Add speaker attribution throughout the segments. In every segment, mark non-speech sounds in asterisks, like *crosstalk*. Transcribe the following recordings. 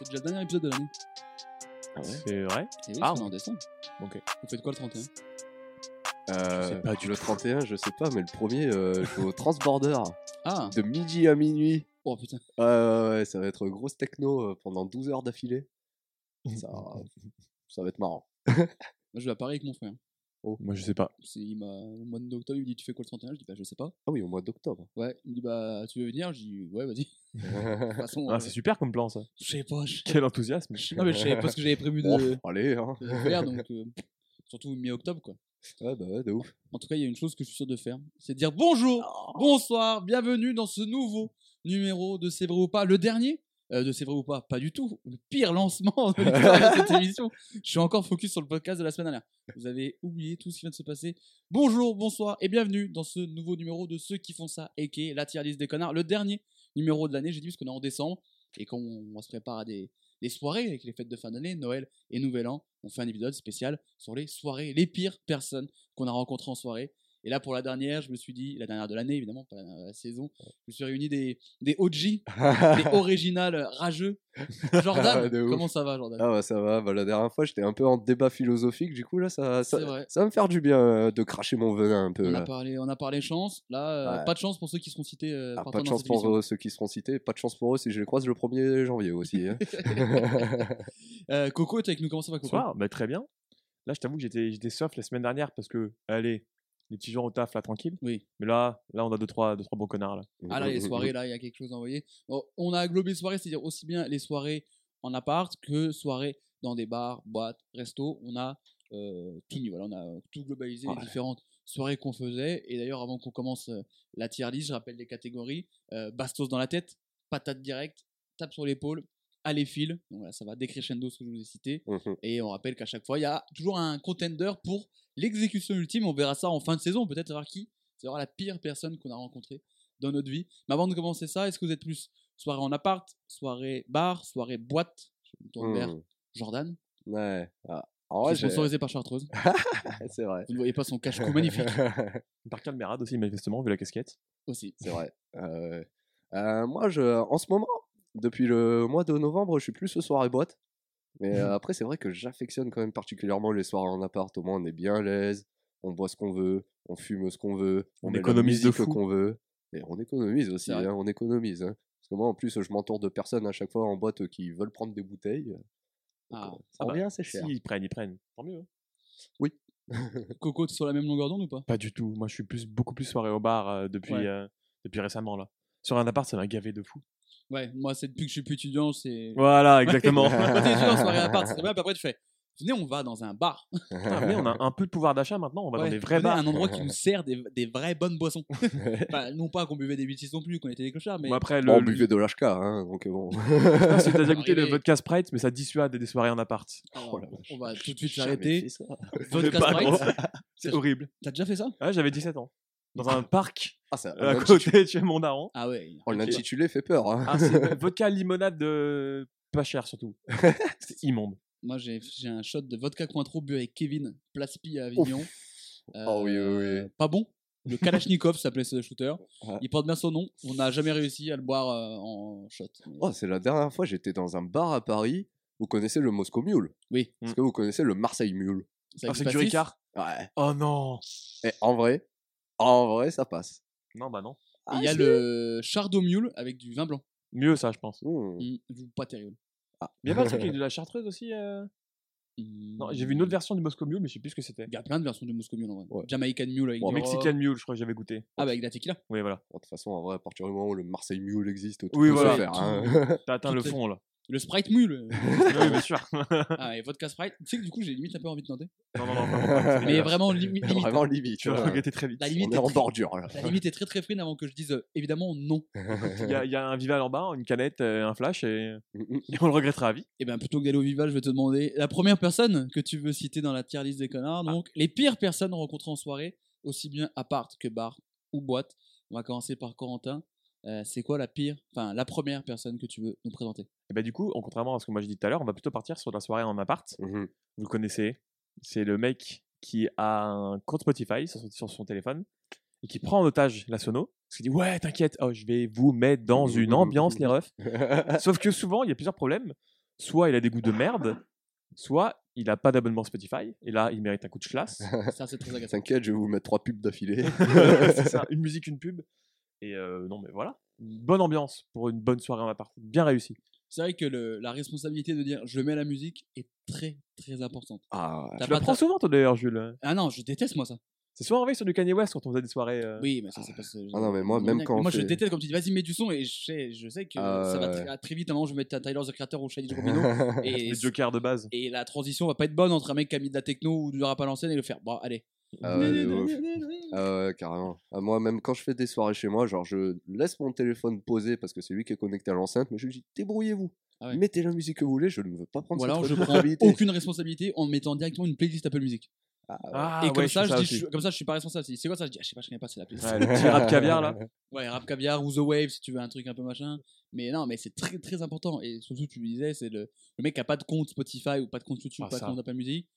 Speaker 1: épisode de l'année.
Speaker 2: Ah ouais
Speaker 3: C'est vrai
Speaker 1: Et Eh oui,
Speaker 3: Ah,
Speaker 1: on est en décembre.
Speaker 3: Ok.
Speaker 1: Vous faites quoi le 31
Speaker 3: Je
Speaker 2: euh,
Speaker 3: sais pas du
Speaker 2: Le
Speaker 3: tout.
Speaker 2: 31, je sais pas, mais le premier, euh, je
Speaker 1: *laughs*
Speaker 2: vais au Transborder.
Speaker 1: Ah
Speaker 2: De midi à minuit.
Speaker 1: Oh putain.
Speaker 2: Ouais, ouais, ouais, ça va être grosse techno euh, pendant 12 heures d'affilée.
Speaker 1: *laughs*
Speaker 2: Ça, ça va être marrant.
Speaker 1: Moi, je vais à Paris avec mon frère.
Speaker 3: Moi, je sais pas.
Speaker 1: C'est- Il m'a... Au mois d'octobre, il me dit Tu fais quoi le 31 Je dis Bah, je sais pas.
Speaker 2: Ah oui, au
Speaker 1: *laughs*
Speaker 2: mois d'octobre.
Speaker 1: Ouais, il me dit Bah, tu veux venir Je dis Ouais, vas-y. De
Speaker 2: Oh,
Speaker 1: toute façon,
Speaker 3: Ah,
Speaker 1: euh,
Speaker 3: c'est super comme plan, ça.
Speaker 1: je sais pas. *laughs* Je...
Speaker 3: Quel enthousiasme.
Speaker 1: Non, mais je savais pas ce que j'avais prévu
Speaker 2: Bon,
Speaker 1: de,
Speaker 2: allez, hein.
Speaker 1: de faire, donc euh, surtout mi-octobre, quoi.
Speaker 2: Ouais, bah ouais, de ouf.
Speaker 1: En tout cas, il y a une chose que je suis sûr de faire, c'est de dire bonjour, bonsoir, bienvenue dans ce nouveau numéro de C'est vrai ou pas, le dernier euh, de C'est vrai ou pas, pas du tout, le pire lancement de l'histoire de *laughs* cette émission. Je suis encore focus sur le podcast de la semaine dernière. Vous avez oublié tout ce qui vient de se passer. Bonjour, bonsoir et bienvenue dans ce nouveau numéro de ceux qui font ça, a.k.a. la tier list des connards, le dernier numéro de l'année, j'ai dit, parce qu'on est en décembre et quand on, on se prépare à des, des soirées avec les fêtes de fin d'année, Noël et Nouvel An, on fait un épisode spécial sur les soirées, les pires personnes qu'on a rencontrées en soirée. Et là, pour la dernière, je me suis dit, la dernière de l'année, évidemment, pas la dernière de la saison, je me suis réuni des, des
Speaker 2: *laughs*
Speaker 1: OG, des originales rageux. Jordan,
Speaker 2: Ah, de ouf.
Speaker 1: comment ça va, Jordan
Speaker 2: Ah bah ça va, bah, la dernière fois j'étais un peu en débat philosophique, du coup là ça,
Speaker 1: C'est vrai.
Speaker 2: ça, ça va me faire du bien euh, de cracher mon venin un peu.
Speaker 1: on,
Speaker 2: là.
Speaker 1: a parlé, on a parlé chance. Là, euh,
Speaker 2: Euh, Ouais.
Speaker 1: pas de chance pour ceux qui seront cités euh,
Speaker 2: Ah,
Speaker 1: par toi
Speaker 2: pas de
Speaker 1: dans
Speaker 2: chance
Speaker 1: cette
Speaker 2: pour
Speaker 1: émission.
Speaker 2: eux, ceux qui seront cités, pas de chance pour eux si je les croise le 1er janvier aussi. hein.
Speaker 1: Euh, Coco est avec nous. Comment ça va, Coco
Speaker 3: Bonsoir, bah, très bien. Là, je t'avoue que j'étais j'étais soft la semaine dernière parce que, allez, les petits gens au taf, là, tranquille.
Speaker 1: Oui.
Speaker 3: Mais là, là on a deux, trois, deux, trois bons connards, là.
Speaker 1: Ah là, les
Speaker 2: *laughs*
Speaker 1: soirées, là, il y a quelque chose à envoyer. Bon, on a globé soirées, c'est-à-dire aussi bien les soirées en appart que soirées dans des bars, boîtes, restos. On a euh, tout mis, voilà, on a tout globalisé, les
Speaker 2: Ouais.
Speaker 1: différentes soirées qu'on faisait. Et d'ailleurs, avant qu'on commence euh, la tier list, je rappelle les catégories. Euh, bastos dans la tête, patate directe, tape sur l'épaule, allez fil. Donc voilà, ça va décrescendo ce que je vous ai cité.
Speaker 2: Mhm.
Speaker 1: Et on rappelle qu'à chaque fois, il y a toujours un contender pour l'exécution ultime. On verra ça en fin de saison, peut-être savoir qui sera la pire personne qu'on a rencontrée dans notre vie. Mais avant de commencer ça, est-ce que vous êtes plus soirée en appart, soirée bar, soirée boîte Je me tourne vers
Speaker 2: Mhm.
Speaker 1: Jordan,
Speaker 2: Ouais. Ah, en
Speaker 1: qui
Speaker 2: vrai,
Speaker 1: est
Speaker 2: j'ai-
Speaker 1: sponsorisé par Chartreuse.
Speaker 2: *laughs* c'est vrai.
Speaker 1: Vous ne voyez pas son cache-cou
Speaker 2: *laughs*
Speaker 1: magnifique
Speaker 3: Par Calmerade aussi, manifestement, vu la casquette.
Speaker 1: aussi.
Speaker 2: c'est vrai. Euh, euh, moi, je, en ce moment, depuis le mois de novembre, je suis plus aux soirées boîte. Mais
Speaker 3: *laughs*
Speaker 2: euh, après, c'est vrai que j'affectionne quand même particulièrement les soirées en appart. Au moins, on est bien à l'aise, on boit ce qu'on veut, on fume ce qu'on veut,
Speaker 3: On
Speaker 2: met la
Speaker 3: économise de
Speaker 2: musique
Speaker 3: fou.
Speaker 2: qu'on veut. Et on économise aussi,
Speaker 1: C'est vrai.
Speaker 2: hein, on économise. hein. Parce que moi, en plus, je m'entoure de personnes à chaque fois en boîte qui veulent prendre des bouteilles. Donc,
Speaker 1: Ah,
Speaker 2: euh,
Speaker 3: ah
Speaker 2: ça
Speaker 3: bah,
Speaker 2: revient assez
Speaker 3: Si,
Speaker 2: cher.
Speaker 3: ils prennent, ils prennent. Tant mieux. hein.
Speaker 1: Coco, tu es sur la même longueur d'onde ou pas
Speaker 3: Pas du tout. Moi, je suis plus, beaucoup plus soirée au bar euh, depuis,
Speaker 1: Ouais.
Speaker 3: euh, depuis récemment, là. Sur un appart, ça m'a gavé de fou.
Speaker 1: Ouais, moi, c'est depuis que je suis plus étudiant, c'est.
Speaker 3: *laughs* Voilà, *laughs* exactement.
Speaker 1: *laughs* Quand t'es étudiant, soirée appart, c'est très bien. Puis après, tu fais Venez, on va dans un bar.
Speaker 3: Putain, Ah, mais on a un peu de pouvoir d'achat maintenant, on va dans
Speaker 1: Ouais,
Speaker 3: des vrais
Speaker 1: venez à
Speaker 3: bars.
Speaker 1: un endroit
Speaker 2: *laughs*
Speaker 1: qui nous sert des, des vraies bonnes boissons. Enfin, non pas qu'on buvait des bêtises non plus, qu'on était des clochards, mais
Speaker 3: Bon, après,
Speaker 2: Bon,
Speaker 3: le,
Speaker 2: on buvait de l'HK, hein,
Speaker 3: *laughs*
Speaker 2: donc bon. *laughs*
Speaker 3: Ah, si t'as déjà *laughs* goûté le
Speaker 1: Arrivé.
Speaker 3: vodka Sprite, mais ça dissuade des soirées en appart.
Speaker 1: alors,
Speaker 2: Oh la vache,
Speaker 1: on va tout de suite
Speaker 2: jamais
Speaker 1: s'arrêter.
Speaker 2: fait ça.
Speaker 1: Vodka
Speaker 3: Le bar,
Speaker 1: Sprite,
Speaker 3: *laughs* C'est horrible.
Speaker 1: t'as déjà fait ça
Speaker 3: Ouais, j'avais 17 ans. Dans un parc
Speaker 2: Ah, ça,
Speaker 1: bah,
Speaker 3: à *laughs*
Speaker 2: l'intitulé-
Speaker 3: côté de chez mon daron.
Speaker 1: Ah ouais.
Speaker 2: oh, l'intitulé fait peur. hein.
Speaker 1: *laughs*
Speaker 3: Ah, c'est vodka limonade de... pas cher surtout. C'est immonde.
Speaker 1: Moi j'ai j'ai un shot de vodka Cointreau bu avec Kevin Plaspi à Avignon. Euh,
Speaker 2: Oh oui, oui, oui.
Speaker 1: Pas bon. Le Kalachnikov s'appelait ce shooter.
Speaker 2: Ouais.
Speaker 1: Il porte bien son nom. On n'a jamais réussi à le boire euh, en shot. Mais-
Speaker 2: Oh, c'est la dernière fois, j'étais dans un bar à Paris. Vous connaissez le Moscow Mule
Speaker 1: Oui.
Speaker 2: Est-ce que vous connaissez le Marseille Mule
Speaker 1: C'est
Speaker 3: Ah,
Speaker 1: avec
Speaker 3: c'est
Speaker 1: du
Speaker 3: du
Speaker 1: pastis.
Speaker 3: Ricard
Speaker 2: Ouais.
Speaker 3: Oh non
Speaker 2: Et en vrai, en vrai, ça passe.
Speaker 3: Non, bah non.
Speaker 1: Et Il y a le Chardot Mule avec du vin blanc.
Speaker 3: Mieux ça, je pense.
Speaker 2: Hmm.
Speaker 1: Mm, je vous- pas terrible.
Speaker 3: Il y
Speaker 1: *laughs*
Speaker 3: a pas le truc avec de la chartreuse aussi euh Non, j'ai vu une
Speaker 1: Hmm.
Speaker 3: autre version du Moscow Mule, mais je sais plus ce que c'était.
Speaker 1: Mmh. Il y a plein de versions de Moscow Mule en vrai.
Speaker 2: Ouais.
Speaker 1: Jamaican Mule avec
Speaker 2: Bon,
Speaker 1: du rhum.
Speaker 3: Mexican Mule, je crois que j'avais goûté.
Speaker 1: Ah bah avec de la tequila. *laughs*
Speaker 3: Oui, voilà.
Speaker 2: *laughs* Bon, de toute façon, en vrai, à partir du moment où le Marseille Mule existe, tout
Speaker 3: Oui,
Speaker 2: peut
Speaker 3: voilà.
Speaker 2: se faire.
Speaker 1: Tout-
Speaker 2: hein.
Speaker 3: T'as atteint
Speaker 1: Tout
Speaker 3: le
Speaker 1: est- *laughs*
Speaker 3: fond, là.
Speaker 1: Le Sprite Mule.
Speaker 3: oui, bien sûr.
Speaker 1: ah, et vodka Sprite. Tu sais que du coup, j'ai limite un peu envie de tenter.
Speaker 3: Non, non, non. vraiment
Speaker 2: Ah
Speaker 3: pas.
Speaker 1: Mais vraiment, limi- limite.
Speaker 2: *laughs* Vraiment limite.
Speaker 3: Tu vas
Speaker 2: hein.
Speaker 3: regretter très vite.
Speaker 1: La
Speaker 2: On
Speaker 1: limite,
Speaker 2: est
Speaker 1: est
Speaker 2: en
Speaker 1: très,
Speaker 2: bordure là. *laughs*
Speaker 1: la limite est très très fine avant que je dise euh, évidemment non.
Speaker 3: Il y, a- il y a un Vival en bas, une canette, euh, un flash, et, *laughs* et on le regrettera à vie.
Speaker 1: Et bien Eh ben, plutôt que d'aller au Vival, je vais te demander la première personne que tu veux citer dans la tier list des connards. Donc
Speaker 2: Ah.
Speaker 1: les pires personnes rencontrées en soirée, aussi bien appart que bar ou boîte. On va commencer par Corentin. Euh, c'est quoi la pire, enfin la première personne que tu veux nous
Speaker 2: *laughs*
Speaker 1: présenter
Speaker 3: Et bah du coup, en contrairement à ce que moi j'ai dit tout à l'heure, on va plutôt partir sur de la soirée en appart.
Speaker 2: Mhm. *laughs*
Speaker 3: Vous le connaissez, c'est le mec qui a un compte Spotify sur son, sur son téléphone et qui prend en otage la sono. Parce qu'il dit ouais,
Speaker 2: *laughs*
Speaker 3: t'inquiète, oh, je vais vous mettre dans une ambiance les refs. Sauf que souvent, il y a plusieurs problèmes. soit il a des goûts de merde, soit il n'a pas d'abonnement Spotify, et là, il mérite un coup de chlasse.
Speaker 1: Ça, c'est très agaçant.
Speaker 2: T'inquiète, je vais vous mettre trois pubs d'affilée.
Speaker 3: *laughs*
Speaker 2: *laughs*
Speaker 3: C'est ça, une musique, une pub. Et euh, non, mais voilà. Une bonne ambiance pour une bonne soirée en appart. Bien réussi.
Speaker 1: C'est vrai que le- la responsabilité de dire je mets la musique est très très importante.
Speaker 2: Ah, ouais.
Speaker 1: T'as
Speaker 3: Tu le
Speaker 1: pas
Speaker 3: prends
Speaker 1: ta-
Speaker 3: souvent, toi, d'ailleurs, Jules.
Speaker 1: Ah non, je déteste moi ça.
Speaker 3: C'est souvent arrivé sur du Kanye West quand on faisait des soirées. euh,
Speaker 1: Oui, mais ça c'est parce que.
Speaker 2: Ah non, mais moi,
Speaker 1: on
Speaker 2: même
Speaker 1: est-
Speaker 2: quand on
Speaker 1: Moi je
Speaker 2: fait-
Speaker 1: déteste quand tu dis vas-y mets du son et je sais, je sais que
Speaker 2: Ah,
Speaker 1: ça va
Speaker 2: ouais.
Speaker 1: très, à très vite. À un moment, je vais mettre Tyler the Creator ou Shady
Speaker 2: *laughs*
Speaker 1: Robino. et,
Speaker 3: les jokers de base.
Speaker 1: et la transition va pas être bonne entre un mec qui a mis de la techno ou du rap à l'ancienne et le faire. Bon, allez.
Speaker 2: Ah ouais, de ouf. Ah ouais, carrément. Ah, moi, même quand je fais des soirées chez moi, genre, je laisse mon téléphone posé parce que c'est lui qui est connecté à l'enceinte, mais je lui dis débrouillez-vous.
Speaker 1: Ah ouais.
Speaker 2: Mettez la musique que vous voulez, je ne veux pas prendre
Speaker 1: Ou
Speaker 2: cette
Speaker 1: alors je prends
Speaker 2: *laughs* responsabilité.
Speaker 1: aucune responsabilité en mettant directement une playlist Apple Music.
Speaker 3: Ah,
Speaker 1: et
Speaker 3: ouais,
Speaker 1: comme, ça,
Speaker 3: fais
Speaker 1: je dis,
Speaker 3: aussi.
Speaker 1: je- comme ça je suis pas responsable. Si C'est quoi ça Je dis ah, je sais pas, je connais pas, c'est la playlist.
Speaker 3: Ouais, *laughs* le petit rap caviar, là.
Speaker 1: Ouais, Rap Caviar ou The Wave si tu veux un truc un peu machin. Mais non, mais c'est très très important. Et surtout, tu me disais, c'est le, le mec qui a pas de compte Spotify ou pas de compte YouTube,
Speaker 3: Ah,
Speaker 1: pas
Speaker 3: ça.
Speaker 1: de compte Apple Music.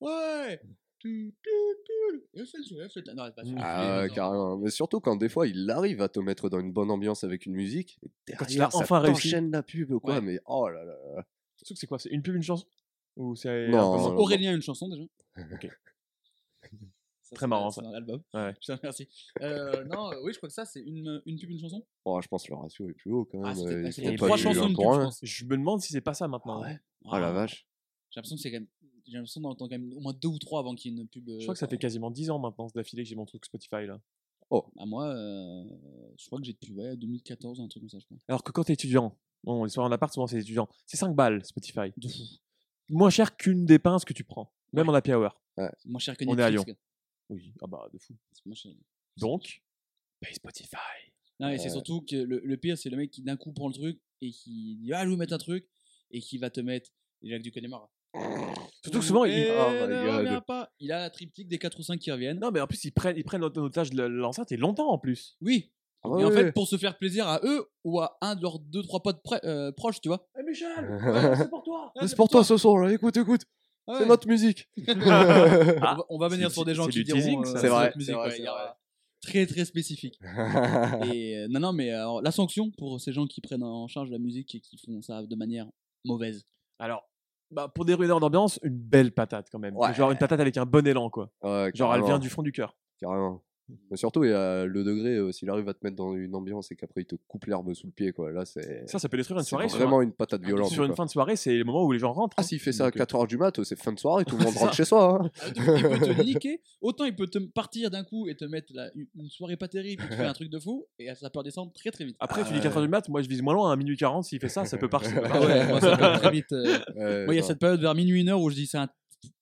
Speaker 1: Ouais Tu- tu- tu- le SNCF, c'est- Non, c'est pas euh, ça.
Speaker 2: Ah ouais,
Speaker 1: Non.
Speaker 2: carrément. Mais surtout quand des fois il arrive à te mettre dans une bonne ambiance avec une musique, et
Speaker 3: Quand
Speaker 2: derrière
Speaker 3: il a
Speaker 2: ça
Speaker 3: enfin réussi.
Speaker 2: t'enchaîne la pub ou quoi,
Speaker 1: Ouais.
Speaker 2: mais oh là là.
Speaker 3: Surtout que c'est quoi C'est une pub, une chanson Ou c'est.
Speaker 2: Non.
Speaker 3: un peu moins
Speaker 1: Aurélien a une chanson déjà.
Speaker 3: Ok.
Speaker 1: Ça,
Speaker 3: Très
Speaker 1: c'est-
Speaker 3: marrant,
Speaker 1: c'est
Speaker 3: ça.
Speaker 1: dans l'album.
Speaker 3: Ouais.
Speaker 1: Putain, merci. Euh, non, euh, oui, je crois que ça, c'est une, une pub, une chanson.
Speaker 2: Oh, je pense que le ratio est plus haut quand même.
Speaker 1: Ah, c'était-
Speaker 2: euh,
Speaker 1: ah,
Speaker 2: ils
Speaker 1: c'était
Speaker 2: font
Speaker 1: trois
Speaker 2: pas du
Speaker 3: hein.
Speaker 1: chansons,
Speaker 2: un
Speaker 1: une
Speaker 2: pour
Speaker 1: pub,
Speaker 2: un.
Speaker 1: je pense.
Speaker 3: Je me demande si c'est pas ça maintenant. hein.
Speaker 2: Ah ouais. Ah la vache.
Speaker 1: J'ai l'impression que c'est quand même. J'ai l'impression d'en entendre quand même au moins deux ou trois avant qu'il y ait une pub. euh,
Speaker 3: Je crois que ça fait quasiment 10 ans maintenant d'affilée que j'ai mon truc Spotify là.
Speaker 1: À moi, euh, je crois que j'ai depuis ouais, 2014, un truc comme ça, je crois.
Speaker 3: Alors que quand t'es étudiant, bon, les soirées en appart, souvent c'est étudiant, c'est 5 balles Spotify. Moins cher qu'une des pinces que tu prends, même en happy hour.
Speaker 1: C'est moins cher que
Speaker 3: On est
Speaker 1: Netflix.
Speaker 3: à Lyon.
Speaker 1: quoi.
Speaker 3: Oui, ah bah de fou.
Speaker 1: C'est moins cher.
Speaker 3: Donc, paye Spotify.
Speaker 1: Non, et
Speaker 2: Ouais.
Speaker 1: c'est surtout que le, le pire, c'est le mec qui d'un coup prend le truc et qui dit Ah, je vais vous mettre un truc et qui va te mettre les Jacques du Connemara.
Speaker 3: Surtout que souvent,
Speaker 1: Et
Speaker 3: ils... Ah
Speaker 2: Oh my
Speaker 1: ne
Speaker 2: God.
Speaker 1: reviens pas. Il a la triptyque des 4 ou 5 qui reviennent.
Speaker 3: Non mais en plus, ils prennent, ils prennent en otage le- l'enceinte et longtemps en plus.
Speaker 1: Oui.
Speaker 2: Ah
Speaker 1: et en
Speaker 2: ouais.
Speaker 1: fait, pour se faire plaisir à eux ou à un de leurs 2-3 potes près- euh, proches, tu vois.
Speaker 3: Eh *laughs* Michel,
Speaker 2: *laughs* ouais,
Speaker 3: c'est pour toi
Speaker 1: Ah,
Speaker 2: C'est pour toi ce son là, écoute, écoute,
Speaker 1: Ah ouais.
Speaker 2: c'est notre musique. *laughs*
Speaker 1: *laughs* On va- on va venir
Speaker 3: c'est
Speaker 1: sur
Speaker 3: du-
Speaker 1: des gens
Speaker 3: c'est
Speaker 1: qui
Speaker 3: du
Speaker 1: diront
Speaker 3: teasing,
Speaker 1: euh,
Speaker 3: ça.
Speaker 2: C'est
Speaker 1: notre
Speaker 2: vrai,
Speaker 1: musique,
Speaker 2: c'est vrai,
Speaker 1: ouais,
Speaker 2: c'est
Speaker 1: il y aura-
Speaker 2: vrai.
Speaker 1: Très très
Speaker 2: *laughs*
Speaker 1: spécifique. Et euh, non, non, mais alors, la sanction pour ces gens qui prennent en charge la musique et qui font ça de manière mauvaise.
Speaker 3: Alors, bah, pour des ruineurs d'ambiance, une belle patate quand même.
Speaker 2: Ouais.
Speaker 3: Genre une patate avec un bon élan quoi.
Speaker 2: Ouais,
Speaker 3: Genre elle
Speaker 2: carrément,
Speaker 3: vient du fond du cœur.
Speaker 2: Carrément. Mais surtout, il y a le degré, euh, s'il arrive à te mettre dans une ambiance et qu'après il te coupe l'herbe sous le pied, quoi. Là, c'est
Speaker 3: Ça, ça peut détruire une
Speaker 2: c'est
Speaker 3: soirée. sur un- Ah,
Speaker 2: vraiment une patate violente.
Speaker 3: Sur une
Speaker 2: quoi.
Speaker 3: fin de soirée, c'est le moment où les gens rentrent.
Speaker 2: Ah,
Speaker 3: hein.
Speaker 2: s'il fait ça à
Speaker 3: Donc, euh,
Speaker 2: 4h du mat, c'est fin de soirée, tout le monde
Speaker 3: C'est
Speaker 2: rentre
Speaker 3: ça.
Speaker 2: chez soi. hein.
Speaker 1: Ah, donc, il peut
Speaker 2: *laughs*
Speaker 1: te niquer, autant il peut te partir d'un coup et te mettre là, une- une soirée pas terrible, tu fais un truc de fou, et ça peut redescendre très très vite.
Speaker 3: Après,
Speaker 2: Ah
Speaker 3: tu dis
Speaker 2: ouais.
Speaker 3: 4h du mat, moi je vise moins loin, à minuit 40, s'il fait ça,
Speaker 2: *laughs*
Speaker 3: ça peut partir.
Speaker 1: Ah ouais, moi,
Speaker 3: *laughs*
Speaker 1: ça peut très vite. euh.
Speaker 2: Ouais,
Speaker 1: Moi, il y a
Speaker 2: genre.
Speaker 1: cette période vers minuit, une heure où je dis c'est un...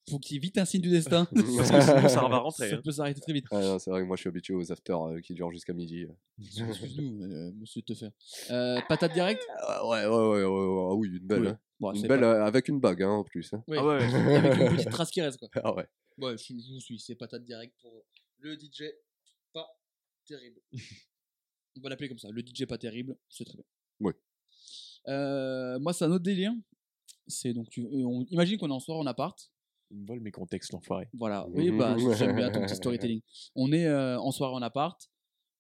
Speaker 1: faut qu'il y ait vite un signe du
Speaker 2: *laughs*
Speaker 1: destin.
Speaker 3: Parce que sinon, *laughs* ça va rentrer.
Speaker 1: Ça
Speaker 3: hein.
Speaker 1: peut s'arrêter très vite.
Speaker 2: Ah non, c'est vrai que moi je suis habitué aux afters euh, qui durent jusqu'à midi.
Speaker 1: Excuse-nous, euh, monsieur de te faire. Euh, patate directe
Speaker 2: Ah ouais, ouais, ouais, ouais, ouais, ah oui, une belle.
Speaker 1: Oui.
Speaker 2: hein.
Speaker 1: Bon,
Speaker 2: Une
Speaker 1: c'est
Speaker 2: belle
Speaker 1: pas-
Speaker 2: euh, avec une bague hein, en plus. hein.
Speaker 1: ouais.
Speaker 2: *laughs*
Speaker 3: Ah ouais, ouais.
Speaker 1: Avec une petite trace qui reste, quoi.
Speaker 2: Ah ouais.
Speaker 1: Ouais, je, je vous suis, c'est patate directe pour le DJ pas terrible. On va l'appeler comme ça, le DJ pas terrible, c'est très bien.
Speaker 2: Ouais.
Speaker 1: Euh, moi, c'est un autre délire. C'est donc, tu, euh, on imagine qu'on est en soirée en appart.
Speaker 3: Il me vole mes contextes, l'enfoiré.
Speaker 1: Voilà, oui, bah, j'aime bien ton petit storytelling. On est euh, en soirée en appart,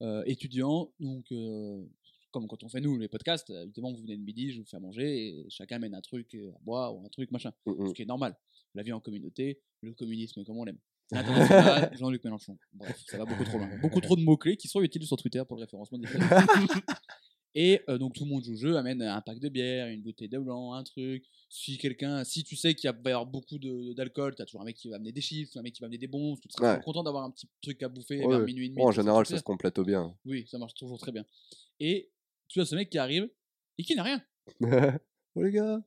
Speaker 1: euh, étudiant, donc euh, comme quand on fait nous les podcasts, euh, évidemment, vous venez de midi, je vous fais à manger, et chacun mène un truc euh, à boire ou un truc, machin
Speaker 2: Mm, mm.
Speaker 1: ce qui est normal. La vie en communauté, le communisme comme on
Speaker 2: *laughs*
Speaker 1: l'aime. L'international, Jean-Luc Mélenchon. Bref, ça va beaucoup trop loin. Beaucoup trop de mots-clés qui sont utiles sur Twitter pour le référencement des
Speaker 2: *laughs*
Speaker 1: podcasts. Et euh, donc tout le monde joue au jeu, amène un pack de bière, une bouteille de blanc, un truc. Si quelqu'un, si tu sais qu'il va y avoir beaucoup de- d'alcool, t'as toujours un mec qui va amener des chiffres, un mec qui va amener des bons, tu seras
Speaker 2: Ouais.
Speaker 1: toujours content d'avoir un petit truc à bouffer
Speaker 2: Ouais.
Speaker 1: vers minuit et demi.
Speaker 2: Bon, en
Speaker 1: tout ça,
Speaker 2: général,
Speaker 1: tout
Speaker 2: ça se complète
Speaker 1: *laughs*
Speaker 2: au bien.
Speaker 1: Oui, ça marche toujours très bien. Et tu as ce mec qui arrive et qui n'a rien.
Speaker 2: oh les gars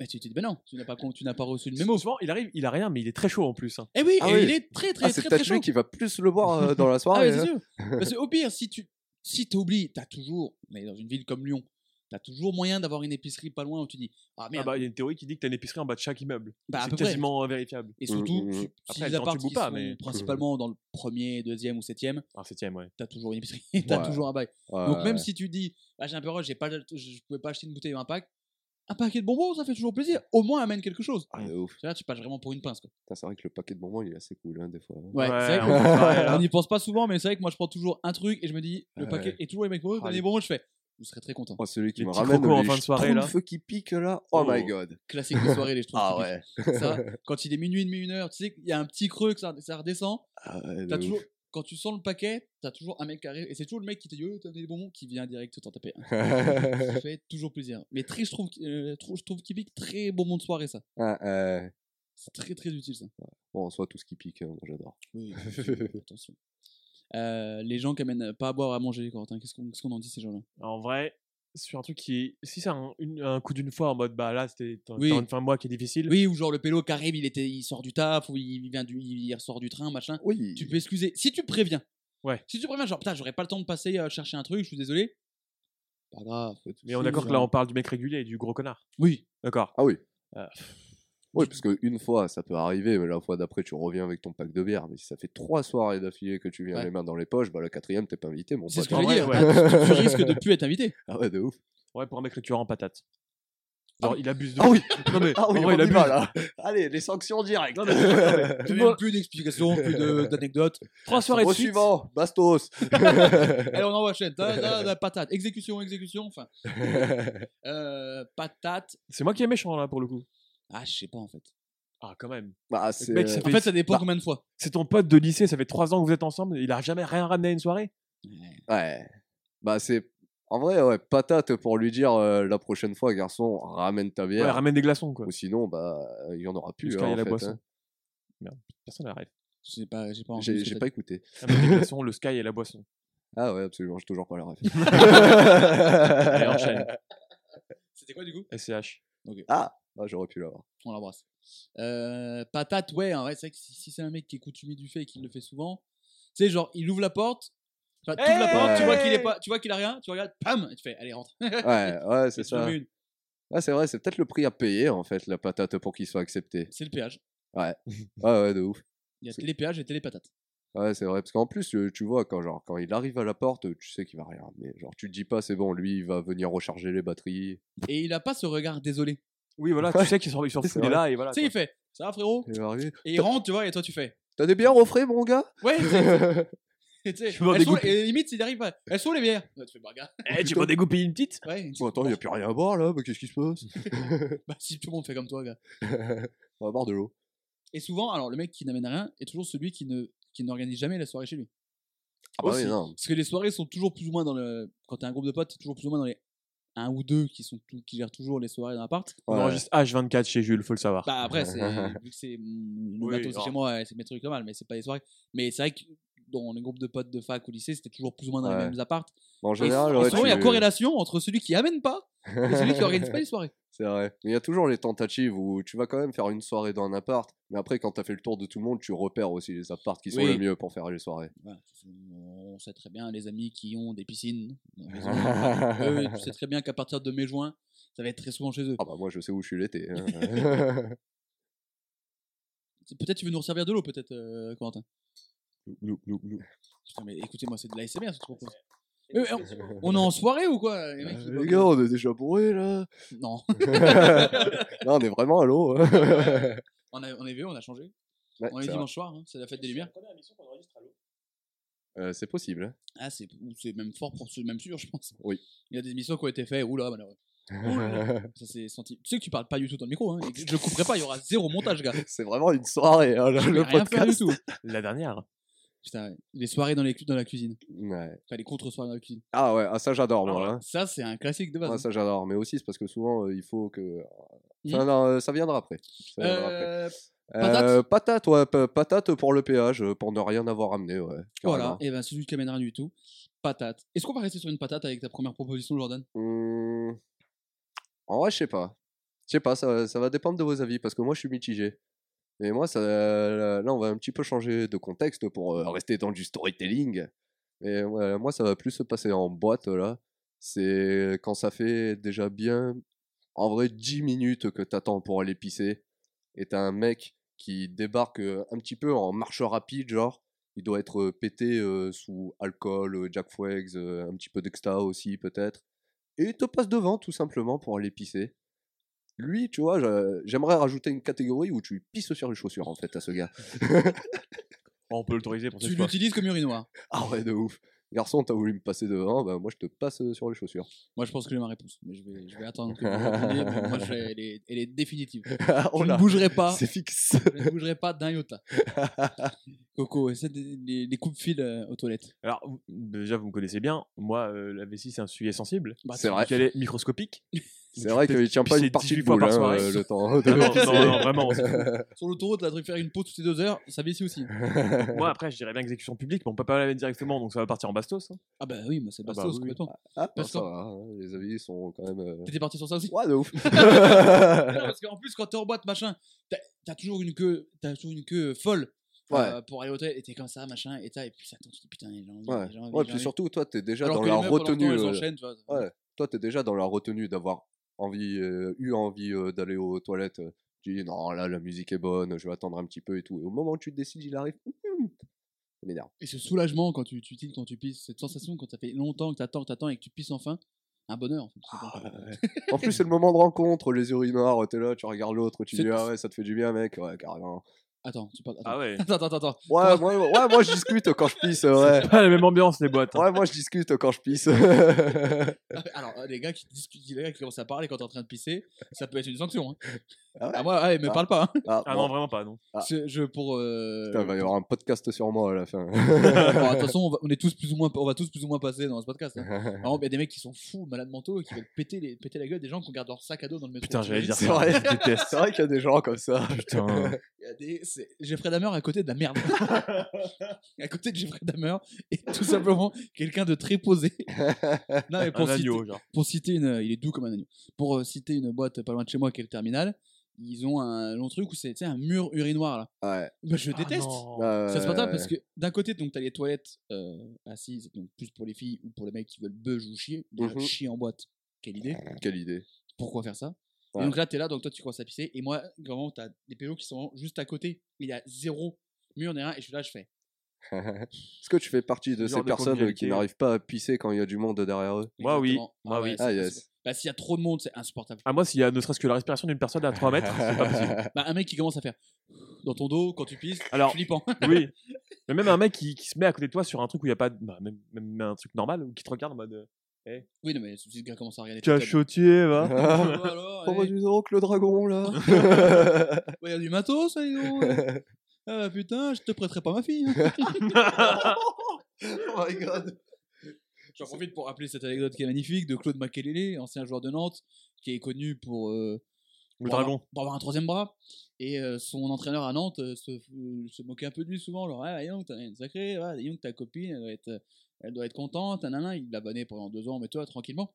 Speaker 1: Mais tu te dis, ben non, tu n'as pas, con- tu n'as pas reçu le
Speaker 3: Mais
Speaker 1: mémo.
Speaker 3: souvent, il arrive, il a rien, mais il est très chaud en plus. hein.
Speaker 1: Eh oui,
Speaker 2: Ah
Speaker 1: et
Speaker 2: oui.
Speaker 1: il est très très
Speaker 2: Ah,
Speaker 1: très
Speaker 2: C'est
Speaker 1: très
Speaker 2: peut-être
Speaker 1: chaud.
Speaker 2: lui qui va plus le boire euh, dans la
Speaker 1: Ah, ouais,
Speaker 2: soirée.
Speaker 1: c'est
Speaker 2: hein.
Speaker 1: sûr. Parce que au pire, si tu si t'oublies, t'as toujours, mais dans une ville comme Lyon, t'as toujours moyen d'avoir une épicerie pas loin où tu dis ah
Speaker 3: Ah
Speaker 1: merde.
Speaker 3: bah, il y a une théorie qui dit que t'as une épicerie en bas de chaque immeuble.
Speaker 1: Bah, à
Speaker 3: c'est
Speaker 1: peu près.
Speaker 3: quasiment euh, vérifiable.
Speaker 1: Et surtout,
Speaker 2: Mm, mm, mm.
Speaker 1: si- si
Speaker 3: Après,
Speaker 1: les
Speaker 3: quand tu
Speaker 1: apparts
Speaker 3: boues
Speaker 1: qui
Speaker 3: pas,
Speaker 1: sont
Speaker 3: mais- mmh.
Speaker 1: principalement dans le premier, deuxième ou septième,
Speaker 3: Ah, septième, ouais.
Speaker 1: t'as toujours une épicerie, *laughs* t'as
Speaker 2: Ouais.
Speaker 1: toujours un bail.
Speaker 2: Ouais,
Speaker 1: Donc même si tu dis ah, j'ai un peu rush, j'ai pas, le- je pouvais pas acheter une bouteille ou un pack, un paquet de bonbons, ça fait toujours plaisir. Au moins amène quelque chose.
Speaker 2: Ah, de ouf.
Speaker 1: Là, tu passes vraiment pour une pince. Quoi.
Speaker 2: Putain, C'est vrai que le paquet de bonbons, il est assez cool hein, des fois. hein.
Speaker 1: Ouais,
Speaker 3: Ouais,
Speaker 1: c'est vrai
Speaker 3: on
Speaker 1: *laughs*
Speaker 3: peut hein.
Speaker 1: que-
Speaker 3: faire, ouais, là.
Speaker 1: on n'y pense pas souvent, mais c'est vrai que moi je prends toujours un truc et je me dis le
Speaker 2: Ouais.
Speaker 1: paquet et toujours les mecs, ouais,
Speaker 2: Ah,
Speaker 1: les
Speaker 2: les-
Speaker 1: bonbons, je fais Vous serez très content.
Speaker 2: Oh, celui qui
Speaker 3: Les
Speaker 2: me
Speaker 3: petits
Speaker 2: ramène
Speaker 3: crocos en
Speaker 2: les
Speaker 3: fin de soirée,
Speaker 2: schtroumpfs
Speaker 3: là.
Speaker 2: qui pique là. Oh,
Speaker 3: Oh.
Speaker 2: my god.
Speaker 1: Classique de soirée, les je trouve.
Speaker 2: Ah ouais.
Speaker 1: Ça,
Speaker 2: *laughs*
Speaker 1: quand il est minuit, demi, une heure, tu sais qu'il y a un petit creux que ça, ça redescend.
Speaker 2: Ah ouais, de
Speaker 1: T'as
Speaker 2: ouf.
Speaker 1: toujours, quand tu sens le paquet, t'as toujours un mec qui arrive et c'est toujours le mec qui te dit oh, t'as des bonbons qui vient direct t'en taper. un.
Speaker 2: *laughs*
Speaker 1: ça fait toujours plaisir. Mais très, je trouve, euh, trou- je trouve qu'il pique très bonbon de soirée ça.
Speaker 2: Ah, euh,
Speaker 1: C'est très très utile ça.
Speaker 2: Bon, en soi, tout ce qui pique, euh, moi, j'adore.
Speaker 1: Oui,
Speaker 2: *laughs*
Speaker 1: attention. Euh, les gens qui amènent euh, pas à boire à manger, Corentin, qu'est-ce qu'on qu'est-ce qu'on en dit ces gens-là
Speaker 3: En vrai, sur un truc qui. Si c'est un, une- un coup d'une fois en mode bah là, c'était t'as-
Speaker 1: Oui.
Speaker 3: t'as une fin de mois qui est difficile.
Speaker 1: Oui, ou genre le pélo qui arrive, il, était, il sort du taf, ou il, vient du, il ressort du train, machin.
Speaker 2: Oui.
Speaker 1: Tu peux excuser. Si tu préviens.
Speaker 3: Ouais.
Speaker 1: Si tu préviens, genre, putain, j'aurais pas le temps de passer euh, chercher un truc, je suis désolé. Pas grave.
Speaker 3: Mais on est d'accord que là, on parle du mec régulier et du gros connard.
Speaker 1: Oui.
Speaker 3: D'accord.
Speaker 2: Ah oui.
Speaker 3: Euh,
Speaker 2: Oui, parce que une fois, ça peut arriver, mais la fois d'après, tu reviens avec ton pack de bière. Mais si ça fait trois soirées d'affilée que tu viens
Speaker 1: Ouais.
Speaker 2: les mains dans les poches, bah la quatrième, t'es pas invité, mon
Speaker 1: C'est
Speaker 2: pote.
Speaker 1: ce que
Speaker 3: en
Speaker 1: je veux
Speaker 3: vrai,
Speaker 2: *laughs*
Speaker 1: dire.
Speaker 3: ouais.
Speaker 1: Ah, *laughs* tu- tu risques de plus être invité.
Speaker 2: Ah ouais, de ouf.
Speaker 3: Ouais, pour un mec récurrent en patate. Genre, il abuse de.
Speaker 2: Ah oui.
Speaker 3: Non mais,
Speaker 2: *laughs* Ah oui,
Speaker 3: en
Speaker 2: on
Speaker 3: vrai, il
Speaker 2: y
Speaker 3: abuse.
Speaker 2: va, là. Allez, les sanctions directes.
Speaker 3: Non, mais-
Speaker 1: Tout le monde- Plus d'explications, plus de- d'anecdotes.
Speaker 3: Trois soirées de
Speaker 2: Au
Speaker 3: suite.
Speaker 2: suivant, Bastos.
Speaker 1: Allez, on envoie chaîne. Da, da, da, patate. Exécution, exécution. Enfin, euh, patate.
Speaker 3: C'est moi qui est méchant là pour le coup.
Speaker 1: Ah, je sais pas en fait.
Speaker 3: Ah quand même.
Speaker 2: bah, c'est.
Speaker 3: mec, ça
Speaker 1: En fait, ça dépend
Speaker 3: Bah.
Speaker 1: combien de fois.
Speaker 3: C'est ton pote de lycée, ça fait trois ans que vous êtes ensemble, il a jamais rien ramené à une soirée.
Speaker 2: euh, Ouais. Bah, c'est. En vrai, ouais, patate pour lui dire euh, la prochaine fois, garçon, ramène ta
Speaker 3: Ouais,
Speaker 2: bière.
Speaker 3: ramène des glaçons quoi.
Speaker 2: Ou sinon, bah, euh, il y en aura plus.
Speaker 3: Jusqu'à
Speaker 2: hein,
Speaker 3: y a
Speaker 2: en
Speaker 3: la
Speaker 2: fait,
Speaker 3: boisson.
Speaker 2: hein.
Speaker 3: Merde, personne n'arrive.
Speaker 1: Je sais pas, j'ai pas entendu
Speaker 2: J'ai
Speaker 1: ce que
Speaker 2: j'ai
Speaker 1: t'as
Speaker 2: pas écouté.
Speaker 3: Ramène des glaçons, le sky et la boisson.
Speaker 2: Ah ouais, absolument, j'ai toujours pas la ref.
Speaker 3: *laughs* Allez,
Speaker 2: *laughs*
Speaker 3: enchaîne.
Speaker 1: dit. C'était quoi du coup
Speaker 3: SCH.
Speaker 2: ah, ah, j'aurais pu l'avoir.
Speaker 1: On l'embrasse. Euh, patate, ouais, en vrai, c'est vrai que si, si c'est un mec qui est coutumier du fait et qu'il le fait souvent, tu sais, genre, il ouvre la porte. Enfin, tu ouvres la porte, tu vois qu'il est pas, tu vois qu'il a rien, tu regardes, pam, et tu fais, allez, rentre.
Speaker 2: Ouais,
Speaker 1: *laughs*
Speaker 3: *laughs*
Speaker 2: ouais, c'est
Speaker 1: Et tu en
Speaker 2: ça.
Speaker 1: mets une.
Speaker 2: Ouais, c'est vrai, c'est peut-être le prix à payer en fait, la patate pour qu'il soit accepté.
Speaker 1: C'est le péage.
Speaker 2: Ouais, ouais, de ouf.
Speaker 1: Il y a
Speaker 2: C'est-
Speaker 1: télépéage et télépatates.
Speaker 2: Ouais, c'est vrai, parce qu'en plus, euh, tu vois, quand, genre, quand il arrive à la porte, tu sais qu'il va rien ramener. Genre, tu te dis pas, c'est bon, lui, il va venir recharger les batteries.
Speaker 1: Et il a pas ce regard désolé.
Speaker 3: Oui voilà,
Speaker 2: Ouais.
Speaker 3: tu sais qu'il s'en s'en
Speaker 2: C'est
Speaker 3: fout, il est
Speaker 2: vrai.
Speaker 3: là et voilà.
Speaker 1: Tu sais, il fait, ça va
Speaker 2: *laughs*
Speaker 1: frérot
Speaker 2: Il va arriver,
Speaker 1: Et il rentre, tu vois, et toi, tu fais,
Speaker 2: T'as des bières au frais, mon gars
Speaker 3: *laughs*
Speaker 1: ouais, *laughs*
Speaker 2: Ouais,
Speaker 1: Et tu sais,
Speaker 3: Je vais en
Speaker 1: elles sont-
Speaker 3: découper.
Speaker 1: et limite, il arrive pas. Elles sont les bières. Ouais, tu fais, bah, regarde.
Speaker 3: quoi. Eh, tu peux dégoupiller une petite
Speaker 1: Ouais.
Speaker 2: attends, il a plus rien à boire là, bah, qu'est-ce qui se passe
Speaker 1: Bah, si tout le monde fait comme toi, gars.
Speaker 2: On va boire de l'eau.
Speaker 1: Et souvent, alors, le mec qui n'amène rien est toujours celui qui ne qui n'organise jamais la soirée chez lui.
Speaker 2: Ah bah
Speaker 1: Aussi.
Speaker 2: oui, non.
Speaker 1: Parce que les soirées sont toujours plus ou moins dans le. Quand t'es un groupe de potes, c'est toujours plus ou moins dans les. Un ou deux qui, sont tout- qui gèrent toujours les soirées dans l'appart.
Speaker 3: On
Speaker 2: Ouais.
Speaker 3: enregistre H24 chez Jules, faut le savoir.
Speaker 1: Bah après,
Speaker 2: *laughs*
Speaker 1: c'est, vu que c'est mm, mon
Speaker 3: Oui,
Speaker 1: bateau, c'est
Speaker 3: genre.
Speaker 1: chez moi, et c'est mes trucs normal, mais c'est pas les soirées. Mais c'est vrai que dans les groupes de potes de fac ou lycée, c'était toujours plus ou moins dans les
Speaker 2: Ouais.
Speaker 1: mêmes apparts.
Speaker 2: En
Speaker 1: Et,
Speaker 2: général,
Speaker 1: et
Speaker 2: ouais,
Speaker 1: souvent, il y a
Speaker 2: tu- *laughs*
Speaker 1: corrélation entre celui qui amène pas et celui qui organise pas les soirées.
Speaker 2: C'est vrai. Mais il y a toujours les tentatives où tu vas quand même faire une soirée dans un appart, mais après, quand t'as fait le tour de tout le monde, tu repères aussi les apparts qui sont
Speaker 1: Oui.
Speaker 2: le mieux pour faire les soirées.
Speaker 1: Voilà, on sait très bien, les amis qui ont des piscines, dans la maison,
Speaker 2: *laughs* ah
Speaker 1: eux, tu sais très bien qu'à partir de mai-juin, ça va être très souvent chez eux.
Speaker 2: bah moi, je sais où je suis l'été.
Speaker 1: *laughs*
Speaker 2: hein. *laughs*
Speaker 1: C'est- Peut-être tu veux nous resservir de l'eau, peut-être, euh, Corentin.
Speaker 3: Glou, glou, glou.
Speaker 1: Putain, mais écoutez-moi, c'est de l'ASMR, c'est trop quoi. Euh, on, on est en soirée ou quoi les mecs, ils
Speaker 2: Euh,
Speaker 1: boivent-
Speaker 2: les gars, on est déjà bourrés là.
Speaker 1: Non,
Speaker 2: là, on est vraiment à l'eau.
Speaker 1: *laughs*
Speaker 2: hein.
Speaker 1: on, a, on est vieux, on a changé.
Speaker 2: Ouais,
Speaker 1: On est
Speaker 2: c'est vrai.
Speaker 1: dimanche soir, hein, c'est la fête des lumières.
Speaker 2: Euh, c'est possible. hein.
Speaker 1: Ah, c'est ou c'est même fort pour ce même sûr, je pense.
Speaker 2: Oui.
Speaker 1: Il y a des émissions qui ont été faites. Oula,
Speaker 2: *laughs*
Speaker 1: malheureux.
Speaker 2: hein.
Speaker 1: *laughs* Oula. Ça s'est senti. Tu sais que tu parles pas du tout dans le micro. Hein, et que je le couperai pas, il y aura zéro montage,
Speaker 2: *laughs*
Speaker 1: gars.
Speaker 2: c'est vraiment une soirée, hein, le,
Speaker 1: Je
Speaker 2: le
Speaker 1: vais rien faire du
Speaker 2: podcast.
Speaker 1: tout.
Speaker 3: La dernière.
Speaker 1: Putain, ouais. les soirées dans, les cu- dans la cuisine.
Speaker 2: Ouais.
Speaker 1: Enfin, les contre-soirées dans la cuisine.
Speaker 2: Ah ouais, ah, ça j'adore
Speaker 3: Ah
Speaker 2: moi.
Speaker 3: ouais.
Speaker 2: hein.
Speaker 1: Ça, c'est un classique de base.
Speaker 2: Ah,
Speaker 1: hein.
Speaker 2: ça j'adore, mais aussi c'est parce que souvent euh, il faut que.
Speaker 1: Mhm.
Speaker 2: Enfin, non, euh, ça viendra après. Ça viendra après.
Speaker 1: Euh,
Speaker 2: Euh, patate, ouais, pa- patate pour le péage, euh, pour ne rien avoir amené, ouais.
Speaker 1: voilà,
Speaker 2: carrément.
Speaker 1: et ben celui qui amène rien du tout. Patate. Est-ce qu'on va rester sur une patate avec ta première proposition, Jordan
Speaker 2: Hmm. En vrai, je sais pas. Je sais pas, ça, ça va dépendre de vos avis, parce que moi, je suis mitigé. Mais moi, ça, là, on va un petit peu changer de contexte pour euh, rester dans du storytelling. Mais ouais, moi, ça va plus se passer en boîte, là. C'est quand ça fait déjà bien, en vrai, 10 minutes que t'attends pour aller pisser. Et t'as un mec qui débarque euh, un petit peu en marche rapide, genre. Il doit être euh, pété euh, sous alcool, euh, Jack Fwags, euh, un petit peu d'exta aussi, peut-être et il te passe devant tout simplement pour aller pisser. Lui, tu vois, je- j'aimerais rajouter une catégorie où tu pisses sur les chaussures en fait à ce gars. *laughs*
Speaker 3: Oh, on peut l'autoriser pour
Speaker 1: Tu
Speaker 3: cette fois.
Speaker 1: l'utilises comme urinoir.
Speaker 2: Ah ouais, de ouf. Garçon, t'as voulu me passer devant, bah moi je te passe euh, sur
Speaker 3: *laughs*
Speaker 2: les chaussures.
Speaker 1: Moi, je pense que j'ai ma réponse, mais je vais, je vais attendre
Speaker 2: *laughs*
Speaker 1: que vous répondiez. Bon, moi, je- elle, est, elle est définitive.
Speaker 2: Oh
Speaker 1: Je ne
Speaker 2: là,
Speaker 1: bougerai pas.
Speaker 2: *laughs* C'est fixe.
Speaker 1: Je ne bougerai pas d'un
Speaker 2: *laughs*
Speaker 1: iota. Coco, essaie de- les, les coupes-fils euh, aux toilettes.
Speaker 3: Alors, vous- déjà, vous me connaissez bien. Moi, euh, la vessie, c'est un sujet sensible.
Speaker 1: Bah,
Speaker 2: C'est
Speaker 1: tu-
Speaker 2: vrai.
Speaker 3: Donc, elle est microscopique.
Speaker 2: C'est vrai qu'il tient pas
Speaker 3: pisser
Speaker 2: une partie de
Speaker 3: 18 fois
Speaker 2: boule
Speaker 3: par
Speaker 2: hein,
Speaker 3: soirée.
Speaker 2: euh,
Speaker 3: *laughs*
Speaker 2: le temps. de-
Speaker 3: Non, non, non, non, vraiment.
Speaker 1: Sur l'autoroute, là, de faire une pause toutes les deux heures, ça vessie aussi.
Speaker 3: *laughs* Moi, après, je dirais bien exécution publique, mais on peut pas la mettre directement, donc ça va partir en bastos. hein.
Speaker 1: Ah bah oui, moi, c'est
Speaker 3: Ah bah
Speaker 1: bastos
Speaker 3: oui.
Speaker 1: complètement.
Speaker 2: *laughs* Ah, non,
Speaker 1: Parce
Speaker 2: ça
Speaker 1: qu'en-
Speaker 2: va, hein, les avis sont quand même. euh,
Speaker 1: T'étais parti sur ça aussi
Speaker 3: *laughs*
Speaker 2: Ouais, de ouf.
Speaker 1: Non, Parce qu'en plus, quand t'es en boîte, machin, t'as t'as toujours une queue, t'as toujours une queue folle. euh, pour aller au hôtel, et t'es comme ça, machin, et t'as, et puis ça t'en dit putain, j'ai envie,
Speaker 2: Ouais,
Speaker 1: j'ai envie,
Speaker 2: ouais
Speaker 1: j'ai
Speaker 2: puis
Speaker 1: envie.
Speaker 2: surtout, toi, t'es déjà
Speaker 1: Alors
Speaker 2: dans
Speaker 1: que les
Speaker 2: la
Speaker 1: meufs, pendant le temps,
Speaker 2: retenue.
Speaker 1: elles
Speaker 2: euh,
Speaker 1: enchaînent, tu vois.
Speaker 2: ouais. toi, t'es déjà dans la retenue d'avoir envie, euh, eu envie euh, d'aller aux toilettes. euh, Tu dis, non, là, la musique est bonne, je vais attendre un petit peu et tout. Et au moment où tu te décides, il arrive. mmh, Ça m'énerve.
Speaker 1: Et ce soulagement quand tu, tu tiles, quand tu pisses, cette sensation quand ça fait longtemps que t'attends, que t'attends et que tu pisses enfin, un bonheur. En fait, tout simplement.
Speaker 2: En plus, c'est le moment de rencontre, les urinoirs, t'es là, tu regardes l'autre, tu
Speaker 1: C'est-
Speaker 2: dis, ah ouais, ça te fait du bien, mec, ouais, carrément.
Speaker 1: Attends, tu parles. Attends, *laughs*
Speaker 3: Ah ouais.
Speaker 1: attends, attends, attends.
Speaker 2: Ouais, moi, ouais, moi, je discute quand je pisse, ouais.
Speaker 3: Pas la même ambiance, les boîtes. hein.
Speaker 2: Ouais, moi, je discute quand je pisse.
Speaker 1: Ah, mais Alors, euh, les gars qui discutent, les gars qui commencent à parler quand t'es en train de pisser, ça peut être une sanction. Hein.
Speaker 2: Ah ouais
Speaker 1: Ah, moi, ouais, me
Speaker 2: Ah.
Speaker 1: parle pas. hein.
Speaker 2: Ah,
Speaker 3: Ah
Speaker 2: bon,
Speaker 3: non, vraiment pas, non.
Speaker 2: Ah.
Speaker 1: C'est- Je, pour. euh,
Speaker 2: putain, bah, il va y avoir un podcast sur moi à la fin. *laughs*
Speaker 1: Bon, de toute façon, on va, on est tous plus ou moins, on va tous plus ou moins passer dans ce podcast. hein. Par exemple, il y a des mecs qui sont fous, malades mentaux, et qui veulent péter, les, péter la gueule des gens qui gardent leur sac à dos dans le métro.
Speaker 3: Putain, j'allais dire
Speaker 2: C'est
Speaker 3: ça.
Speaker 2: vrai.
Speaker 3: Je déteste.
Speaker 2: *laughs* C'est vrai qu'il y a des gens comme ça.
Speaker 3: Putain.
Speaker 1: Il y a des- c'est Jeffrey Dahmer à côté de la merde. à côté de Jeffrey Dahmer est tout simplement quelqu'un de très posé. non, mais
Speaker 3: Un
Speaker 1: pour, citer,
Speaker 3: agneau, genre.
Speaker 1: pour citer une. Il est doux comme un agneau. Pour euh, citer une boîte pas loin de chez moi qui est le terminal, ils ont un long truc où c'est tu sais, un mur urinoir là.
Speaker 2: Ouais.
Speaker 1: Bah, je déteste.
Speaker 2: Euh,
Speaker 1: C'est insupportable parce que d'un côté, donc t'as les toilettes euh, assises, donc plus pour les filles ou pour les mecs qui veulent beuge ou chier. Déjà,
Speaker 2: Mhm.
Speaker 1: Chier en boîte, quelle idée
Speaker 2: Euh, Quelle idée.
Speaker 1: pourquoi faire ça
Speaker 2: Ouais.
Speaker 1: Et donc là, t'es là, donc toi, tu commences à pisser. Et moi, vraiment, t'as des pélos qui sont juste à côté. Il y a zéro mur rien. Et je suis là, je fais.
Speaker 2: Est-ce que tu fais partie de
Speaker 3: Genre
Speaker 2: ces
Speaker 3: de
Speaker 2: personnes
Speaker 3: convivialité,
Speaker 2: qui n'arrivent pas à pisser quand il y a du monde derrière eux
Speaker 3: Moi, oui.
Speaker 1: Exactement.
Speaker 3: Moi, oui.
Speaker 1: ouais, c'est
Speaker 2: Ah,
Speaker 1: impossible.
Speaker 2: yes.
Speaker 1: Bah, s'il y a trop de monde, c'est insupportable.
Speaker 3: Ah, moi, s'il y a ne serait-ce que la respiration d'une personne à 3 mètres, c'est pas possible.
Speaker 1: *laughs* Bah, un mec qui commence à faire dans ton dos quand tu pisses,
Speaker 3: Ah. Alors,
Speaker 1: flippant.
Speaker 3: oui. Mais même un mec qui, qui se met à côté de toi sur un truc où il n'y a pas. de- bah, même, même un truc normal, ou qui te regarde en mode. euh,
Speaker 1: *laughs* Oui, non, mais si le gars commence à regarder. tout
Speaker 3: *laughs*
Speaker 1: seul.
Speaker 3: Cachotier, va.
Speaker 2: Ah,
Speaker 1: Oh, alors,
Speaker 2: Oh, bah,
Speaker 1: allez.
Speaker 2: dis donc, le dragon là
Speaker 1: Ouais, y a du matos, ça, dis
Speaker 3: *laughs*
Speaker 1: donc, ouais. Ah putain, je te prêterai pas ma fille. hein.
Speaker 3: *laughs*
Speaker 1: *laughs*
Speaker 2: Oh my god
Speaker 1: J'en profite pour rappeler cette anecdote qui est magnifique de Claude Makelele, ancien joueur de Nantes, qui est connu pour euh,
Speaker 3: Le
Speaker 1: pour avoir-
Speaker 3: dragon.
Speaker 1: pour avoir un troisième bras. Et euh, son entraîneur à Nantes euh, se, euh, se moquait un peu de lui souvent. Genre, ah, Young, t'en as une sacrée, ouais, Young, ta copine, elle doit être, euh, elle doit être contente. nanana. Il l'a banné pendant deux ans, mais toi, tranquillement.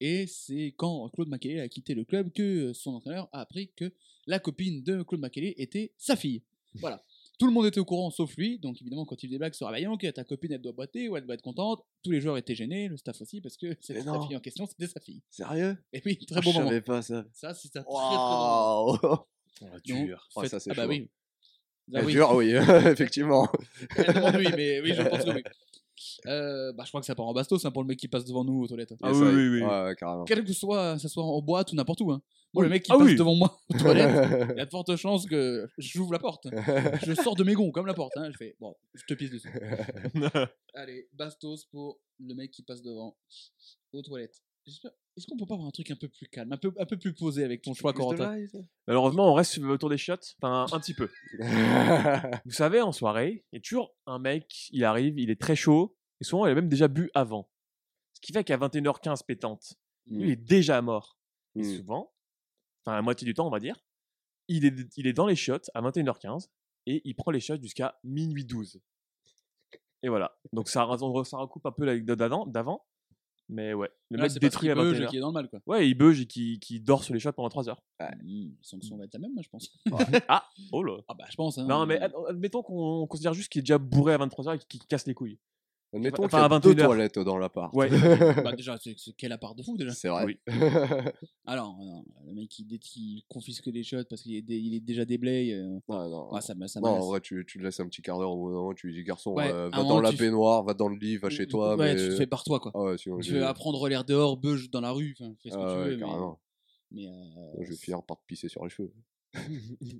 Speaker 1: Et c'est quand Claude Makélélé a quitté le club que euh, son entraîneur a appris que la copine de Claude Makélélé était sa fille. Voilà. Tout le monde était au courant sauf lui, donc évidemment quand il faisait des blagues sur ah, bah, Young, ta copine elle doit boiter ou elle doit être contente, tous les joueurs étaient gênés, le staff aussi, parce que c'était la
Speaker 2: non.
Speaker 1: fille en question, c'était sa fille.
Speaker 2: *laughs* Sérieux
Speaker 1: Et oui, très
Speaker 2: Ah,
Speaker 1: bon
Speaker 2: Je
Speaker 1: moment.
Speaker 2: savais pas ça.
Speaker 1: Ça, c'est un très très bon moment.
Speaker 2: Waouh
Speaker 3: Ah,
Speaker 1: Non,
Speaker 3: dur.
Speaker 2: Ah,
Speaker 1: faites-
Speaker 2: ça, c'est
Speaker 1: ah bah
Speaker 2: chaud.
Speaker 1: oui. Ah
Speaker 2: Eh,
Speaker 1: oui.
Speaker 2: Dur,
Speaker 1: *laughs*
Speaker 2: oui, *laughs* effectivement.
Speaker 1: Elle demande oui, mais oui, je pense que oui. Euh, bah, je crois que ça part en bastos hein, pour le mec qui passe devant nous aux toilettes.
Speaker 3: Ah
Speaker 2: Yes,
Speaker 3: oui,
Speaker 2: ouais.
Speaker 3: oui, oui.
Speaker 2: Ouais, carrément.
Speaker 1: Quel que soit, ça soit en boîte ou n'importe où. Hein. Moi, le mec qui
Speaker 3: Ah
Speaker 1: passe
Speaker 3: oui.
Speaker 1: devant moi aux toilettes,
Speaker 2: *laughs*
Speaker 1: il y a de fortes chances que j'ouvre la porte. Je sors de mes gonds comme la porte. Hein. Je fais, bon, je te pisse dessus. Allez, bastos pour le mec qui passe devant aux toilettes. J'espère- Est-ce qu'on peut pas avoir un truc un peu plus calme, un peu, un peu plus posé avec ton choix, Corentin
Speaker 3: Malheureusement, on reste sur- autour des chiottes. Enfin, un, un petit peu.
Speaker 2: *laughs*
Speaker 3: Vous savez, en soirée, il y a toujours un mec, il arrive, il est très chaud, et souvent, il a même déjà bu avant. Ce qui fait qu'à 21h15 pétante, lui, il est déjà mort. Et
Speaker 2: Mm.
Speaker 3: souvent, enfin, la moitié du temps, on va dire, il est, il est dans les chiottes à 21h15 et il prend les chiottes jusqu'à minuit 12. Et voilà. Donc, ça, ra- on re- ça recoupe un peu l'anecdote d'avant- d'avant. Mais ouais, le
Speaker 1: Là,
Speaker 3: mec
Speaker 1: Ah, c'est parce
Speaker 3: détruit
Speaker 1: qu'il
Speaker 3: à
Speaker 1: beuge et
Speaker 3: 21h.
Speaker 1: qui est dans le mal, quoi.
Speaker 3: Ouais, il beuge et qui, qui dort sur les chiottes pendant 3 heures.
Speaker 2: Bah,
Speaker 1: Mmh, la sanction va être la même, moi, je pense.
Speaker 3: Oh là.
Speaker 1: Ah bah, je pense. Hein,
Speaker 3: Non, mais ad- admettons qu'on considère juste qu'il est déjà bourré à 23h et qu'il qu'il casse les couilles.
Speaker 2: Admettons
Speaker 3: Enfin,
Speaker 2: qu'il y
Speaker 3: à
Speaker 2: a deux
Speaker 3: 21h.
Speaker 2: toilettes dans
Speaker 3: *laughs*
Speaker 2: l'appart.
Speaker 3: Ouais.
Speaker 1: Bah, déjà, c'est c'est quelle appart de fou déjà.
Speaker 2: C'est vrai.
Speaker 3: Oui.
Speaker 1: Alors, euh, le mec qui, dé- qui confisque les shots parce qu'il est, dé- il est déjà déblayé. euh,
Speaker 2: Ouais, non.
Speaker 1: ah, ça me ça
Speaker 2: Non,
Speaker 1: m'agace.
Speaker 2: en vrai, tu, tu le laisses un petit quart d'heure au bout d'un moment, tu lui dis garçon,
Speaker 1: Ouais, à
Speaker 2: euh,
Speaker 1: un
Speaker 2: va dans
Speaker 1: moment,
Speaker 2: la
Speaker 1: tu- Mmh,
Speaker 2: baignoire, va dans le lit, va chez toi.
Speaker 1: Ouais,
Speaker 2: mais...
Speaker 1: tu te fais par toi quoi.
Speaker 2: Ah ouais, sinon,
Speaker 1: tu
Speaker 2: j'ai-
Speaker 1: veux apprendre l'air dehors, beuge dans la rue, enfin, fais ce que
Speaker 2: Ah
Speaker 1: tu
Speaker 2: ouais,
Speaker 1: veux. mais-
Speaker 2: carrément.
Speaker 1: Mais, euh,
Speaker 2: Je vais finir par te pisser sur les cheveux.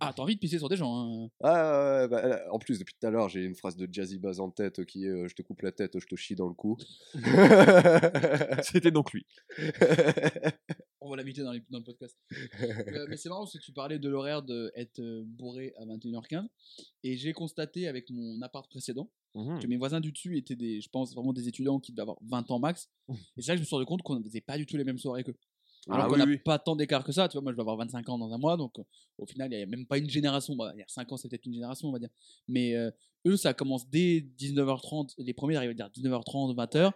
Speaker 1: Ah, t'as envie de pisser sur des gens. hein.
Speaker 2: Ah, ouais, ouais, bah, là, en plus, depuis tout à l'heure, j'ai une phrase de Jazzy Baz en tête qui est euh, Je te coupe la tête, je te chie dans
Speaker 1: *laughs*
Speaker 2: le cou. *laughs*
Speaker 3: C'était donc lui.
Speaker 1: On va l'inviter dans, les- dans le
Speaker 2: *laughs*
Speaker 1: podcast. Euh, mais c'est marrant parce que tu parlais de l'horaire d'être bourré à 21h15. Et j'ai constaté avec mon appart précédent
Speaker 3: Mhm.
Speaker 1: que mes voisins du dessus étaient des, je pense, vraiment des étudiants qui devaient avoir 20 ans max. Et c'est là que je me suis rendu compte qu'on ne faisait pas du tout les mêmes soirées qu'eux. Alors
Speaker 3: Hmm. Ah
Speaker 1: qu'on
Speaker 3: oui,
Speaker 1: n'a
Speaker 3: oui.
Speaker 1: pas tant d'écart que ça. Tu vois, moi, je vais avoir 25 ans dans un mois, donc euh, au final, il n'y a même pas une génération. Bah, il y a 5 ans, c'est peut-être une génération, on va dire. Mais euh, eux, ça commence dès 19h30. Les premiers arrivent à dire 19h30, 20h.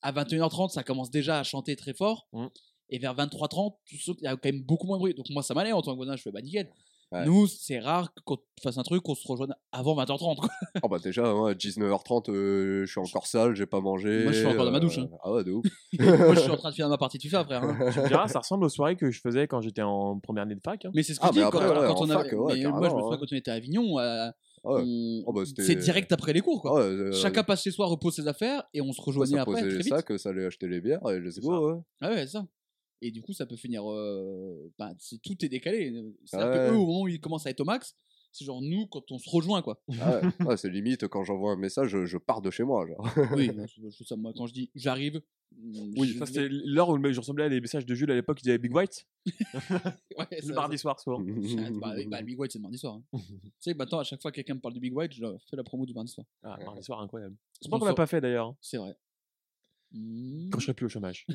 Speaker 1: À 21h30, ça commence déjà à chanter très fort.
Speaker 3: Mm.
Speaker 1: Et vers 23h30, tu sautes, il y a quand même beaucoup moins de bruit. Donc moi, ça m'allait en tant que voisin, je fais bah nickel.
Speaker 2: Ouais.
Speaker 1: Nous, c'est rare qu'on fasse un truc, qu'on se rejoigne avant 20h30. quoi.
Speaker 2: Ah bah déjà, ouais, 19h30, euh, je suis encore sale, j'ai pas mangé.
Speaker 1: Moi, je suis encore dans ma douche, hein.
Speaker 2: Ah ouais, de ouf.
Speaker 1: *laughs* moi, je suis en train de finir ma partie de FIFA, frère. hein.
Speaker 3: Tu me *laughs* diras, ça ressemble aux soirées que je faisais quand j'étais en première année de fac. hein.
Speaker 1: Mais c'est ce que
Speaker 2: Ah,
Speaker 1: je dis
Speaker 2: mais après,
Speaker 1: quand,
Speaker 2: ouais,
Speaker 1: quand
Speaker 2: en
Speaker 1: on avait-
Speaker 2: fac, ouais,
Speaker 1: mais moi, je me
Speaker 2: carrément,
Speaker 1: souviens
Speaker 2: ouais.
Speaker 1: quand on était à Avignon, euh,
Speaker 2: Ah ouais.
Speaker 1: on-
Speaker 2: Ah bah, c'était-
Speaker 1: c'est direct après les cours. Quoi.
Speaker 2: Ah ouais, euh,
Speaker 1: Chacun passe chez soi, repose ses affaires et on se rejoignait
Speaker 2: ça
Speaker 1: après
Speaker 2: posait
Speaker 1: très
Speaker 2: les
Speaker 1: vite.
Speaker 2: sacs, ça allait acheter les bières et let's
Speaker 3: C'est
Speaker 2: go. hein.
Speaker 1: *laughs*
Speaker 3: ça.
Speaker 2: ouais.
Speaker 1: Ah ouais, c'est ça. Et du coup, ça peut finir. euh, bah, c'est- tout est décalé. C'est-à-dire
Speaker 2: Ouais.
Speaker 1: que eux, au moment où ils commencent à être au max, c'est genre nous quand on se rejoint
Speaker 2: *laughs*
Speaker 1: quoi.
Speaker 2: Ah ouais. Ouais, c'est limite quand j'envoie un message, je, je pars de chez moi. Genre.
Speaker 1: oui, moi, je- je- ça, moi quand je dis j'arrive. mm,
Speaker 3: Oui,
Speaker 1: je vais-
Speaker 3: ça c'était l'heure où je ressemblais à des messages de Jules à l'époque qui disaient Big White.
Speaker 1: *laughs* Ouais, ça-
Speaker 3: le
Speaker 1: ça-
Speaker 3: mardi soir, souvent.
Speaker 1: Ah,
Speaker 2: *laughs*
Speaker 1: bah, oui, bah, le Big White, c'est le mardi soir.
Speaker 3: *laughs*
Speaker 1: hein. tu sais, maintenant, à chaque fois que quelqu'un me parle du Big White, je leur fais la promo du mardi soir.
Speaker 3: Ah, mardi soir, incroyable. Je
Speaker 1: Sponsor-
Speaker 3: pense qu'on l'a pas fait d'ailleurs. hein,
Speaker 1: C'est vrai. Mm.
Speaker 3: Quand je serai plus au *laughs* chômage.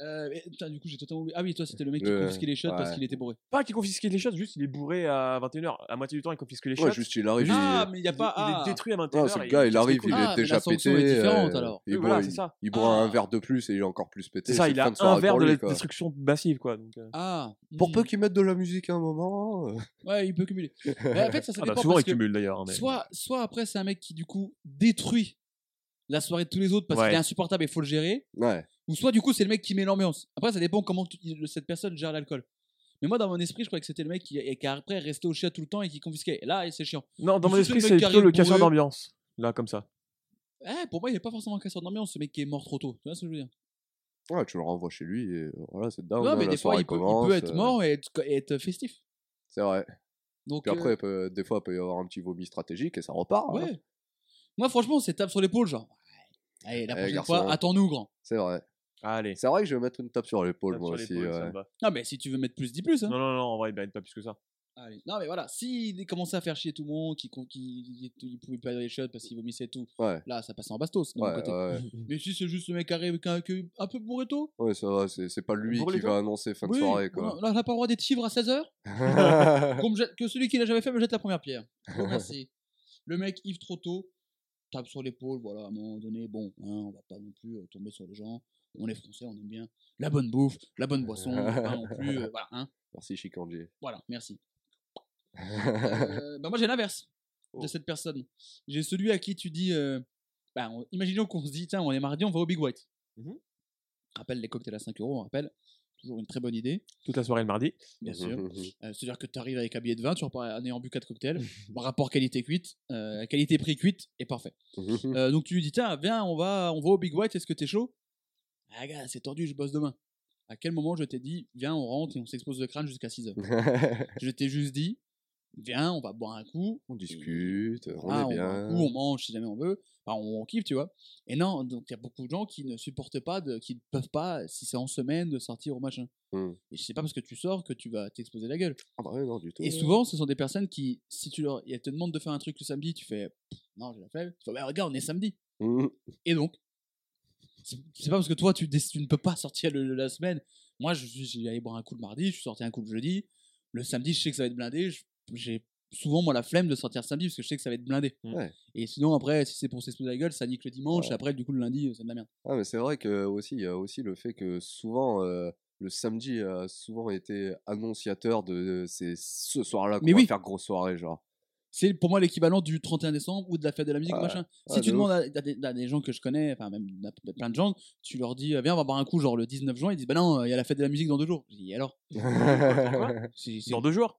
Speaker 1: Euh, et- putain, du coup, j'ai totalement oublié. Ah oui, toi, c'était le mec qui
Speaker 2: Le-
Speaker 1: confisquait les shots parce
Speaker 2: ouais.
Speaker 1: qu'il était bourré.
Speaker 3: pas qu'il confisquait les shots, juste il est bourré à 21h. À moitié du temps, il confisque les shots.
Speaker 2: ouais, juste il arrive.
Speaker 1: Ah,
Speaker 2: il...
Speaker 1: mais il n'y a
Speaker 3: Il-
Speaker 1: pas.
Speaker 3: Il,
Speaker 1: ah.
Speaker 3: est détruit à 21h.
Speaker 2: Non, c'est le gars, il arrive, il
Speaker 1: Ah, mais la
Speaker 2: est déjà pété.
Speaker 1: sanction est différente,
Speaker 2: euh,
Speaker 1: alors.
Speaker 2: Il,
Speaker 3: Oui,
Speaker 2: boit,
Speaker 3: voilà,
Speaker 2: il,
Speaker 3: c'est ça.
Speaker 2: il boit
Speaker 1: Ah.
Speaker 2: un verre de plus et il est encore plus pété.
Speaker 3: C'est ça,
Speaker 2: c'est
Speaker 3: il a
Speaker 2: fin de
Speaker 3: un
Speaker 2: soirée
Speaker 3: verre
Speaker 2: pour
Speaker 3: de
Speaker 2: lui,
Speaker 3: la
Speaker 2: quoi.
Speaker 3: destruction massive, quoi. donc, euh.
Speaker 1: Ah,
Speaker 2: Pour peu
Speaker 1: hmm.
Speaker 2: qu'ils mettent de la musique à un moment. euh,
Speaker 1: Ouais, il peut
Speaker 3: *laughs*
Speaker 1: cumuler. Mais en fait, ça, ça
Speaker 3: Ah bah,
Speaker 1: dépend
Speaker 3: souvent,
Speaker 1: parce que
Speaker 3: il cumule d'ailleurs. hein, mais-
Speaker 1: soit, soit après, c'est un mec qui, du coup, détruit la soirée de tous les autres parce
Speaker 3: Ouais.
Speaker 1: qu'il est insupportable et il faut le gérer.
Speaker 2: Ouais.
Speaker 1: Ou soit, du coup, c'est le mec qui met l'ambiance. Après, ça dépend comment tu- il- cette personne gère l'alcool. Mais moi, dans mon esprit, je croyais que c'était le mec qui, et qui après restait au chien tout le temps et qui confisquait. Et là, et c'est chiant.
Speaker 3: Non,
Speaker 1: Je
Speaker 3: dans mon
Speaker 1: suis
Speaker 3: esprit,
Speaker 1: sûr que
Speaker 3: c'est
Speaker 1: le
Speaker 3: plutôt le
Speaker 1: carré
Speaker 3: casseur
Speaker 1: bourré-
Speaker 3: d'ambiance. Là, comme ça.
Speaker 1: Eh, pour moi, il n'est pas forcément un casseur d'ambiance, ce mec qui est mort trop tôt. Tu vois ce que je veux dire
Speaker 2: Ouais, tu le renvoies chez lui et voilà, c'est down.
Speaker 1: Non,
Speaker 2: hein,
Speaker 1: mais
Speaker 2: la
Speaker 1: des fois,
Speaker 2: soirée
Speaker 1: il peut, il peut
Speaker 2: commence,
Speaker 1: être
Speaker 2: euh,
Speaker 1: mort et être, et être festif.
Speaker 2: C'est vrai.
Speaker 1: Donc,
Speaker 2: Puis
Speaker 1: euh,
Speaker 2: après, peut- des fois, il peut y avoir un petit vomi stratégique et ça repart. hein.
Speaker 1: ouais. Moi, franchement, c'est tape sur l'épaule, genre. ouais. Allez, la
Speaker 2: Eh,
Speaker 1: prochaine
Speaker 2: garçon.
Speaker 1: fois, attends-nous, grand.
Speaker 2: C'est vrai.
Speaker 3: Allez.
Speaker 2: C'est vrai que je vais mettre une tape sur l'épaule,
Speaker 3: tape
Speaker 2: moi
Speaker 3: sur
Speaker 2: aussi.
Speaker 3: l'épaule,
Speaker 2: ouais.
Speaker 3: ça me va.
Speaker 1: Non, mais si tu veux mettre plus, dis plus. Hein.
Speaker 3: Non, non, non, en vrai, il mérite pas plus que ça.
Speaker 1: Allez. Non, mais voilà, s'il commençait à faire chier tout le monde, qu'il con- qu'il- qu'il- il pouvait pas aller les shots parce qu'il vomissait et tout,
Speaker 2: Ouais.
Speaker 1: là, ça passait en bastos. de mon
Speaker 2: Ouais,
Speaker 1: côté.
Speaker 2: ouais.
Speaker 1: Mais si c'est juste le mec qui arrive qui a- qui est un peu bourré tôt,
Speaker 2: Ouais, ça va, c'est c'est pas lui
Speaker 3: Pour
Speaker 2: qui
Speaker 3: les gars.
Speaker 2: va annoncer fin
Speaker 1: oui,
Speaker 2: de soirée,
Speaker 1: on
Speaker 2: quoi.
Speaker 1: a- on n'a pas le droit d'être ivre à 16h,
Speaker 2: ouais,
Speaker 1: qu'on me jette- que celui qui l'a jamais fait me jette la première
Speaker 3: *laughs*
Speaker 1: pierre. Je vous remercie. le mec ivre trop tôt, tape sur l'épaule, voilà, à un moment donné, bon, hein, on va pas non plus euh, tomber sur les gens. On est français, on aime bien la bonne bouffe, la bonne
Speaker 3: *laughs*
Speaker 1: boisson, pas non plus, euh, voilà, hein.
Speaker 2: Merci, Chikanji.
Speaker 1: Voilà,
Speaker 3: *laughs*
Speaker 1: merci. Euh, bah moi, j'ai l'inverse de
Speaker 3: Oh.
Speaker 1: cette personne. J'ai celui à qui tu dis. euh, bah, on- imaginons qu'on se dit, tiens, on est mardi, on va au Big White.
Speaker 3: Mhm.
Speaker 1: Rappelle les cocktails à 5 euros, on rappelle. Toujours une très bonne idée,
Speaker 3: Toute la soirée le
Speaker 2: *laughs*
Speaker 3: mardi.
Speaker 1: bien sûr. Euh, C'est-à-dire que tu arrives avec un billet de 20, tu repars en ayant bu 4
Speaker 2: *laughs*
Speaker 1: cocktails. rapport qualité-cuite, euh, qualité-prix cuite, et parfait.
Speaker 2: Mmh.
Speaker 1: Euh, donc tu lui dis, tiens, viens, on va, on va au Big White, est-ce que t'es chaud Ah, gars, c'est tendu, je bosse demain. À quel moment je t'ai dit, viens, on rentre et on s'expose le crâne jusqu'à 6 heures je t'ai juste dit, viens, on va boire un coup.
Speaker 2: on discute, on
Speaker 1: Ah,
Speaker 2: est
Speaker 1: boit un
Speaker 2: bien.
Speaker 1: coup, on mange si jamais on veut. Enfin, on, on kiffe, tu vois. Et non, donc il y a beaucoup de gens qui ne supportent pas, de, qui ne peuvent pas, si c'est en semaine, de sortir au machin.
Speaker 2: Hmm.
Speaker 1: Et je sais pas parce que tu sors que tu vas t'exposer la gueule.
Speaker 2: Ah bah ouais, non, du tout.
Speaker 1: Et souvent, ce sont des personnes qui, si tu leur, et elles te demandent de faire un truc le samedi, tu fais, Pff, non, je l'appelle. Tu fais, bah, regarde, on est samedi.
Speaker 2: Mhm.
Speaker 1: Et donc, c'est c'est pas parce que toi, tu, déc- tu ne peux pas sortir le- le- la semaine. Moi, je suis j'ai allé boire un coup le mardi, je suis sorti un coup le jeudi. Le samedi, je sais que ça va être blindé. Je- J'ai souvent, moi, la flemme de sortir le samedi parce que je sais que ça va être blindé.
Speaker 2: Ouais.
Speaker 1: Et sinon, après, si c'est pour s'exploser la gueule, ça nique le dimanche. Et après, du coup, le lundi, euh, c'est de la merde.
Speaker 2: *laughs* Ah, mais c'est vrai que aussi, il y a aussi le fait que souvent, euh, le samedi a souvent été annonciateur de c'est ce soir-là qu'on
Speaker 1: Mais
Speaker 2: va
Speaker 1: oui.
Speaker 2: faire grosse
Speaker 1: *laughs*
Speaker 2: soirée, genre.
Speaker 1: C'est pour moi l'équivalent du 31 décembre ou de la fête de la musique,
Speaker 2: Ouais.
Speaker 1: machin. Si
Speaker 2: Ouais,
Speaker 1: tu
Speaker 2: de
Speaker 1: demandes à, à des, à des gens que je connais, enfin, même à p- plein de gens, tu leur dis, euh, viens, on va boire un coup, genre le 19 euh, juin, ils disent, bah non, il y a la fête de la musique dans deux jours. Je dis, alors
Speaker 2: *laughs* ouais,
Speaker 1: C'est- c'est-
Speaker 3: Dans deux jours.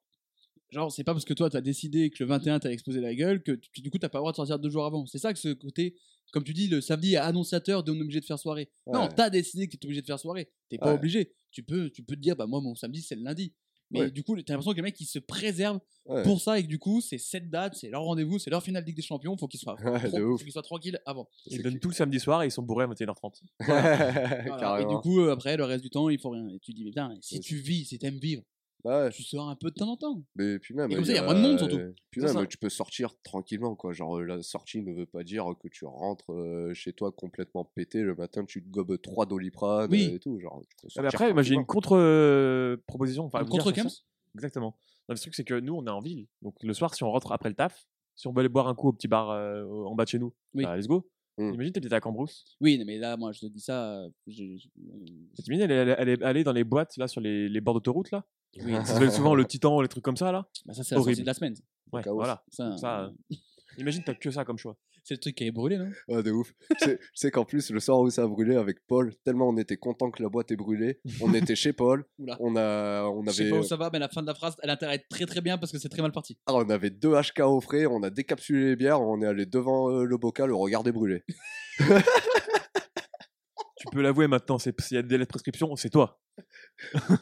Speaker 1: Genre, c'est pas parce que toi, t'as décidé que le 21, t'as explosé la gueule que tu- du coup, t'as pas le droit de sortir deux jours avant. C'est ça que ce côté, comme tu dis, le samedi à annonciateur, on est obligé de faire soirée. Non,
Speaker 2: Ouais.
Speaker 1: t'as décidé que t'es obligé de faire soirée. T'es pas
Speaker 2: Ouais.
Speaker 1: obligé. Tu peux, tu peux te dire, bah moi, mon samedi, c'est le lundi. Mais
Speaker 2: Ouais.
Speaker 1: du coup, t'as l'impression que les mecs, ils se préservent
Speaker 2: Ouais.
Speaker 1: pour ça et que du coup, c'est cette date, c'est leur rendez-vous, c'est leur finale de Ligue des Champions, faut qu'ils soient,
Speaker 2: *laughs* Ouais, de
Speaker 1: trop-
Speaker 2: ouf.
Speaker 1: faut qu'ils soient tranquilles avant.
Speaker 2: *laughs*
Speaker 3: Ils donnent tout le samedi soir et ils sont bourrés à 21h30.
Speaker 1: Voilà. Et du
Speaker 2: Carrément.
Speaker 1: coup, euh, après, le reste du temps, il faut rien. Et tu te dis, mais putain, si
Speaker 2: Ouais,
Speaker 1: tu vis, si t'aimes vivre,
Speaker 2: Bah, Ouais,
Speaker 1: tu sors un peu de temps en temps.
Speaker 2: mais puis même.
Speaker 1: Et comme ça, il y a moins de monde, surtout.
Speaker 2: Puis
Speaker 1: C'est
Speaker 2: même,
Speaker 1: ça.
Speaker 2: euh, tu peux sortir tranquillement, quoi. Genre, euh, la sortie ne veut pas dire que tu rentres euh, chez toi complètement pété. Le matin, tu te gobes 3 doliprane
Speaker 1: Oui. Ah,
Speaker 2: euh, et tout. Genre, tu peux
Speaker 3: Mais
Speaker 2: sortir
Speaker 3: après, moi j'ai une
Speaker 2: tranquillement.
Speaker 3: contre-proposition. Enfin,
Speaker 1: Donc,
Speaker 3: venir
Speaker 1: contre
Speaker 3: sur
Speaker 1: Kems
Speaker 3: ça. Exactement. Non, le truc, c'est que nous, on est en ville. Donc, le soir, si on rentre après le taf, si on veut aller boire un coup au petit bar euh, en bas de chez nous,
Speaker 1: Oui.
Speaker 3: bah, let's go.
Speaker 2: Mm.
Speaker 3: Imagine, t'es peut-être à Cambrousse.
Speaker 1: Oui, non, mais là, moi, je te dis ça. euh, j'ai- j'ai-
Speaker 2: *laughs*
Speaker 3: Cette mine, elle, est- elle est- elle est allée dans les boîtes, là, sur les, les bords d'autoroute,
Speaker 2: *laughs*
Speaker 3: là.
Speaker 1: Oui,
Speaker 3: Ça s'appelle souvent le Titan, les trucs comme ça, là.
Speaker 1: bah, ça, c'est la
Speaker 3: Horrible.
Speaker 1: sortie de la semaine. ça.
Speaker 3: Ouais,
Speaker 2: chaos.
Speaker 3: voilà.
Speaker 1: Ça,
Speaker 3: Ça,
Speaker 1: euh,
Speaker 3: euh, imagine, t'as que ça comme choix.
Speaker 1: c'est le truc qui est brûlé, non
Speaker 2: Ah, de ouf. Tu sais- tu sais qu'en plus, le soir où ça a brûlé avec Paul, tellement on était content que la boîte ait brûlé,
Speaker 1: *laughs*
Speaker 2: on était chez Paul,
Speaker 1: Oula.
Speaker 2: on, a, on,
Speaker 1: Je sais
Speaker 2: avait,
Speaker 1: pas où ça va, mais la fin de la phrase, elle intéresse très très bien parce que c'est très mal parti.
Speaker 2: ah, on avait deux HK au frais, on a décapsulé les bières, on est allé devant euh, le bocal, on
Speaker 1: *laughs*
Speaker 2: regardait brûler.
Speaker 3: Tu peux l'avouer maintenant, c'est- s'il y a des délais de prescription, c'est toi.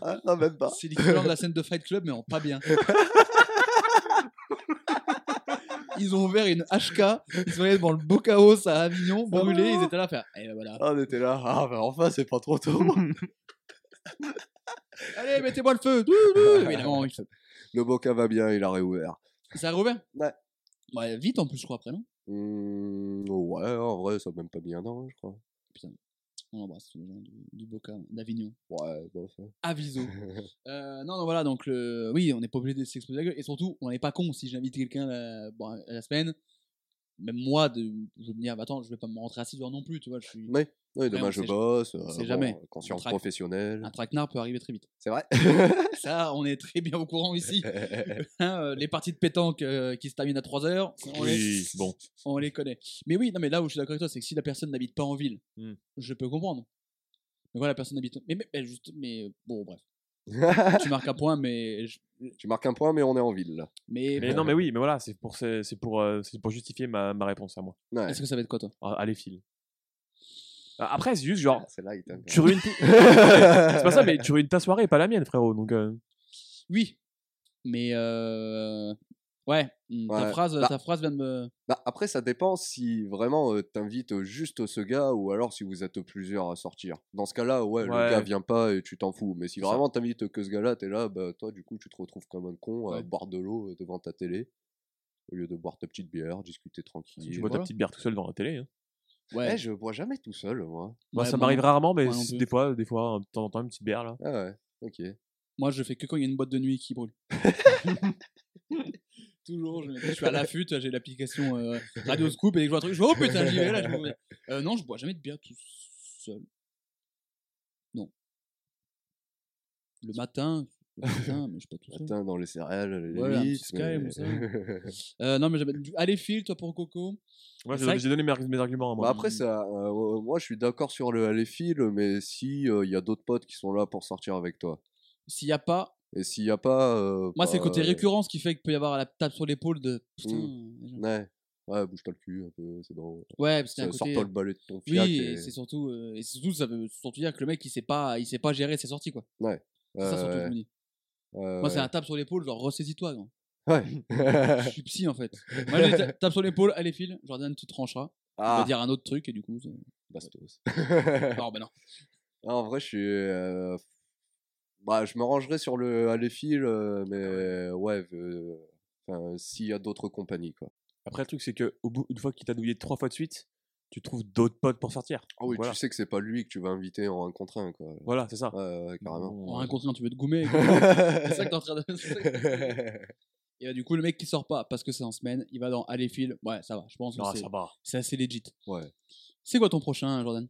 Speaker 2: ah, non, même pas.
Speaker 1: C'est l'équivalent de la scène de Fight Club, mais en pas
Speaker 2: *laughs*
Speaker 1: bien. Ils ont ouvert une HK, ils sont allés devant le Bocaos à Avignon, brûlé, ils étaient là à faire. Et voilà.
Speaker 2: Ah, on était là, ah, bah enfin, c'est pas
Speaker 1: *laughs*
Speaker 2: trop tôt.
Speaker 1: Allez, mettez-moi le feu Ouh, ouh.
Speaker 2: *laughs*
Speaker 1: Évidemment, il
Speaker 2: le bocal va bien, il a réouvert.
Speaker 1: Ça a rouvert
Speaker 2: Ouais.
Speaker 1: Bah, vite en plus, je crois, après, non
Speaker 2: Hmm, ouais, en vrai, ça a même pas mis un an, hein, je crois.
Speaker 1: On embrasse tous les gens du, du Boca, d'Avignon.
Speaker 2: Ouais, bon, ça. *laughs*
Speaker 1: Aviso. Euh, non, non, voilà, donc le... oui, on n'est pas obligé de s'exposer la gueule. Et surtout, on n'est pas con si j'invite quelqu'un la... bon, à la semaine. Même moi, de... je vais me dire, bah, attends, je vais pas me rentrer à 6 heures non plus, tu vois. Je suis...
Speaker 2: Mais,
Speaker 1: on
Speaker 2: ouais, demain, je
Speaker 1: sait-
Speaker 2: bosse.
Speaker 1: on
Speaker 2: euh,
Speaker 1: sait jamais.
Speaker 2: bon, Conscience
Speaker 1: traque. Ah.
Speaker 2: professionnelle.
Speaker 1: Un traquenard peut arriver très vite. *laughs*
Speaker 2: C'est vrai. *laughs*
Speaker 1: Ça, on est très bien au courant ici. Hein, euh, les parties de pétanque euh, qui se terminent à 3 heures, on, les...
Speaker 3: Oui, bon.
Speaker 1: on les connaît. Mais oui, non, mais là où je suis d'accord avec toi, c'est que si la personne n'habite pas en ville,
Speaker 3: Hmm.
Speaker 1: je peux comprendre. Mais voilà, la personne n'habite. Mais, mais, mais juste, mais euh, bon, bref. tu marques un point, mais je-
Speaker 2: tu marques un point, mais on est en ville.
Speaker 1: Mais, euh,
Speaker 3: Mais non, mais oui, mais voilà, c'est pour, c'est c'est pour, euh, c'est pour justifier ma, ma réponse à moi.
Speaker 2: Ouais.
Speaker 1: Est-ce que ça va être quoi, toi
Speaker 3: Ah, Allez, file. Ah, Après, c'est juste genre,
Speaker 2: Ah, c'est light. hein, quand
Speaker 3: tu
Speaker 2: même.
Speaker 3: ruines. tout- *laughs* c'est pas ça, mais tu ruines ta soirée et pas la mienne, frérot. Donc, euh,
Speaker 1: Oui. Mais euh... ouais. mm, Ta
Speaker 2: Ouais.
Speaker 1: phrase,
Speaker 2: Bah.
Speaker 1: ta phrase vient de me.
Speaker 2: Bah, après, ça dépend si vraiment euh, t'invites juste ce gars ou alors si vous êtes plusieurs à sortir. Dans ce cas-là, ouais,
Speaker 3: Ouais.
Speaker 2: le gars vient pas et tu t'en fous. Mais si
Speaker 3: C'est ça.
Speaker 2: vraiment t'invites que ce gars-là, t'es là, bah, toi, du coup, tu te retrouves comme un con à
Speaker 1: Ouais.
Speaker 2: boire de l'eau euh, devant ta télé au lieu de boire ta petite bière, discuter tranquille.
Speaker 3: tu bois ta
Speaker 1: voilà.
Speaker 3: petite bière tout seul devant la télé. hein.
Speaker 1: Ouais.
Speaker 2: Eh, je bois jamais tout seul, moi.
Speaker 3: Moi,
Speaker 1: Ouais,
Speaker 3: ça
Speaker 1: moi
Speaker 3: m'arrive
Speaker 1: non-
Speaker 3: rarement, mais
Speaker 1: moi non
Speaker 3: c'est
Speaker 1: plus.
Speaker 3: des fois, des fois, de temps en temps, une petite bière là.
Speaker 2: Ah ouais, ok.
Speaker 1: Moi, je fais que quand il y a une boîte de nuit qui
Speaker 2: *laughs*
Speaker 1: brûle. Toujours. Je, je suis à l'affût. J'ai l'application
Speaker 2: *laughs*
Speaker 1: euh, Radio Scoop et dès que je vois un truc, je vois oh putain, j'y vais là. je m'en vais. Euh, non, je bois jamais de bière tout seul. Non. Le matin.
Speaker 2: *laughs*
Speaker 1: le matin, mais je suis pas tout seul.
Speaker 2: Matin dans les céréales, les
Speaker 1: Ouais, un
Speaker 2: limites,
Speaker 1: petit Sky,
Speaker 2: mais-
Speaker 1: ou ça. Euh, non, mais j'avais. du- Allez, file toi pour Coco.
Speaker 3: Moi,
Speaker 1: C'est vrai
Speaker 3: j'ai j'ai donné mes, arg- mes arguments.
Speaker 2: *laughs* Bah
Speaker 3: Moi.
Speaker 2: après, ça, euh, moi, je suis d'accord sur le les fils, mais si euh, il y a d'autres potes qui sont là pour sortir avec toi.
Speaker 1: S'il y a pas,
Speaker 2: Et s'il n'y a pas. euh,
Speaker 1: Moi, c'est le
Speaker 2: bah,
Speaker 1: côté
Speaker 2: euh,
Speaker 1: récurrence qui fait qu'il peut y avoir la tape sur l'épaule de. Putain.
Speaker 2: Mmh.
Speaker 1: les gens.
Speaker 2: Ouais, ouais bouge-toi le cul un peu, c'est drôle.
Speaker 1: Ouais, parce qu'il y a un côté. euh,
Speaker 2: Sors-toi le balai de ton
Speaker 1: Oui,
Speaker 2: fiac.
Speaker 1: et c'est surtout, euh, et c'est surtout, ça veut surtout dire que le mec, il sait pas, il sait pas gérer ses sorties, quoi. C'est ça surtout, je me dis. Moi, c'est un tape sur l'épaule, genre ressaisis-toi.
Speaker 2: *laughs*
Speaker 1: gros. Je suis psy, en fait. *laughs* Moi, je dis, ta- tape sur l'épaule, allez file. Jordan, tu trancheras. On
Speaker 2: Ah,
Speaker 1: va dire un autre truc et du
Speaker 2: *laughs*
Speaker 1: coup. c'est-
Speaker 2: bastos. *laughs*
Speaker 1: Non, bah non.
Speaker 2: Ah, en vrai, je suis. euh, Bah, je me rangerai sur le allez file, euh, mais
Speaker 1: Ah
Speaker 2: ouais, euh, enfin, s'il y a d'autres compagnies, quoi.
Speaker 3: Après, le truc, c'est que au bout, une fois qu'il t'a douillé trois fois de suite, tu trouves d'autres potes pour sortir.
Speaker 2: Ah oui,
Speaker 3: voilà,
Speaker 2: tu sais que c'est pas lui que tu vas inviter en un contre un, quoi.
Speaker 3: Voilà, c'est ça.
Speaker 2: Ouais, ouais, carrément.
Speaker 1: En
Speaker 2: *laughs*
Speaker 1: un contre un, tu veux te goumer. quoi. C'est ça que t'es en train de. *laughs* c'est ça que- Et bah, du coup, le mec qui sort pas parce que c'est en semaine, il va dans allez file. Ouais, ça va. Je pense que
Speaker 3: Non,
Speaker 1: c'est-
Speaker 3: ça va.
Speaker 1: c'est assez legit.
Speaker 2: Ah, Ouais.
Speaker 1: C'est quoi ton prochain, Jordan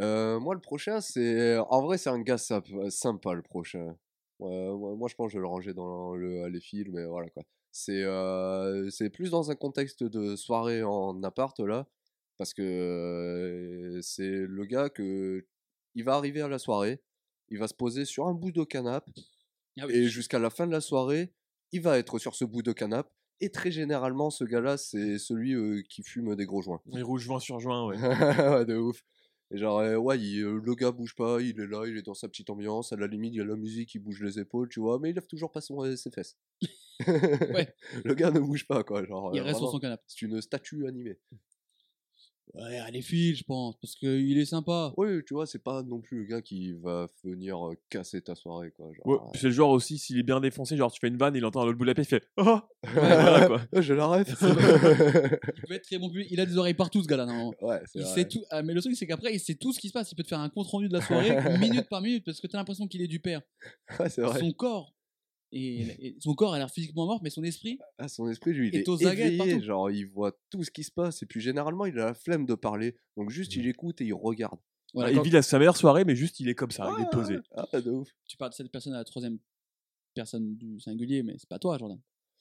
Speaker 2: Euh, moi, le prochain, c'est. En vrai, c'est un gars symp- sympa, le prochain. Ouais, moi, moi, je pense que je vais le ranger dans le, les fils, mais voilà quoi. C'est euh, c'est plus dans un contexte de soirée en appart, là, parce que euh, c'est le gars que. Il va arriver à la soirée, il va se poser sur un bout de canapé,
Speaker 1: Ah oui.
Speaker 2: et jusqu'à la fin de la soirée, il va être sur ce bout de canapé. Et très généralement, ce gars-là, c'est celui euh, qui fume des gros joints.
Speaker 3: Les rouges joint sur joint, ouais.
Speaker 2: *laughs* ouais, de ouf. Et genre, euh, ouais, il, euh, le gars bouge pas, il est là, il est dans sa petite ambiance. À la limite, il y a la musique, il bouge les épaules, tu vois, mais il lève toujours pas son, euh, ses fesses. *laughs* Le gars ne bouge pas, quoi. Genre,
Speaker 1: Il
Speaker 2: euh,
Speaker 1: reste sur
Speaker 2: vraiment,
Speaker 1: son canapé.
Speaker 2: C'est une statue animée.
Speaker 1: Ouais, allez, file, je pense, parce qu'il est sympa.
Speaker 2: Oui, tu vois, c'est pas non plus le gars qui va venir euh, casser ta soirée, quoi. Genre,
Speaker 3: Ouais,
Speaker 2: euh,
Speaker 3: puis c'est le genre aussi, s'il est bien défoncé, genre tu fais une vanne, il entend à l'autre bout de la pièce, il fait Oh Ouais, voilà, quoi.
Speaker 2: Ah, *laughs*
Speaker 3: *laughs*
Speaker 2: je l'arrête.
Speaker 1: Il peut être très bon public. Il a des oreilles partout, ce gars-là, normalement.
Speaker 2: *laughs* ouais, c'est
Speaker 1: Il
Speaker 2: vrai.
Speaker 1: sait tout. Ah, mais le truc, c'est qu'après, il sait tout ce qui se passe. Il peut te faire un compte rendu de la
Speaker 2: *laughs*
Speaker 1: soirée, minute par minute, parce que t'as l'impression qu'il est du père.
Speaker 2: Ouais, c'est vrai.
Speaker 1: Son corps.
Speaker 2: *laughs*
Speaker 1: Et, et son corps a l'air physiquement mort, mais son esprit.
Speaker 2: Ah, son esprit, lui, il
Speaker 1: Et
Speaker 2: est
Speaker 1: aux aguets,
Speaker 2: éveillé,
Speaker 1: partout.
Speaker 2: genre, il voit tout ce qui se passe, et puis généralement, il a la flemme de parler, donc juste, il écoute et il regarde.
Speaker 1: Voilà,
Speaker 3: Il
Speaker 1: quand
Speaker 3: vit la, sa meilleure soirée, mais juste il est comme ça, il est posé.
Speaker 2: Ah, de ouf.
Speaker 1: tu parles de cette personne à la troisième personne du singulier, mais c'est pas toi, Jordan.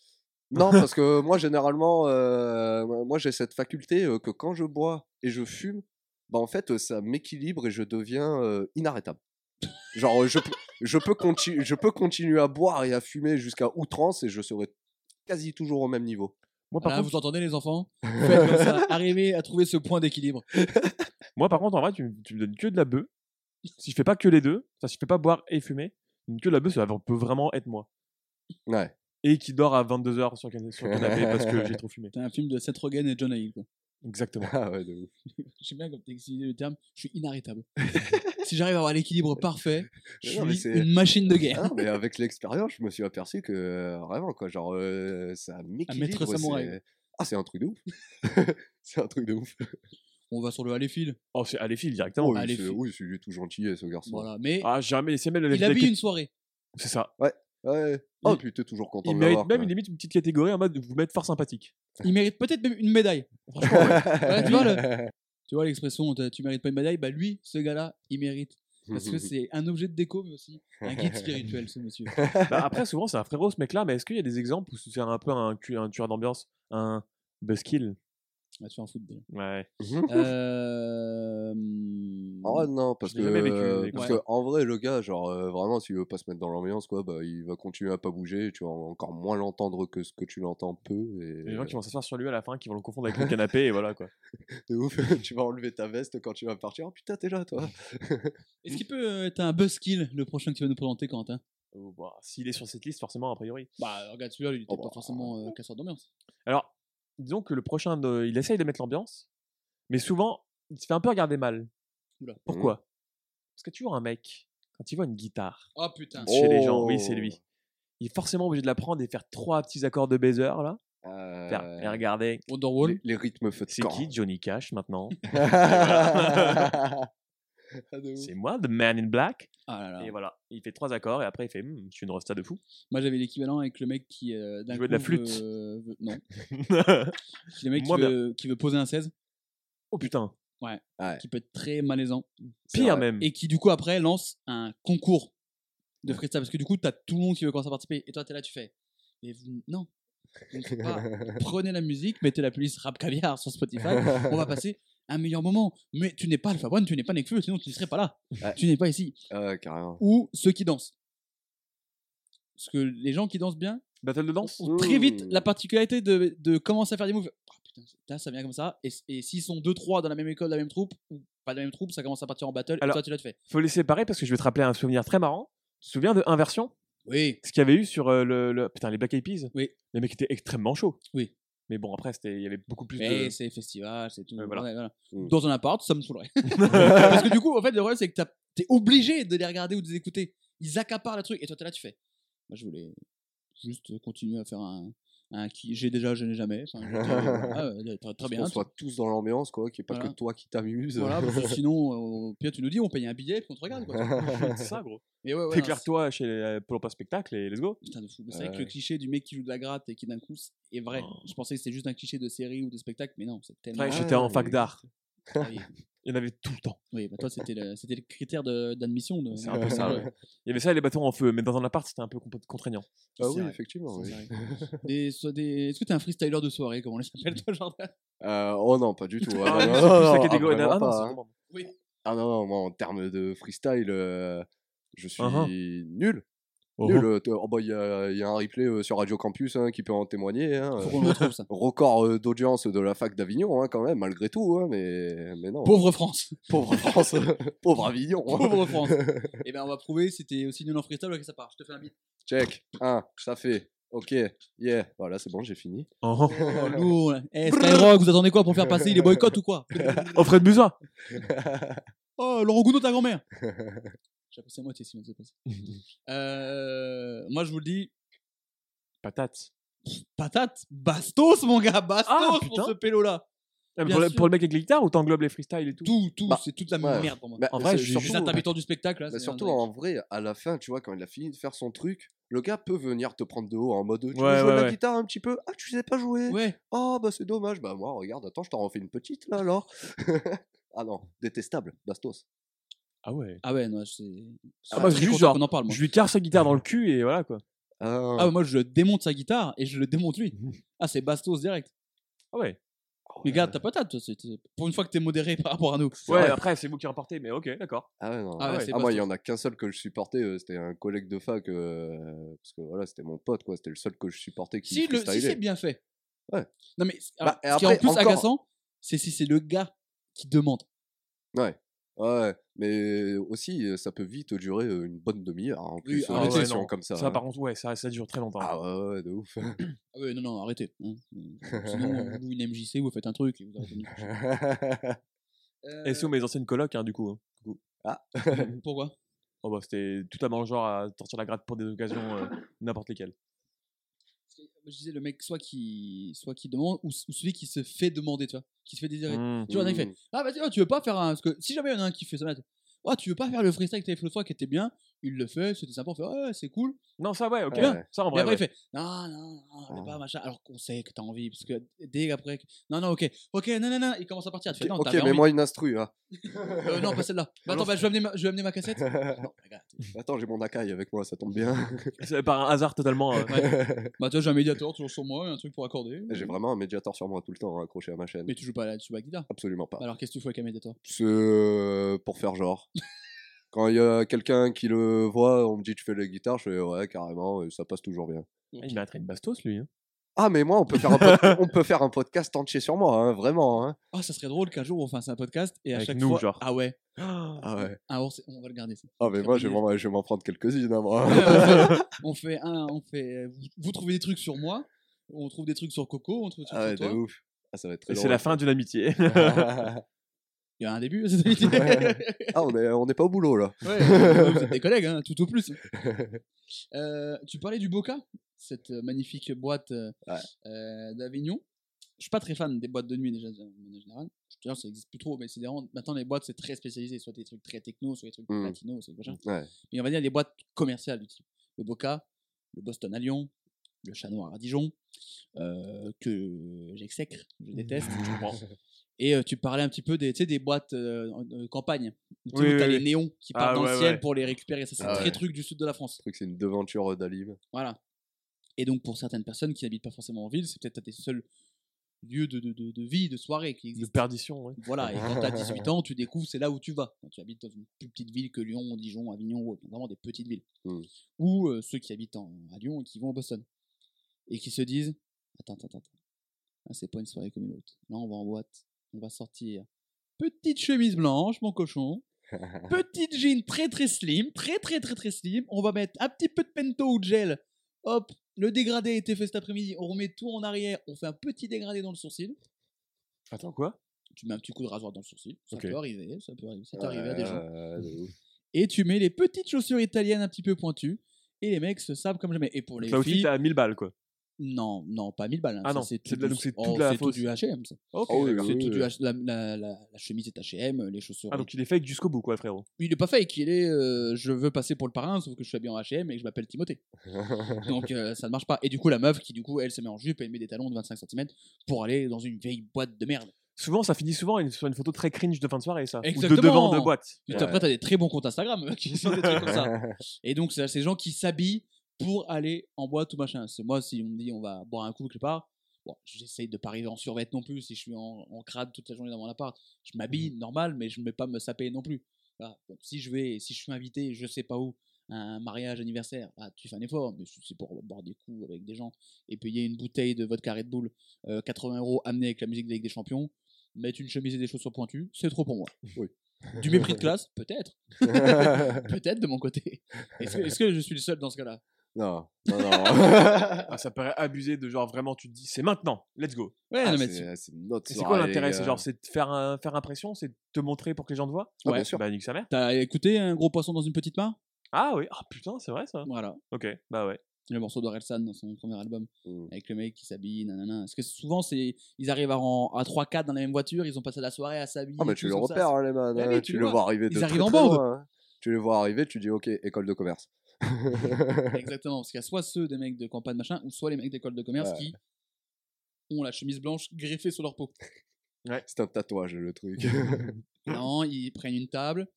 Speaker 2: *laughs* Non, parce que *laughs* moi, généralement, euh, moi, j'ai cette faculté euh, que quand je bois et je fume, bah, en fait, euh, ça m'équilibre et je deviens euh, inarrêtable. Genre, euh, je, peux- je, peux conti- je peux continuer à boire et à fumer jusqu'à outrance et je serai quasi toujours au même niveau.
Speaker 3: Moi
Speaker 1: Ah
Speaker 3: par,
Speaker 1: là,
Speaker 3: contre,
Speaker 1: vous entendez les
Speaker 2: *laughs*
Speaker 1: enfants Faites comme ça, Arrivez à trouver ce point d'équilibre.
Speaker 3: moi, par contre, en vrai, tu, me- tu me donnes que de la bœuf. Si je fais pas que les deux, enfin, si je fais pas boire et fumer, tu me donnes que de la bœuf, ça va- peut vraiment être moi.
Speaker 2: Ouais. *laughs*
Speaker 3: Et qui dort à 22h sur, le cana- sur le canapé parce que j'ai trop fumé.
Speaker 1: C'est un film de Seth Rogen et John Hill. quoi.
Speaker 3: Exactement.
Speaker 2: Ah, ouais, de ouf.
Speaker 1: *laughs* J'aime bien comme t'as utilisé le terme, je suis
Speaker 2: *laughs*
Speaker 1: inarrêtable. si j'arrive à avoir l'équilibre parfait, je
Speaker 2: Non, mais
Speaker 1: suis
Speaker 2: c'est-
Speaker 1: une machine de guerre.
Speaker 2: *laughs* Ah non,
Speaker 3: *laughs*
Speaker 2: mais avec l'expérience, je me suis aperçu que euh, vraiment, quoi, genre, euh, ça m'équilibre.
Speaker 1: samouraï.
Speaker 2: c'est- Ah, c'est un truc de ouf. *laughs* c'est un truc de ouf.
Speaker 1: On va sur le aller fil.
Speaker 3: Oh, c'est allez, file directement.
Speaker 2: oui,
Speaker 1: allez,
Speaker 2: c'est-
Speaker 1: fi-
Speaker 2: oui, c'est du tout gentil, eh, ce garçon.
Speaker 1: Voilà. Mais
Speaker 3: Ah, jamais, c'est même le
Speaker 1: il
Speaker 3: la-
Speaker 1: habille une soirée.
Speaker 3: C'est ça.
Speaker 2: Ouais. Oh, puis t'es toujours content
Speaker 3: Il
Speaker 2: de
Speaker 3: mérite
Speaker 2: l'avoir.
Speaker 3: même
Speaker 2: quoi. *laughs*
Speaker 3: une limite une petite catégorie en mode vous mettre fort sympathique.
Speaker 1: Il mérite peut-être même une médaille. Franchement, ouais.
Speaker 2: *laughs*
Speaker 1: Ouais, tu vois le- tu vois l'expression euh, t'as- tu mérites pas une médaille, bah lui, ce gars-là, il mérite.
Speaker 2: Mmh,
Speaker 1: Parce que c'est un objet de déco, mais aussi un guide spirituel, ce
Speaker 2: *laughs*
Speaker 1: monsieur.
Speaker 3: Bah, après, souvent, c'est un frérot ce mec-là, mais est-ce qu'il y a des exemples où c'est un peu un, cu- un tueur d'ambiance Un buzzkill
Speaker 1: Ah, tu en fous déjà.
Speaker 3: Ouais.
Speaker 1: Euh...
Speaker 2: En vrai, Ah non, parce
Speaker 3: Je l'ai jamais vécu,
Speaker 2: que,
Speaker 3: mais
Speaker 2: parce
Speaker 1: ouais.
Speaker 2: que en vrai, le gars, genre, euh, vraiment, s'il veut pas se mettre dans l'ambiance, quoi, bah, il va continuer à pas bouger, tu vas encore moins l'entendre que ce que tu l'entends peu. Et...
Speaker 3: Il y a des gens qui vont s'asseoir sur lui à la fin, qui vont le confondre avec le canapé, et voilà quoi.
Speaker 2: C'est ouf, *laughs* tu vas enlever ta veste quand tu vas partir. Oh putain, t'es là, toi.
Speaker 1: Est-ce qu'il peut euh, être un buzzkill, le prochain que tu vas nous présenter, Quentin
Speaker 3: Euh, bah, S'il est sur cette liste, forcément, a priori.
Speaker 1: Bah, regarde, celui-là, il était
Speaker 2: Oh,
Speaker 1: pas
Speaker 2: bah.
Speaker 1: forcément euh, casseur d'ambiance.
Speaker 3: Alors, disons que le prochain, de- il essaye de mettre l'ambiance, mais souvent, il se fait un peu regarder mal.
Speaker 1: Oula.
Speaker 3: Pourquoi Parce que tu vois un mec, quand il voit une guitare
Speaker 1: Oh putain
Speaker 3: chez les gens, oui, c'est
Speaker 2: Oh.
Speaker 3: lui. Il est forcément obligé de la prendre et faire trois petits accords de baiser là.
Speaker 2: Euh,
Speaker 3: Faire, Et regardez,
Speaker 1: Wonderwall
Speaker 2: les, les rythmes feu de
Speaker 3: c'est
Speaker 2: camp.
Speaker 3: qui Johnny Cash maintenant
Speaker 2: Ah, *laughs* de ouf.
Speaker 3: C'est moi, The Man in Black
Speaker 1: Ah là là.
Speaker 3: Et voilà, il fait trois accords et après il fait Hmm, Je suis une rosta de fou.
Speaker 1: Moi j'avais l'équivalent avec le mec qui. Euh, d'un
Speaker 3: Jouait de la
Speaker 1: coup,
Speaker 3: flûte.
Speaker 1: veut- veut- *laughs* Non.
Speaker 3: oh
Speaker 1: Le mec qui
Speaker 3: Moi, bien.
Speaker 1: veut, qui veut poser un 16,
Speaker 3: Oh putain,
Speaker 1: qui peut être très malaisant.
Speaker 2: C'est
Speaker 3: pire
Speaker 2: vrai.
Speaker 3: même.
Speaker 1: et qui du coup après lance un concours de freestyle parce que du coup t'as tout le monde qui veut commencer à participer et toi t'es là tu fais mais vous- non Vous ne faites
Speaker 2: *laughs*
Speaker 1: pas. prenez la musique mettez la police rap caviar sur Spotify on va passer un meilleur moment mais tu n'es pas Alpha One tu n'es pas Nekfeu sinon tu ne serais pas là
Speaker 2: Ouais.
Speaker 1: tu n'es pas ici
Speaker 2: Ah, carrément.
Speaker 1: ou ceux qui dansent parce que les gens qui dansent bien
Speaker 3: Battle de danse
Speaker 1: ont très vite
Speaker 2: Mmh.
Speaker 1: la particularité de, de commencer à faire des moves Ah, putain, putain, ça vient comme ça et, et s'ils sont 2-3 dans la même école la même troupe ou pas de la même troupe ça commence à partir en battle
Speaker 3: Alors-
Speaker 1: et toi tu l'as fait
Speaker 3: Faut les séparer parce que je vais te rappeler un souvenir très marrant. Tu te souviens de Inversion
Speaker 1: oui
Speaker 3: Ce qu'il y avait eu sur euh, le, le- Putain, les Black Eyed Peas
Speaker 1: Oui.
Speaker 3: Les mecs étaient extrêmement chauds.
Speaker 1: Oui.
Speaker 3: Mais bon, après, c'était- il y avait beaucoup plus
Speaker 1: Mais
Speaker 3: *laughs* de.
Speaker 1: c'est festival, c'est tout.
Speaker 3: Ouais,
Speaker 1: le
Speaker 3: voilà. Hmm.
Speaker 1: bordel, voilà.
Speaker 2: Mm.
Speaker 1: Dans un appart, ça me
Speaker 3: *laughs*
Speaker 1: saoulerait. *laughs* Parce que du coup, en fait, le problème, c'est que t'as- t'es obligé de les regarder ou de les écouter. Ils accaparent le truc et toi, t'es là, tu fais. Moi, je voulais juste continuer à faire un. un qui j'ai déjà, je n'ai jamais. Enfin, je veux
Speaker 3: *laughs*
Speaker 1: dire, ah ouais, très, très bien.
Speaker 2: On soit tous dans l'ambiance, quoi, qu'il n'y ait pas
Speaker 1: Voilà.
Speaker 2: que toi qui t'amuse. *laughs*
Speaker 1: Voilà, parce que sinon, euh, au pire, tu nous dis, on paye un billet et puis on te regarde. Quoi, tu vois. *laughs*
Speaker 3: c'est ça, gros.
Speaker 1: Mais
Speaker 3: *laughs*
Speaker 1: ouais, ouais, non,
Speaker 3: Éclaire-toi chez euh, Pôle emploi Spectacle et let's go.
Speaker 1: c'est- putain de fou. Mais C'est vrai que
Speaker 2: Ouais.
Speaker 1: le cliché du mec qui joue de la gratte et qui d'un coup s- est vrai.
Speaker 3: Oh.
Speaker 1: Je pensais que c'était juste un cliché de série ou de spectacle, mais non, c'est tellement.
Speaker 3: Après,
Speaker 2: Ah,
Speaker 3: J'étais en
Speaker 2: oui.
Speaker 3: fac d'art.
Speaker 1: Ah oui.
Speaker 3: *laughs* Il y en avait tout le temps.
Speaker 1: Oui, bah toi, c'était le, c'était le critère de- d'admission. de-
Speaker 3: C'est un peu
Speaker 1: *laughs*
Speaker 3: ça. ouais. Il y avait ça et les bâtons en feu, mais dans un appart, c'était un peu compa- contraignant.
Speaker 2: Ah
Speaker 1: C'est
Speaker 2: oui,
Speaker 1: vrai.
Speaker 2: effectivement.
Speaker 1: Ça,
Speaker 2: oui.
Speaker 1: c'est
Speaker 2: *laughs*
Speaker 1: vrai. Des- soit des- Est-ce que t'es un freestyler de soirée, comme on les
Speaker 2: Mmh.
Speaker 1: appelle toi, Jordan
Speaker 2: Euh, oh non, pas du tout.
Speaker 3: Ah,
Speaker 2: Ah,
Speaker 3: mais
Speaker 2: non,
Speaker 3: c'est
Speaker 2: non,
Speaker 3: plus la
Speaker 2: non, ah,
Speaker 3: catégorie d'un-
Speaker 2: vraiment
Speaker 3: Ah non,
Speaker 2: pas,
Speaker 3: c'est
Speaker 2: hein.
Speaker 3: vraiment-
Speaker 2: Ah non, non, moi en termes de freestyle, euh, je suis
Speaker 3: Uhum.
Speaker 2: nul.
Speaker 3: Oh,
Speaker 2: Nul, euh, t- oh, bah, Il y, a- il y a un replay euh, sur Radio Campus hein, qui peut en témoigner. hein.
Speaker 1: Faut qu'on le retrouve
Speaker 2: *laughs*
Speaker 1: ça.
Speaker 2: Record euh, d'audience de la fac d'Avignon, hein, quand même, malgré tout. hein, mais, mais non.
Speaker 1: Pauvre France.
Speaker 2: Pauvre France. *laughs* Pauvre Avignon. hein.
Speaker 1: Pauvre France.
Speaker 2: *laughs*
Speaker 1: Et ben on va prouver si t'es aussi nul en freestyle que ça part. Je te fais un bit.
Speaker 2: Check. 1, ça fait. Ok. Yeah. Voilà, c'est bon, j'ai fini.
Speaker 3: oh, oh.
Speaker 1: Oh, lourd. là. Eh, Skyrock, vous attendez quoi pour faire passer Il est
Speaker 2: *laughs*
Speaker 1: boycott ou quoi
Speaker 3: Oh, Fred Buzat
Speaker 1: Oh, Laurent Gounod, ta
Speaker 2: *laughs*
Speaker 1: grand-mère J'ai apprécié à moitié si vous passé. Euh, moi, je vous le dis,
Speaker 3: Patate.
Speaker 1: patate, bastos, mon gars, bastos
Speaker 3: Ah,
Speaker 1: pour
Speaker 3: putain.
Speaker 1: ce pélo-là.
Speaker 3: Ah, mais
Speaker 1: Bien
Speaker 3: Pour, le,
Speaker 1: sûr.
Speaker 3: pour le mec avec les guitares ou t'englobes les freestyles et tout,
Speaker 1: Tout, tout,
Speaker 2: Bah,
Speaker 1: c'est toute la
Speaker 2: ouais.
Speaker 1: merde pour moi.
Speaker 2: Bah,
Speaker 3: En vrai,
Speaker 2: c'est
Speaker 3: j'ai-
Speaker 1: Je suis
Speaker 2: surtout,
Speaker 1: intermittent du spectacle. Là,
Speaker 2: bah,
Speaker 1: c'est
Speaker 2: surtout
Speaker 1: un
Speaker 2: en vrai, à la fin, tu vois, quand il a fini de faire son truc, le gars peut venir te prendre de haut en mode Tu veux
Speaker 3: Ouais,
Speaker 2: jouer de
Speaker 3: ouais,
Speaker 2: la
Speaker 3: ouais.
Speaker 2: guitare un petit peu Ah, tu sais pas jouer
Speaker 1: truc. Ouais,
Speaker 2: Oh, bah c'est dommage. Bah moi, regarde, attends, je t'en refais une petite là alors. *laughs* ah non, détestable, Bastos.
Speaker 3: Ah ouais.
Speaker 1: ah ouais, non, c'est.
Speaker 3: Ah, moi,
Speaker 1: je suis
Speaker 3: juste
Speaker 1: content
Speaker 3: genre,
Speaker 1: qu'on en parle, moi.
Speaker 3: Je lui carre sa guitare dans le cul et voilà quoi.
Speaker 2: Euh,
Speaker 1: Ah, ouais, moi, je démonte sa guitare et je le démonte lui. Ah, c'est bastos direct.
Speaker 3: Ah ouais.
Speaker 1: Mais garde ta patate, toi. c'est- c'est- Pour une fois que t'es modéré *laughs* par rapport à nous.
Speaker 3: Ouais,
Speaker 2: vrai.
Speaker 3: après, c'est vous qui remportez, mais ok, d'accord.
Speaker 2: Ah ouais, non.
Speaker 1: Ah
Speaker 2: Ah,
Speaker 1: ouais,
Speaker 3: ouais.
Speaker 1: c'est
Speaker 2: moi, il y
Speaker 1: bastos.
Speaker 2: en a qu'un seul que je supportais, euh, c'était un collègue de fac, euh, parce que voilà, c'était mon pote, quoi. C'était le seul que je supportais qui
Speaker 1: Si, le- si
Speaker 2: freestylait.
Speaker 1: c'est bien fait.
Speaker 2: Ouais.
Speaker 1: Non, mais c-
Speaker 2: Bah,
Speaker 1: alors, ce
Speaker 2: et
Speaker 1: qui est en
Speaker 2: après,
Speaker 1: plus
Speaker 2: encore-
Speaker 1: agaçant, c'est si c'est le gars qui demande.
Speaker 2: Ouais, mais aussi, euh, ça peut vite durer euh, une bonne demi-heure, en plus,
Speaker 1: ah
Speaker 2: euh,
Speaker 1: ouais,
Speaker 2: les sessions
Speaker 3: non.
Speaker 2: comme ça.
Speaker 3: Ça,
Speaker 2: hein.
Speaker 3: par contre, ouais, ça, ça dure très longtemps.
Speaker 2: Ah ouais, ouais, de ouf. *laughs*
Speaker 1: Ah ouais, non, non, arrêtez. hein. Sinon, vous louez une MJC, vous faites un truc et vous arrêtez de nous faire chier.
Speaker 3: Et c'est mes anciennes colocs, hein, du coup. hein.
Speaker 1: Euh, *laughs* Pourquoi
Speaker 3: Oh bah, c'était tout à mon genre à sortir la gratte pour des occasions euh, n'importe lesquelles.
Speaker 1: Parce que, comme Je disais, le mec, soit qui, soit qui demande, ou, ou celui qui se fait demander, tu vois, qui se fait désirer.
Speaker 3: Mm.
Speaker 1: Tu vois, en effet.
Speaker 2: Mm.
Speaker 1: Ah, vas-y, oh, tu veux pas faire un. Parce que si jamais il y en a un qui fait ça, là, oh, tu veux pas faire le freestyle que t'avais fait l'autre fois qui était bien, il le fait, c'était sympa, on fait, ouais, c'est cool.
Speaker 3: Non, ça, ouais, ok.
Speaker 2: Ouais.
Speaker 3: Ça, en
Speaker 1: Mais
Speaker 3: vrai.
Speaker 1: après,
Speaker 3: ouais.
Speaker 1: il fait non, non, non, mais
Speaker 2: Ah.
Speaker 1: pas machin. Alors qu'on sait que t'as envie, parce que dès après, non, non, ok, ok, non, non, non, il commence à partir. Tu fais, non,
Speaker 2: ok,
Speaker 1: t'avais
Speaker 2: mais
Speaker 1: envie.
Speaker 2: moi une instru. hein.
Speaker 1: Euh, non, pas
Speaker 3: *laughs*
Speaker 1: celle-là. Bah, attends, bah, je vais amener ma, je vais amener ma cassette. Non, bah, gars,
Speaker 2: Attends, j'ai mon Akai avec moi, ça tombe bien.
Speaker 1: Mmh.
Speaker 3: C'est par un hasard totalement. euh,
Speaker 1: bah, tu vois, j'ai un médiateur toujours sur moi, un truc pour accorder.
Speaker 2: *laughs* j'ai vraiment un médiateur sur moi tout le temps, hein, accroché à ma chaîne.
Speaker 1: Mais tu joues pas là, tu joues à la guitare.
Speaker 2: Absolument pas.
Speaker 3: Ah.
Speaker 1: Bah, alors, qu'est-ce que tu fais avec un médiateur
Speaker 2: C'est euh, pour faire
Speaker 1: *laughs*
Speaker 2: genre. Quand il y a quelqu'un qui le voit, on me dit tu fais la guitare, je fais ouais carrément, et ça passe toujours bien.
Speaker 3: Ah, Il m'a attrapé de bastos, lui. hein.
Speaker 2: Ah mais moi on peut faire un, pod-
Speaker 1: *laughs*
Speaker 2: on peut faire un podcast entier sur moi, hein, vraiment. hein.
Speaker 1: Ah, ça serait drôle qu'un jour on fasse un podcast et à
Speaker 3: Avec
Speaker 1: chaque
Speaker 3: nous,
Speaker 1: fois.
Speaker 3: genre.
Speaker 1: Ah ouais,
Speaker 2: Ah ouais.
Speaker 1: Ah, on, sait- on va le garder. ça.
Speaker 2: Ah mais
Speaker 1: Très
Speaker 2: moi
Speaker 1: bonne
Speaker 2: je vais
Speaker 1: idée.
Speaker 2: m'en- je vais m'en prendre quelques-unes.
Speaker 1: *laughs*
Speaker 2: hein, moi.
Speaker 1: on fait un, on fait. euh, Vous, vous trouvez des trucs sur moi, on trouve des trucs sur Coco, on trouve des trucs
Speaker 2: Ah ouais,
Speaker 1: sur
Speaker 2: de
Speaker 1: toi.
Speaker 2: ouf. Ah ça va être très
Speaker 3: Et c'est la
Speaker 2: drôle. hein.
Speaker 3: fin d'une amitié.
Speaker 1: Il y a un début, c'est cette idée.
Speaker 2: *laughs* ah on est on n'est pas au boulot là.
Speaker 1: *laughs* Ouais, euh, vous êtes des collègues, hein, tout au
Speaker 2: *laughs*
Speaker 1: plus. Euh, tu parlais du Boca, cette euh, magnifique boîte euh,
Speaker 2: Ouais.
Speaker 1: euh, d'Avignon. Je suis pas très fan des boîtes de nuit déjà, de manière générale. Je te dis, ça existe plus trop, mais c'est des- maintenant les boîtes c'est très spécialisé, soit des trucs très techno, soit des trucs
Speaker 2: Mm.
Speaker 1: latino, soit des machins.
Speaker 2: Ouais.
Speaker 1: Mais on va dire les boîtes commerciales du type le Boca, le Boston à Lyon, le Chat Noir à Dijon, euh, que j'exècre, je déteste.
Speaker 3: *laughs* Je comprends.
Speaker 1: Et euh, tu parlais un petit peu des, tu sais, des boîtes euh, en- euh, campagne. Tu sais,
Speaker 3: Oui,
Speaker 1: où t'as
Speaker 3: oui,
Speaker 1: les
Speaker 3: oui.
Speaker 1: néons qui
Speaker 3: Ah,
Speaker 1: partent dans le
Speaker 3: ouais,
Speaker 1: ciel
Speaker 3: ouais.
Speaker 1: pour les récupérer. Ça, c'est
Speaker 2: Ah,
Speaker 1: très
Speaker 2: ouais.
Speaker 1: truc du sud de la France.
Speaker 2: Ce truc c'est une devanture euh, d'Alim.
Speaker 1: Voilà. Et donc, pour certaines personnes qui n'habitent pas forcément en ville, c'est peut-être un des seuls lieux de, de, de, de vie, de soirée qui
Speaker 3: De
Speaker 1: existent.
Speaker 3: perdition, ouais.
Speaker 1: Voilà, et quand t'as 18 ans, tu découvres, c'est là où tu vas. Quand tu habites dans une plus petite ville que Lyon, Dijon, Avignon ou autre, vraiment des petites villes.
Speaker 2: Mm.
Speaker 1: Ou euh, ceux qui habitent en- à Lyon et qui vont à Boston. Et qui se disent Attends, attends, attends. Là, c'est pas une soirée comme une autre. Là, on va en boîte. On va sortir petite chemise blanche, mon cochon. Petite jean très très slim, très très très très slim. On va mettre un petit peu de pento ou de gel. Hop, le dégradé a été fait cet après-midi. On remet tout en arrière. On fait un petit dégradé dans le sourcil
Speaker 3: Attends, quoi
Speaker 1: tu mets un petit coup de rasoir dans le sourcil, ça
Speaker 3: Ok.
Speaker 1: peut arriver, ça peut arriver, c'est arrivé à des gens.
Speaker 2: Ouais, de ouf.
Speaker 1: Et tu mets les petites chaussures italiennes un petit peu pointues, et les mecs se savent comme jamais. Et pour les
Speaker 3: Là aussi,
Speaker 1: filles,
Speaker 3: t'as 1000 balles, quoi.
Speaker 1: non, non, pas 1000 balles. hein,
Speaker 3: Ah
Speaker 1: ça,
Speaker 3: non,
Speaker 1: c'est tout,
Speaker 3: c'est de la-
Speaker 1: du-
Speaker 3: donc c'est
Speaker 1: oh,
Speaker 3: toute la
Speaker 1: c'est tout
Speaker 3: fausse.
Speaker 1: du H&M. ça.
Speaker 3: Ok.
Speaker 2: Ah oui,
Speaker 1: C'est
Speaker 2: oui,
Speaker 1: tout du
Speaker 2: oui.
Speaker 1: H- la, la- la- la chemise est H&M, les chaussures.
Speaker 3: Ah, donc il est fake jusqu'au bout, quoi, le frérot.
Speaker 1: Il est pas fake, il est. euh, je veux passer pour le parrain, sauf que je suis habillé en H&M et que je m'appelle
Speaker 3: *laughs*
Speaker 1: Timothée. donc euh, ça ne marche pas. Et du coup, la meuf qui du coup elle se met en jupe et elle met des talons de 25 cm pour aller dans une vieille boîte de merde.
Speaker 3: Souvent, ça finit souvent une- sur une photo très cringe de fin de soirée, ça. Ou de
Speaker 1: Exactement.
Speaker 3: devant de boîte.
Speaker 1: Et puis après, t'as des très bons comptes Instagram euh, qui sont des trucs comme ça. Et donc, c'est ces gens qui s'habillent pour aller en boîte ou machin. C'est moi, si on me dit on va boire un coup quelque part, bon, j'essaye de pas arriver en survêt non plus. Si je suis en, en crade toute la journée dans mon appart, je m'habille normal, mais je ne vais pas me saper non plus. Voilà. Donc, si je vais, si je suis invité, je sais pas où, un mariage anniversaire, ah, tu fais un effort, mais si c'est pour boire des coups avec des gens et payer une bouteille de vodka Red Bull, euh, 80 euros amenée avec la musique de la Ligue des Champions, mettre une chemise et des chaussures pointues, c'est trop pour moi.
Speaker 2: Oui.
Speaker 1: Du mépris de classe, peut-être, *laughs* peut-être de mon côté. Est-ce que, est-ce que je suis le seul dans ce cas-là
Speaker 2: *laughs* non, non, non.
Speaker 3: Ah, ça paraît abusé de genre vraiment tu te dis c'est maintenant, let's go.
Speaker 1: Ouais,
Speaker 2: *laughs* Ah,
Speaker 1: non, mais
Speaker 2: c'est c'est notre
Speaker 3: Et C'est quoi
Speaker 2: soirée, euh. les
Speaker 3: l'intérêt C'est
Speaker 2: gars.
Speaker 3: genre c'est de faire, un- faire impression, c'est de te montrer pour que les gens te voient
Speaker 2: Ah,
Speaker 1: ouais.
Speaker 2: bien sûr.
Speaker 3: Bah nique sa mère.
Speaker 1: t'as écouté un gros poisson dans une petite mare
Speaker 3: Ah oui, ah putain, c'est vrai ça.
Speaker 1: Voilà.
Speaker 3: Ok, bah ouais.
Speaker 1: le morceau d'Orelsan dans son premier album,
Speaker 2: Mm.
Speaker 1: avec le mec qui s'habille, nanana. Parce que souvent, c'est ils arrivent à, ren- à 3-4 dans la même voiture, ils ont passé la soirée à s'habiller.
Speaker 2: Ah, mais
Speaker 1: et
Speaker 2: tu
Speaker 1: tout,
Speaker 2: le
Speaker 1: comme ça,
Speaker 2: repères, hein, les man.
Speaker 1: Eh
Speaker 2: hein,
Speaker 1: oui,
Speaker 2: tu
Speaker 1: tu
Speaker 2: le
Speaker 1: vois,
Speaker 2: vois arriver
Speaker 1: ils
Speaker 2: de
Speaker 1: arrivent
Speaker 2: très,
Speaker 1: en
Speaker 2: très
Speaker 1: bande.
Speaker 2: loin, hein. Tu les vois arriver, tu dis ok, école de commerce. hein.
Speaker 1: c'est- Exactement, parce qu'il y a soit ceux des mecs de campagne, machin, ou soit les mecs d'école de commerce
Speaker 2: Ouais.
Speaker 1: qui ont la chemise blanche greffée sur leur
Speaker 2: *laughs*
Speaker 1: peau.
Speaker 2: C'est un tatouage, le truc.
Speaker 1: Non, ils prennent une table,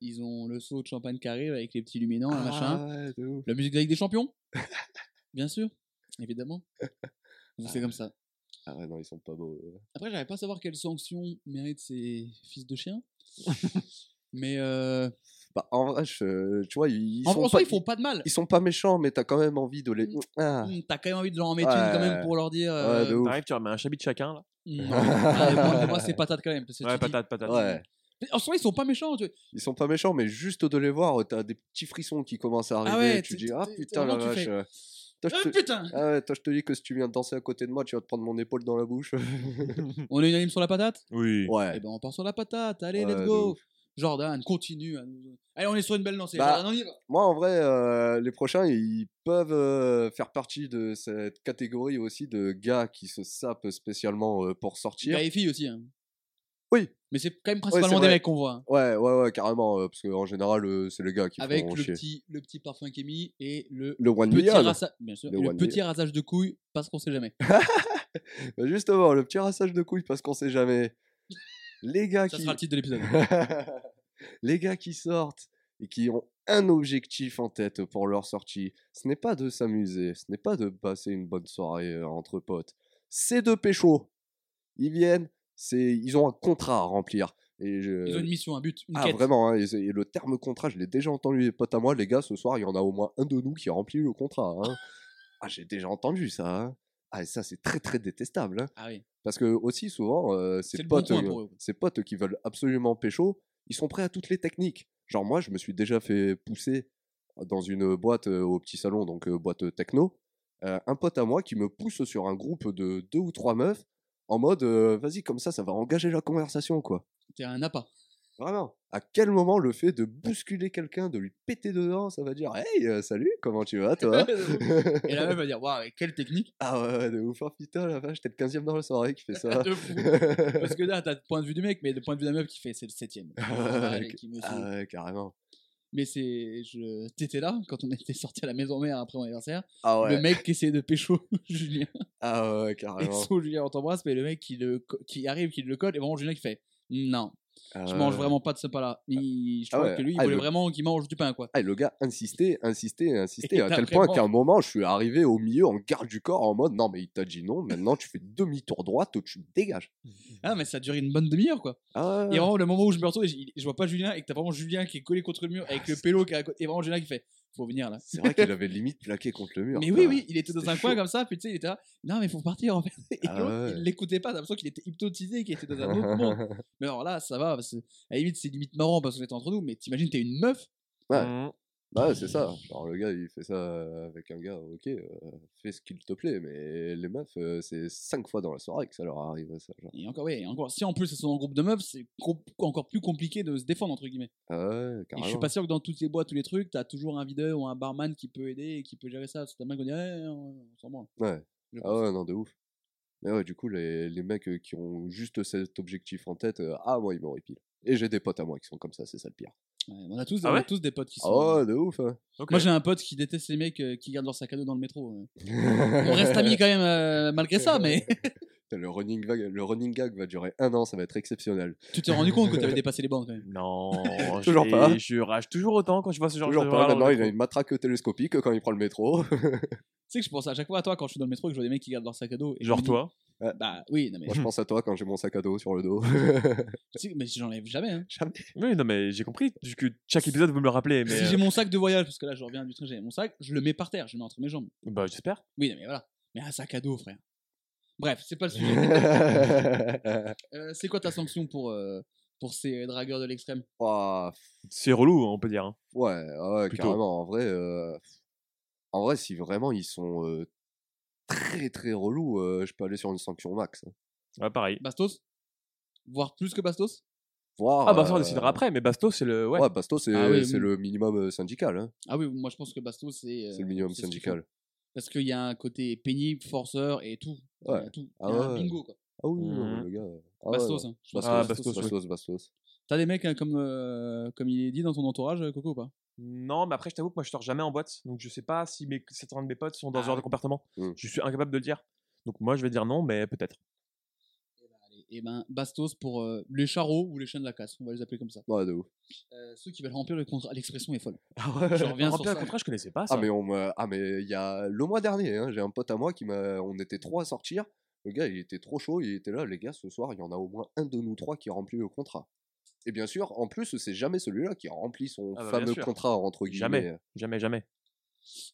Speaker 1: ils ont le seau de champagne carré avec les petits luminants, mmh, le machin.
Speaker 2: *laughs* Ah, ouais, de ouf.
Speaker 1: La musique de la Ligue des Champions,
Speaker 2: *laughs*
Speaker 1: bien sûr, évidemment. Donc, C'est comme ça.
Speaker 2: Ah ouais, non, ils sont pas beaux. euh.
Speaker 1: Après, j'arrive pas à savoir quelle sanction méritent ces fils de
Speaker 2: *laughs*
Speaker 1: chiens. mais euh,
Speaker 2: Bah, en vrai, je- tu vois, ils, ils
Speaker 1: en,
Speaker 2: sont
Speaker 1: en
Speaker 2: pas,
Speaker 1: soi, ils font pas de mal.
Speaker 2: ils sont pas méchants, mais t'as quand même envie de les. Ah.
Speaker 1: Mm, T'as quand même envie de leur en mettre
Speaker 2: Ouais.
Speaker 1: une quand même pour leur dire. euh, hum,
Speaker 2: Ouais, de ouf.
Speaker 3: T'arrives, tu remets un chabit de chacun là.
Speaker 1: non, allez, moi, pour moi,
Speaker 2: *laughs*
Speaker 1: c'est patate quand même. parce que
Speaker 3: Ouais,
Speaker 1: tu dis-
Speaker 3: patate, patate.
Speaker 2: Ouais.
Speaker 1: En soi, ils sont pas méchants. Tu... vois.
Speaker 2: Ils sont pas méchants, mais juste de les voir, euh, t'as des petits frissons qui commencent à arriver.
Speaker 1: ouais,
Speaker 2: tu
Speaker 1: t'es-
Speaker 2: dis, ah
Speaker 1: t'es-
Speaker 2: putain, la
Speaker 1: vraiment, tu
Speaker 2: vache.
Speaker 1: fais-
Speaker 2: euh, toi,
Speaker 1: Ah,
Speaker 2: je te... *laughs*
Speaker 1: putain
Speaker 2: ah ouais, toi, je te dis que si tu viens de danser à côté de moi, tu vas te prendre mon épaule dans la bouche.
Speaker 1: On est unanime sur la patate
Speaker 3: Oui.
Speaker 1: Eh
Speaker 2: ouais.
Speaker 1: ben, on part sur la patate. Allez,
Speaker 2: Ouais,
Speaker 1: let's
Speaker 2: euh, de
Speaker 1: go
Speaker 2: ouf.
Speaker 1: Jordan, continue. à nous- Allez, on est sur une belle lancée.
Speaker 2: Bah,
Speaker 1: Jordan, on y va.
Speaker 2: Moi, en vrai, euh, les prochains, ils peuvent euh, faire partie de cette catégorie aussi de gars qui se sapent spécialement euh, pour sortir.
Speaker 1: Gars et filles aussi. hein.
Speaker 2: Oui.
Speaker 1: Mais c'est quand même
Speaker 2: c'est
Speaker 1: principalement des
Speaker 2: vrai.
Speaker 1: mecs qu'on voit. hein.
Speaker 2: Ouais, ouais, ouais, carrément, euh, parce qu'en général, euh, c'est les gars qui
Speaker 1: Avec
Speaker 2: font
Speaker 1: le
Speaker 2: chier.
Speaker 1: petit, le petit parfum qui est mis et le
Speaker 2: Le one
Speaker 1: petit,
Speaker 2: million.
Speaker 1: rassa- bien sûr,
Speaker 2: Le
Speaker 1: et le
Speaker 2: one
Speaker 1: petit rasage de couilles, parce qu'on sait jamais.
Speaker 2: Bah, Justement, le petit rassage de couilles, parce qu'on sait jamais. Les gars
Speaker 1: Ça
Speaker 2: qui.
Speaker 1: sera le titre de
Speaker 2: *laughs*
Speaker 1: l'épisode.
Speaker 2: les gars qui sortent et qui ont un objectif en tête pour leur sortie, ce n'est pas de s'amuser, ce n'est pas de passer une bonne soirée euh, entre potes, c'est de pécho. Ils viennent, c'est ils ont un contrat à remplir. Et je-
Speaker 1: Ils ont une mission, un but, une
Speaker 2: Ah
Speaker 1: quête.
Speaker 2: vraiment, hein, et, c'est- et le terme contrat, je l'ai déjà entendu des potes à moi, les gars, ce soir, il y en a au moins un de nous qui remplit le contrat. hein. ah, j'ai déjà entendu ça. hein. Ah, et ça, c'est très très détestable. hein.
Speaker 1: Ah oui.
Speaker 2: Parce que aussi souvent, euh, ces,
Speaker 1: C'est le bon
Speaker 2: potes,
Speaker 1: point
Speaker 2: euh,
Speaker 1: pour eux.
Speaker 2: ces potes qui veulent absolument pécho, ils sont prêts à toutes les techniques. Genre moi, je me suis déjà fait pousser dans une boîte euh, au petit salon, donc euh, boîte techno. euh, un pote à moi qui me pousse sur un groupe de deux ou trois meufs en mode euh, vas-y comme ça, ça va engager la conversation quoi.
Speaker 1: T'es un appât.
Speaker 2: Vraiment. À quel moment le fait de bousculer quelqu'un, de lui péter dedans, ça va dire hey euh, salut comment tu vas toi
Speaker 1: *laughs* et
Speaker 2: *laughs*
Speaker 1: la meuf va dire Waouh, avec quelle technique
Speaker 2: Ah ouais, ouais, de ouf oh, putain la vache, t'es le 15 e dans la soirée qui
Speaker 1: *laughs*
Speaker 2: fait ça.
Speaker 1: de fou. Parce que là, t'as le point de vue du mec, mais le point de vue de la meuf qui fait C'est le septième. Ah, et qui me saoule.
Speaker 2: *laughs* ah ouais, carrément.
Speaker 1: Mais c'est. Je... T'étais là quand on était sorti à la maison mère après mon anniversaire.
Speaker 2: Ah ouais.
Speaker 1: Le mec qui essayait de pécho *laughs* Julien.
Speaker 2: Ah ouais,
Speaker 1: Et
Speaker 2: carrément.
Speaker 1: sous Julien, on t'embrasse, mais le mec qui, le... co- qui arrive, qui le colle, et vraiment Julien qui fait Non, *laughs*
Speaker 2: Ah
Speaker 1: je
Speaker 2: ouais.
Speaker 1: mange vraiment pas de ce pas-là. Il- Je
Speaker 2: Ah
Speaker 1: crois
Speaker 2: ouais.
Speaker 1: que lui, il
Speaker 2: Ah,
Speaker 1: voulait
Speaker 2: le-
Speaker 1: vraiment qu'il mange du pain, quoi.
Speaker 2: Ah, et le gars insistait, insistait, insistait,
Speaker 1: Et
Speaker 2: à
Speaker 1: t'as
Speaker 2: tel point
Speaker 1: vraiment-
Speaker 2: qu'à un moment, je suis arrivé au milieu en garde du corps en mode non, mais il t'a dit non, maintenant tu fais demi-tour droite, tu dégages.
Speaker 1: Ah, mais ça a duré une bonne demi-heure, quoi.
Speaker 2: Ah,
Speaker 1: Et vraiment, le moment où je me retrouve, et j- je vois pas Julien et que t'as vraiment Julien qui est collé contre le mur avec le pélo qui est à côté. Et vraiment, Julien qui fait Faut venir là.
Speaker 2: C'est
Speaker 1: *laughs*
Speaker 2: vrai qu'il avait limite plaqué contre le mur.
Speaker 1: Mais
Speaker 2: quoi.
Speaker 1: oui, oui, il était dans
Speaker 2: C'était
Speaker 1: un coin
Speaker 2: chaud.
Speaker 1: comme ça, puis tu sais, il était là. Non, mais faut partir en fait. *laughs* Et
Speaker 2: Ah
Speaker 1: l'autre,
Speaker 2: ouais.
Speaker 1: il l'écoutait pas, t'as l'impression qu'il était hypnotisé, qu'il était dans un autre monde.
Speaker 2: *laughs*
Speaker 1: Mais alors là, ça va, parce que, à la limite, c'est limite marrant parce qu'on est entre nous, mais t'imagines, t'es une meuf.
Speaker 2: Ouais.
Speaker 3: Mhm.
Speaker 2: Bah Ouais, c'est ça. Genre, le gars, il fait ça euh, avec un gars, ok, euh, fais ce qu'il te plaît, mais les meufs, euh, c'est cinq fois dans la soirée que ça leur arrive, ça. Genre.
Speaker 1: Et encore, ouais, et encore. Si en plus, elles sont en groupe de meufs, c'est com- encore plus compliqué de se défendre, entre guillemets.
Speaker 2: Ah ouais,
Speaker 1: Et
Speaker 2: carrément.
Speaker 1: je suis pas sûr que dans toutes les boîtes, tous les trucs, t'as toujours un videur ou un barman qui peut aider et qui peut gérer ça. C'est un mec qui dit, eh, on s'en branle.
Speaker 2: Ouais.
Speaker 1: Je
Speaker 2: Ah ouais, non, de ouf. Mais ouais, du coup, les, les mecs euh, qui ont juste cet objectif en tête, euh, ah, moi, ils m'horripilent. Et j'ai des potes à moi qui sont comme ça, c'est ça le pire.
Speaker 1: Ouais, on a tous,
Speaker 3: Ah
Speaker 1: on a
Speaker 3: ouais
Speaker 1: tous des potes qui sont.
Speaker 2: Ah ouais, de ouf. hein.
Speaker 3: Ok.
Speaker 1: Moi j'ai un pote qui déteste les mecs euh, qui gardent leur sac à dos dans le
Speaker 3: *laughs*
Speaker 1: métro. euh. On
Speaker 2: *laughs*
Speaker 1: reste amis quand même euh, malgré ça, mais
Speaker 2: Putain, Le running, gag, le running gag va durer un an, ça va être exceptionnel.
Speaker 1: tu t'es rendu compte que t'avais dépassé les bandes quand même.
Speaker 2: *laughs*
Speaker 3: Non,
Speaker 2: Toujours
Speaker 3: j'ai-
Speaker 2: pas.
Speaker 3: Je rage toujours autant quand je vois ce genre ah,
Speaker 2: Toujours
Speaker 3: de
Speaker 2: pas,
Speaker 3: râle.
Speaker 2: maintenant, il a une matraque télescopique quand il prend le métro. *laughs*
Speaker 1: Tu sais que je pense à chaque fois à toi quand je suis dans le métro et que je vois des mecs qui gardent leur sac à dos. Et je
Speaker 3: Genre
Speaker 1: me dis,
Speaker 3: toi.
Speaker 1: Bah oui, non mais,
Speaker 2: Moi, je pense à toi quand j'ai mon sac à dos sur le dos. *laughs*
Speaker 1: tu sais, mais j'enlève jamais. hein.
Speaker 3: Oui, non, mais j'ai compris que chaque épisode, vous me le rappelez. Mais,
Speaker 1: Si
Speaker 3: euh,
Speaker 1: j'ai mon sac de voyage, parce que là je reviens du train, j'ai mon sac, je le mets par terre, je le mets entre mes jambes.
Speaker 3: Bah, j'espère.
Speaker 1: Oui, non mais voilà. Mais un sac à dos, frère. Bref, c'est pas le sujet.
Speaker 3: *laughs*
Speaker 1: Euh, c'est quoi ta sanction pour, euh, pour ces dragueurs de l'extrême
Speaker 2: Ouah,
Speaker 3: C'est relou, on peut dire. hein.
Speaker 2: Oh, Ouais, ah ouais,
Speaker 3: Plutôt.
Speaker 2: carrément. En vrai, euh, en vrai, si vraiment ils sont euh, très très relous, euh, je peux aller sur une sanction max. hein.
Speaker 3: Ouais, pareil.
Speaker 1: Bastos Voire plus que Bastos
Speaker 2: Voire,
Speaker 3: Ah, bah, ça, on
Speaker 2: euh,
Speaker 3: décidera après, mais Bastos, c'est le. Ouais.
Speaker 2: Ouais, Bastos, c'est
Speaker 1: Ah oui,
Speaker 2: c'est
Speaker 1: oui.
Speaker 2: le minimum euh, syndical. hein.
Speaker 1: Ah oui, moi je pense que Bastos c'est. euh,
Speaker 2: c'est le minimum
Speaker 1: c'est ce qu'il faut.
Speaker 2: syndical.
Speaker 1: Parce qu'il y a un côté pénible, forceur et tout. Il y a
Speaker 2: Ouais.
Speaker 1: tout.
Speaker 2: Ah
Speaker 1: Il y a un
Speaker 2: ouais.
Speaker 1: bingo quoi.
Speaker 2: Ah oui, non,
Speaker 3: Mhm.
Speaker 2: le gars. euh, ah ouais,
Speaker 1: Bastos.
Speaker 2: non.
Speaker 1: hein. Je pense
Speaker 2: Bastos,
Speaker 1: que
Speaker 3: Ah,
Speaker 1: Bastos,
Speaker 3: Bastos,
Speaker 1: ouais.
Speaker 2: Bastos, Bastos.
Speaker 1: T'as des mecs hein, comme, euh, comme il est dit dans ton entourage, euh, Coco ou pas
Speaker 3: Non, mais après, je t'avoue que moi, je sors jamais en boîte. Donc, je sais pas si mes... certains de mes potes sont dans
Speaker 1: Ah
Speaker 3: ce genre de
Speaker 1: oui.
Speaker 3: comportement.
Speaker 2: Mm.
Speaker 3: Je suis incapable de le dire. Donc, moi, je vais dire non, mais peut-être.
Speaker 1: Allez, Et ben Bastos pour euh, les charros ou les chiens de la casse, on va les appeler comme ça.
Speaker 2: Ouais, de ouf.
Speaker 1: Euh, ceux qui veulent remplir le contrat, l'expression est folle.
Speaker 3: Ah
Speaker 1: Je reviens sur ça.
Speaker 3: contrat, je connaissais pas ça.
Speaker 2: Ah mais on me- ah mais il y a le mois dernier, hein, j'ai un pote à moi qui m'a, on était trois à sortir. Le gars, il était trop chaud, il était là. Les gars, ce soir, il y en a au moins un de nous trois qui remplit le contrat. Et bien sûr, en plus, c'est jamais celui-là qui remplit son
Speaker 3: Ah bah, bien
Speaker 2: fameux
Speaker 3: sûr.
Speaker 2: contrat entre guillemets.
Speaker 3: Jamais. Jamais, jamais.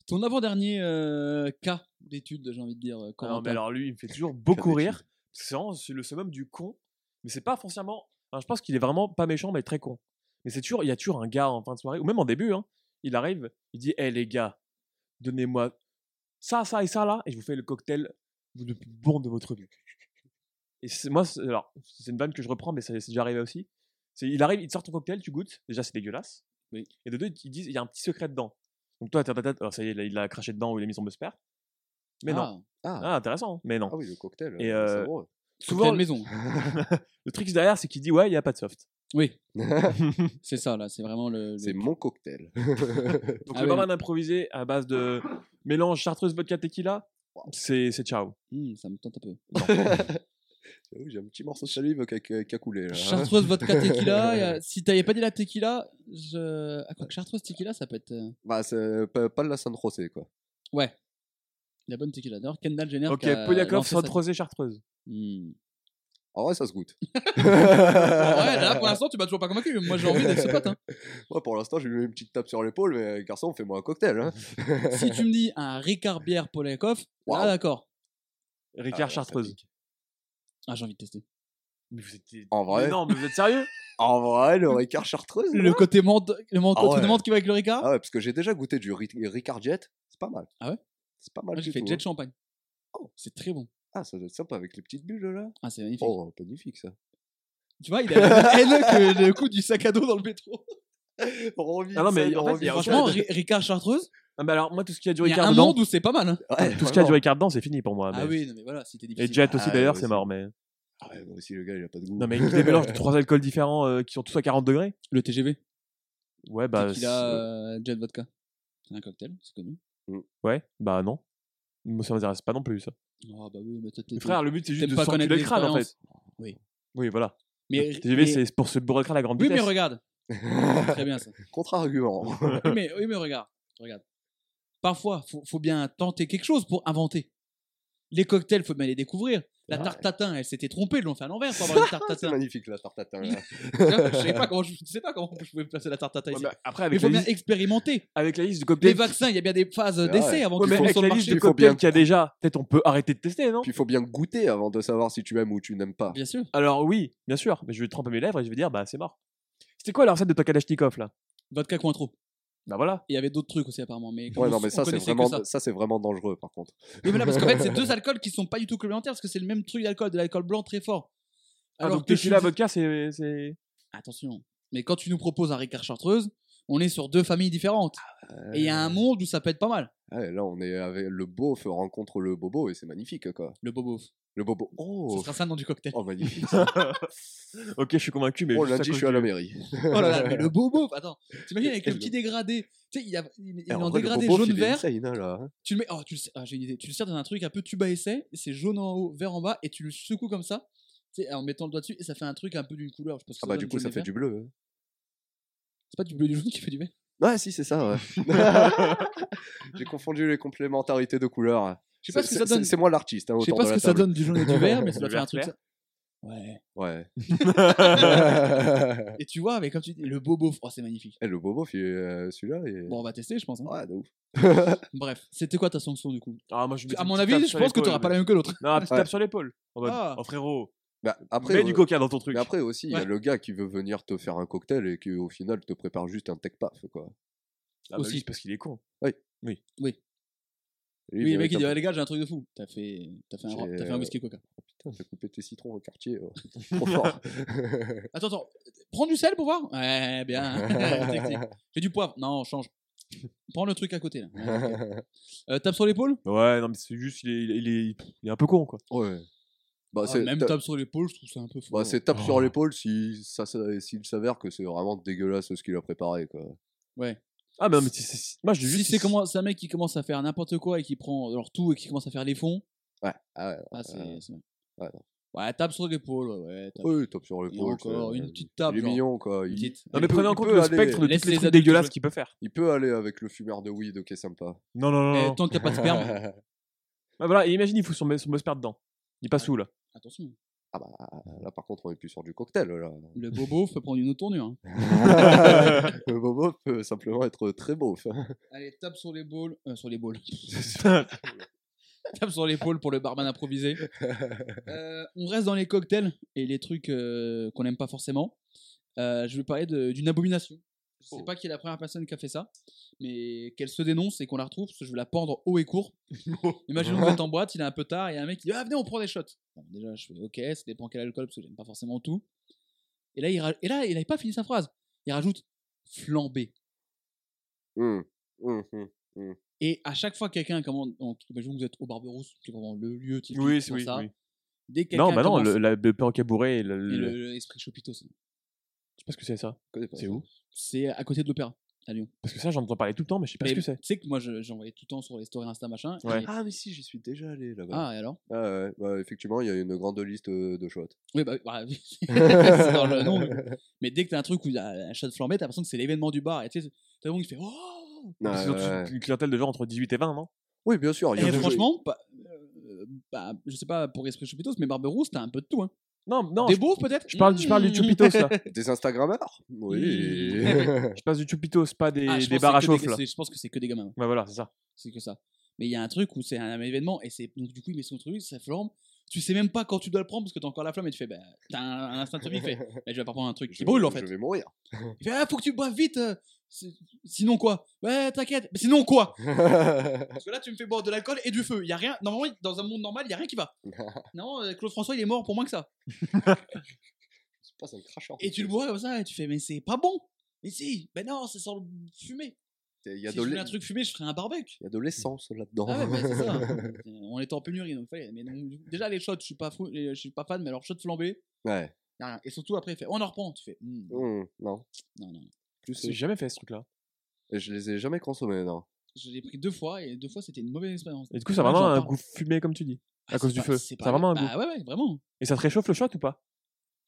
Speaker 1: Ton avant-dernier euh, cas d'étude, j'ai envie de dire, euh,
Speaker 3: Ah non, mais
Speaker 1: Corentin.
Speaker 3: alors, lui, il me
Speaker 1: *laughs*
Speaker 3: fait toujours beaucoup
Speaker 2: d'études.
Speaker 3: rire. parce que C'est vraiment c'est le summum du con. Mais c'est pas foncièrement. enfin, je pense qu'il est vraiment pas méchant, mais très con. Mais c'est toujours. Il y a toujours un gars en fin de soirée, ou même en début, hein, il arrive, il dit Hé les gars, donnez-moi ça, ça et ça là, et je vous fais le cocktail le plus bon de votre vie. Et c'est- moi, c'est- alors, c'est une vanne que je reprends, mais ça- c'est déjà arrivé aussi. C'est, il arrive, il te sort ton cocktail, tu goûtes. Déjà, c'est dégueulasse.
Speaker 1: Oui.
Speaker 3: Et de deux, ils disent, il y a un petit secret dedans. Donc toi, ta ta- ta- alors ça y est, là, il l'a craché dedans ou il a mis son buzzper. Mais
Speaker 1: Ah,
Speaker 3: non.
Speaker 2: Ah,
Speaker 3: Ah, intéressant, mais non.
Speaker 2: ah oui, le cocktail.
Speaker 3: Et,
Speaker 2: c'est
Speaker 3: euh, *laughs*
Speaker 2: vrai.
Speaker 1: souvent
Speaker 3: Souvent,
Speaker 1: la maison.
Speaker 3: le truc derrière, c'est qu'il dit, ouais, il n'y a pas de soft.
Speaker 1: Oui, c'est ça là, c'est vraiment le. le-
Speaker 2: c'est mon cocktail.
Speaker 3: Donc
Speaker 1: Ah
Speaker 3: le
Speaker 1: ouais,
Speaker 3: barman improvisé à base de mélange chartreuse, vodka, tequila, c'est c'est ciao.
Speaker 1: Hmm, ça me tente un peu.
Speaker 2: Ah Oui, j'ai un petit morceau de salive qui a, qui a- qui a coulé. Là.
Speaker 1: Chartreuse
Speaker 2: *laughs*
Speaker 1: vodka tequila. et, euh, si t'avais pas dit la tequila, je. Ah, quoi que Chartreuse tequila, ça peut être euh,
Speaker 2: Bah, c'est pas, pas de la San José quoi.
Speaker 1: la bonne tequila. D'ailleurs, Kendall Jenner.
Speaker 3: Ok,
Speaker 1: qui a
Speaker 3: Poliakov,
Speaker 1: lancé sa-
Speaker 3: Sainte-Rosée, chartreuse.
Speaker 2: *laughs*
Speaker 1: Hmm.
Speaker 2: En vrai, ça se goûte. *laughs*
Speaker 1: Ouais, là pour l'instant, tu m'as toujours pas convaincu. Moi, j'ai envie d'être ce pote. hein.
Speaker 2: Moi, pour l'instant, j'ai eu une petite tape sur l'épaule, mais euh, garçon, fais-moi un cocktail. hein.
Speaker 1: Si tu me dis un Ricard bière Poliakov,
Speaker 2: Waouh.
Speaker 1: là d'accord.
Speaker 3: Ricard,
Speaker 2: Ah, ça
Speaker 3: chartreuse.
Speaker 2: pique.
Speaker 1: Ah, j'ai envie de tester.
Speaker 3: Mais vous êtes...
Speaker 2: En vrai.
Speaker 3: Mais non, mais vous êtes sérieux
Speaker 2: En vrai, le Ricard chartreuse.
Speaker 1: Le
Speaker 2: là.
Speaker 1: côté menthe, le menthe,
Speaker 2: Ah
Speaker 1: contre
Speaker 2: ouais.
Speaker 1: menthe qui va avec le Ricard.
Speaker 2: Ah ouais, parce que j'ai déjà goûté du Ri- Ricard Jet. C'est pas mal.
Speaker 1: Ah ouais
Speaker 2: C'est pas mal.
Speaker 1: Moi, j'ai
Speaker 2: du
Speaker 1: fait
Speaker 2: tout,
Speaker 1: jet
Speaker 2: hein.
Speaker 1: champagne. C'est très bon.
Speaker 2: Ah, ça doit être sympa avec les petites bulles là.
Speaker 1: Ah, c'est magnifique.
Speaker 2: Oh, magnifique ça.
Speaker 1: Tu vois, il a la même haine que le coup du sac à dos dans le métro.
Speaker 2: On revit.
Speaker 3: Ah non, mais
Speaker 2: ça,
Speaker 3: en
Speaker 2: on
Speaker 3: fait,
Speaker 2: revit
Speaker 3: il y a
Speaker 2: ça.
Speaker 1: Franchement, Ri- Ricard Chartreuse,
Speaker 3: Ah, bah alors, moi, tout ce qui a du
Speaker 1: il y a
Speaker 3: Ricard
Speaker 1: un
Speaker 3: dedans,
Speaker 1: monde où c'est pas mal. hein.
Speaker 2: Ouais,
Speaker 3: tout ce qu'il y a du
Speaker 2: vraiment.
Speaker 3: Ricard dedans, c'est fini pour moi.
Speaker 1: Ah
Speaker 3: mais-
Speaker 1: oui, non, mais voilà, c'était difficile.
Speaker 3: bah Et Jet aussi
Speaker 2: Ah,
Speaker 3: d'ailleurs,
Speaker 2: ouais,
Speaker 3: c'est
Speaker 2: aussi.
Speaker 3: mort, mais.
Speaker 2: Ah ouais, moi aussi, le gars, il a pas de goût.
Speaker 3: Non, mais des
Speaker 1: *laughs*
Speaker 3: mélanges de trois alcools différents euh, qui sont tous à 40 degrés.
Speaker 1: Le TGV.
Speaker 3: Ouais, bah.
Speaker 1: tequila, euh, jet vodka. C'est un cocktail, c'est connu.
Speaker 3: c'est- Ouais, bah non. Moi, ça m'intéresse pas non plus, ça.
Speaker 1: Oh, bah oui, mais toi, t'es-
Speaker 3: Mais frère, le but, c'est juste
Speaker 1: t'aimes
Speaker 3: de
Speaker 1: pas
Speaker 3: s'enculer
Speaker 1: connaître
Speaker 3: le crâne, en fait.
Speaker 1: l'expérience. Oui.
Speaker 3: Oui, voilà.
Speaker 1: Mais,
Speaker 3: TGV,
Speaker 1: mais-
Speaker 3: c'est pour se bourrer le crâne à grande
Speaker 1: Oui, mais
Speaker 3: vitesse. *laughs*
Speaker 1: regarde. Très bien ça.
Speaker 2: *laughs* Contre-argument.
Speaker 1: Oui, mais, oui, mais regarde. regarde. Parfois, faut, faut bien tenter quelque chose pour inventer. Les cocktails, faut bien les découvrir. La
Speaker 2: Ouais.
Speaker 1: tarte tatin, elle s'était trompée, ils l'ont fait à l'envers pour avoir une tarte
Speaker 2: C'est *laughs*
Speaker 1: tatin.
Speaker 2: magnifique la tarte tatin. là.
Speaker 1: je sais pas comment je, je sais pas comment je pouvais placer la tarte tatin
Speaker 3: Ouais,
Speaker 1: ici.
Speaker 3: mais Après,
Speaker 1: Mais
Speaker 3: avec
Speaker 1: faut
Speaker 3: la,
Speaker 1: bien
Speaker 3: liste,
Speaker 1: expérimenter.
Speaker 3: avec la liste de
Speaker 1: Les
Speaker 3: cocktails.
Speaker 1: vaccins, il y a bien des phases
Speaker 2: Ah
Speaker 1: d'essai
Speaker 2: ouais.
Speaker 1: avant
Speaker 3: Ouais,
Speaker 1: qu'ils
Speaker 3: mais
Speaker 1: soient
Speaker 3: avec
Speaker 1: sur le
Speaker 3: la liste
Speaker 1: marché.
Speaker 3: de
Speaker 2: il faut
Speaker 3: cocktails
Speaker 2: bien-
Speaker 3: qu'il y a déjà, peut-être on peut arrêter de tester, non
Speaker 2: Puis il faut bien goûter avant de savoir si tu aimes ou tu n'aimes pas.
Speaker 1: Bien sûr.
Speaker 3: Alors oui, bien sûr, mais je vais tremper mes lèvres et je vais dire, bah c'est mort. C'était quoi la recette de ton Kalachnikov là
Speaker 1: Vodka Cointreau.
Speaker 3: Bah voilà.
Speaker 1: Il y avait d'autres trucs aussi apparemment, mais comme
Speaker 2: Ouais,
Speaker 1: on-
Speaker 2: non, mais
Speaker 1: on
Speaker 2: ça, c'est
Speaker 1: connaissait que
Speaker 2: vraiment,
Speaker 1: ça.
Speaker 2: ça. c'est vraiment dangereux par contre.
Speaker 1: Oui, mais là, parce
Speaker 2: *laughs*
Speaker 1: qu'en fait, c'est deux alcools qui sont pas du tout complémentaires, parce que c'est le même truc d'alcool, de l'alcool blanc très fort.
Speaker 2: Ah,
Speaker 3: Alors
Speaker 1: Alors
Speaker 3: Ah, donc
Speaker 1: que
Speaker 3: tequila,
Speaker 1: tu-
Speaker 3: vodka, c'est c'est-
Speaker 1: Attention, mais quand tu nous proposes un Ricard Chartreuse, on est sur deux familles différentes.
Speaker 2: Ah,
Speaker 1: Et il y a un monde où ça peut être pas mal.
Speaker 2: Euh, Ouais, là, on est avec le beauf rencontre le bobo et c'est magnifique quoi.
Speaker 1: Le bobo. Ce
Speaker 2: Le bobo. Oh,
Speaker 1: sera ça le nom du
Speaker 2: *laughs*
Speaker 1: cocktail.
Speaker 2: oh magnifique.
Speaker 3: Ok, je suis convaincu, mais
Speaker 2: Oh,
Speaker 3: juste à
Speaker 2: lundi, je
Speaker 3: cause
Speaker 2: suis à
Speaker 3: du-
Speaker 2: la mairie.
Speaker 1: Oh là là, mais le bobo. Attends, t'imagines avec le
Speaker 2: Le
Speaker 1: petit
Speaker 2: bobo.
Speaker 1: dégradé. Tu sais, il y a il, il est
Speaker 2: Eh, en
Speaker 1: en
Speaker 2: vrai, le
Speaker 1: dégradé
Speaker 2: bobo, il est
Speaker 1: jaune-vert.
Speaker 2: insane, hein, là.
Speaker 1: Tu le mets. Oh, tu le, sais- ah, j'ai une idée. Tu le sers dans un truc un peu tuba essai. C'est jaune en haut, vert en bas, et tu le secoues comme ça. Tu sais, en mettant le doigt dessus, et ça fait un truc un peu d'une couleur. Je pense que
Speaker 2: Ah
Speaker 1: ça
Speaker 2: bah
Speaker 1: donne
Speaker 2: du coup
Speaker 1: jaune
Speaker 2: ça
Speaker 1: et
Speaker 2: fait
Speaker 1: vert.
Speaker 2: du bleu.
Speaker 1: C'est pas du bleu et du jaune qui fait du vert.
Speaker 2: *laughs* hein. Ouais si c'est ça ouais. J'ai confondu les complémentarités de couleurs.
Speaker 1: Je sais pas ce que
Speaker 2: C'est-
Speaker 1: ça
Speaker 2: c'est-
Speaker 1: donne.
Speaker 2: C'est moi l'artiste. hein,
Speaker 1: Je sais
Speaker 2: autour
Speaker 1: pas
Speaker 2: de
Speaker 1: ce
Speaker 2: la
Speaker 1: que ça
Speaker 2: table.
Speaker 1: donne du jaune et du vert, mais ça
Speaker 3: Le
Speaker 1: doit faire un
Speaker 3: vert
Speaker 1: truc.
Speaker 3: clair.
Speaker 1: ça- Ouais.
Speaker 2: Ouais.
Speaker 1: *laughs* Et tu vois, avec comme tu dis, le bobo, oh, c'est magnifique.
Speaker 2: Eh, le bobo, puis, euh, celui-là. il est-
Speaker 1: Bon, on va tester, je pense. hein.
Speaker 2: Ouais, de ouf.
Speaker 1: Bref, c'était quoi ta sanction du coup
Speaker 3: Ah, moi, je me dis
Speaker 1: À
Speaker 3: une
Speaker 1: mon
Speaker 3: petite
Speaker 1: avis,
Speaker 3: tape
Speaker 1: je
Speaker 3: sur
Speaker 1: pense que t'auras
Speaker 3: l'épaule.
Speaker 1: pas la même que l'autre.
Speaker 3: Non, petite
Speaker 2: Ouais.
Speaker 3: tape sur l'épaule. En mode,
Speaker 1: Ah.
Speaker 3: oh frérot,
Speaker 2: Bah, après,
Speaker 3: mets du
Speaker 2: euh,
Speaker 3: coca dans ton truc.
Speaker 2: mais après aussi, il y
Speaker 1: Ouais.
Speaker 2: a le gars qui veut venir te faire un cocktail et qui, au final, te prépare juste un tech paf, quoi.
Speaker 3: Ah, bah,
Speaker 1: aussi.
Speaker 3: lui, c'est parce qu'il est con.
Speaker 2: Lui,
Speaker 1: Oui, le mec il
Speaker 2: mérite
Speaker 1: dit
Speaker 2: un-
Speaker 1: ah, les gars, j'ai un truc de fou. T'as fait, t'as fait, un,
Speaker 2: J'ai,
Speaker 1: t'as fait un
Speaker 2: euh,
Speaker 1: whisky coca.
Speaker 2: Putain, t'as coupé tes citrons au quartier. *laughs* euh, Trop fort.
Speaker 1: Attends, attends, prends du sel pour voir Ouais, bien. *laughs* Technique. Fais du poivre. Non, change. Prends le truc à côté là. Ouais,
Speaker 2: *laughs*
Speaker 1: ok. Euh, tape sur l'épaule
Speaker 3: Ouais, non, mais c'est juste, il est, il, est, il est- il est un peu con, quoi.
Speaker 2: ouais. Bah,
Speaker 1: Ah,
Speaker 2: c'est
Speaker 1: Même
Speaker 2: ta-
Speaker 1: tape sur l'épaule, je trouve ça un peu fou.
Speaker 2: bah, c'est tape
Speaker 3: Oh.
Speaker 2: sur l'épaule si ça, ça- s'il s'avère que c'est vraiment dégueulasse ce qu'il a préparé, quoi.
Speaker 3: Ah, mais, non, mais c'est- c'est- moi, je dis
Speaker 1: si
Speaker 3: juste.
Speaker 1: c'est comment- c'est un mec qui commence à faire n'importe quoi et qui prend leur tout et qui commence à faire les fonds,
Speaker 2: Ouais. Ah, ouais.
Speaker 1: ah, c'est. c'est-
Speaker 2: ouais,
Speaker 1: Ouais, tape sur l'épaule, ouais, ouais. tape.
Speaker 2: Oui, tape sur
Speaker 1: Et
Speaker 2: l'épaule.
Speaker 1: encore
Speaker 2: c'est-
Speaker 1: une petite tape.
Speaker 2: Il est
Speaker 1: genre.
Speaker 2: mignon, quoi.
Speaker 1: Une
Speaker 2: Il,
Speaker 1: petite-
Speaker 3: Non,
Speaker 2: il
Speaker 3: mais
Speaker 2: peut-
Speaker 3: prenez en
Speaker 2: il
Speaker 3: compte
Speaker 2: peut
Speaker 3: le
Speaker 2: aller-
Speaker 3: spectre de
Speaker 1: Laisse
Speaker 3: tous les
Speaker 1: les
Speaker 3: trucs
Speaker 1: adultes
Speaker 3: dégueulasses
Speaker 1: jouer.
Speaker 3: qu'il peut faire.
Speaker 2: Il peut aller avec le fumeur de weed, ok, sympa. *laughs*
Speaker 3: Non, non, non.
Speaker 1: Eh,
Speaker 3: non.
Speaker 1: tant qu'il n'y a pas de sperme,
Speaker 3: Ah, voilà, et imagine, il faut son, son bospard dedans. Il passe où, là
Speaker 1: attention.
Speaker 2: Ah bah là, par contre, on est plus sur du cocktail, *laughs* là.
Speaker 1: Le bobo peut prendre une autre tournure. hein.
Speaker 2: le bobo peut simplement être très beau.
Speaker 1: Allez, tape sur les balles. euh, sur les balles. *laughs* tape sur l'épaule pour le barman improvisé. Euh, on reste dans les cocktails et les trucs euh, qu'on n'aime pas forcément. Euh, je vais parler de- d'une abomination. Je sais
Speaker 3: Oh.
Speaker 1: pas qui est la première personne qui a fait ça, mais qu'elle se dénonce et qu'on la retrouve, parce que je vais la pendre haut et court. Imaginons que vous êtes en boîte, il est un peu tard, et il y a un mec qui dit Ah, venez, on prend des shots. Bon, déjà, je fais Ok, ça dépend quel alcool, parce que j'aime pas forcément tout. Et là, il, ra- et là, il n'avait pas fini sa phrase. Il rajoute flambé.
Speaker 2: Hum, hum, hum.
Speaker 1: Et à chaque fois que quelqu'un commande, donc imaginons que vous êtes au Barberousse, qui est vraiment le lieu typique
Speaker 3: Oui, c'est
Speaker 1: pour
Speaker 3: oui.
Speaker 1: ça.
Speaker 3: oui.
Speaker 1: Dès que
Speaker 3: Non,
Speaker 1: quelqu'un
Speaker 3: bah non,
Speaker 1: commence-
Speaker 3: le, la, le perroquet bourré, et le,
Speaker 1: et
Speaker 3: le-
Speaker 1: le- le esprit chopito, ça.
Speaker 3: je sais pas ce que c'est ça.
Speaker 2: Je connais pas
Speaker 3: C'est
Speaker 2: ça.
Speaker 3: où
Speaker 1: c'est à côté de l'opéra à Lyon.
Speaker 3: Parce que ça, j'entends parler tout le temps, mais je sais pas
Speaker 1: Mais
Speaker 3: ce que c'est.
Speaker 1: Tu sais que moi, je- j'en voyais tout le temps sur les stories Insta machin. et-
Speaker 3: Ouais.
Speaker 2: Ah, mais si, j'y suis déjà allé là-bas.
Speaker 1: Ah, et alors
Speaker 2: Ah, ouais, bah, effectivement, il y a une grande liste euh, de shots.
Speaker 1: Oui, bah,
Speaker 3: *laughs*
Speaker 1: bah, oui. *laughs* c'est dans le nom. Mais, mais dès que t'as un truc où il y a un chat de flambée, t'as l'impression que c'est l'événement du bar. Et tu sais, t'as le monde qui fait Oh
Speaker 2: Ouais,
Speaker 3: C'est surtout
Speaker 2: ouais.
Speaker 3: une clientèle de gens entre 18 et 20, non
Speaker 2: Oui, bien sûr. il y a
Speaker 1: Et
Speaker 2: des-
Speaker 1: franchement, pas- euh, bah, je sais pas pour Esprit Choupitos, mais Barberousse, t'as un peu de tout. Hein.
Speaker 3: Non, non.
Speaker 1: Des
Speaker 3: je-
Speaker 1: beaufs peut-être
Speaker 3: Je parle, je parle du
Speaker 1: Mmh.
Speaker 3: Chupitos *laughs* là.
Speaker 2: des Instagrammeurs Oui. *laughs*
Speaker 3: Je passe du Chupitos, pas des,
Speaker 1: Ah, je
Speaker 3: des
Speaker 1: pense
Speaker 3: bars à
Speaker 1: que c'est que
Speaker 3: chauffe
Speaker 1: des-
Speaker 3: là.
Speaker 1: c'est- Je pense que c'est que des gamins.
Speaker 3: Bah voilà, c'est ça.
Speaker 1: c'est que ça. Mais il y a un truc où c'est un événement et c'est donc du coup il met son truc, sa flamme. Tu sais même pas quand tu dois le prendre parce que t'as encore la flamme et tu fais bah, t'as un, un instinct de
Speaker 2: *laughs*
Speaker 1: survie, il fait bah, je vais pas prendre un truc qui
Speaker 2: Je-
Speaker 1: brûle en fait.
Speaker 2: Je
Speaker 1: *laughs*
Speaker 2: vais mourir.
Speaker 1: Il fait ah faut que tu boives vite. euh, c'est- Sinon quoi Ouais t'inquiète. Mais sinon
Speaker 2: *laughs*
Speaker 1: quoi Parce que là tu me fais boire de l'alcool et du feu. Il y a rien. Normalement dans un monde normal il y a rien qui
Speaker 2: *laughs*
Speaker 1: va. Non euh, Claude François il est mort pour moins que ça.
Speaker 2: C'est pas un cracheur.
Speaker 1: Et tu le bois comme ça et tu fais mais c'est pas bon. Mais si. Ben non ça sent le fumé.
Speaker 2: Il y
Speaker 1: Si
Speaker 2: a
Speaker 1: je
Speaker 2: de
Speaker 1: voulais un
Speaker 2: l'e-
Speaker 1: truc fumé je ferais un barbecue.
Speaker 2: il y a de l'essence là-dedans.
Speaker 1: Ah ouais, bah, *laughs* c'est ça. On était en pénurie, donc fallait. Mais donc, du coup, déjà, les shots, je suis pas fou, je suis pas fan, mais alors shot flambé,
Speaker 2: *laughs* Ouais.
Speaker 1: y a rien. Et surtout, après, il fait, on en reprend. Tu fais, hmm,
Speaker 2: Hum, non.
Speaker 1: non, non.
Speaker 2: Plus,
Speaker 3: J'ai
Speaker 2: euh,
Speaker 3: jamais fait ce truc là.
Speaker 2: je les ai jamais consommés, non.
Speaker 1: Je l'ai pris deux fois, et deux fois, c'était une mauvaise expérience.
Speaker 3: Et du coup, ça a
Speaker 1: Ouais,
Speaker 3: vraiment
Speaker 1: j'en
Speaker 3: un
Speaker 1: parle.
Speaker 3: goût fumé, comme tu dis.
Speaker 1: Ah,
Speaker 3: à cause
Speaker 1: c'est
Speaker 3: du
Speaker 1: pas-
Speaker 3: feu.
Speaker 1: c'est
Speaker 3: Ça
Speaker 1: pas
Speaker 3: a vraiment un
Speaker 1: agréable. Ah ouais, ouais, vraiment.
Speaker 3: Et ça te réchauffe le shot ou pas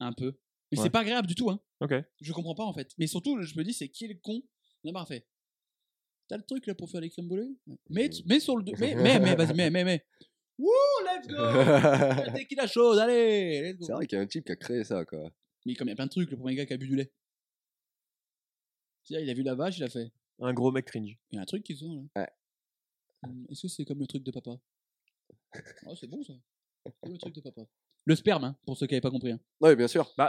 Speaker 1: Un peu. Mais
Speaker 3: Ouais.
Speaker 1: c'est pas agréable du tout, hein.
Speaker 3: Ok.
Speaker 1: Je comprends pas, en fait. Mais surtout, je me dis, c'est qui est le con Là, parfait. T'as le truc là pour faire les crèmes brûlées mais, tu- mais sur le. dos- Mais, mais, mais, vas-y, mais, mais, mais. Wouh, let's go *laughs*
Speaker 2: c'est
Speaker 1: Dès qu'il a chaud, allez let's go.
Speaker 2: vrai qu'il y a un type qui a créé ça, quoi.
Speaker 1: Mais comme il y a plein de trucs, le premier gars qui a bu du lait. Tiens, il a vu la vache, il a fait.
Speaker 3: Un gros mec cringe.
Speaker 1: Il y a un truc qui sort là.
Speaker 2: Ouais.
Speaker 1: Hum, Est-ce que c'est comme le truc de papa Oh, c'est bon ça. Comme le truc de papa. Le sperme, hein, pour ceux qui n'avaient pas compris. hein. *laughs*
Speaker 2: Oui, bien sûr.
Speaker 3: Bah.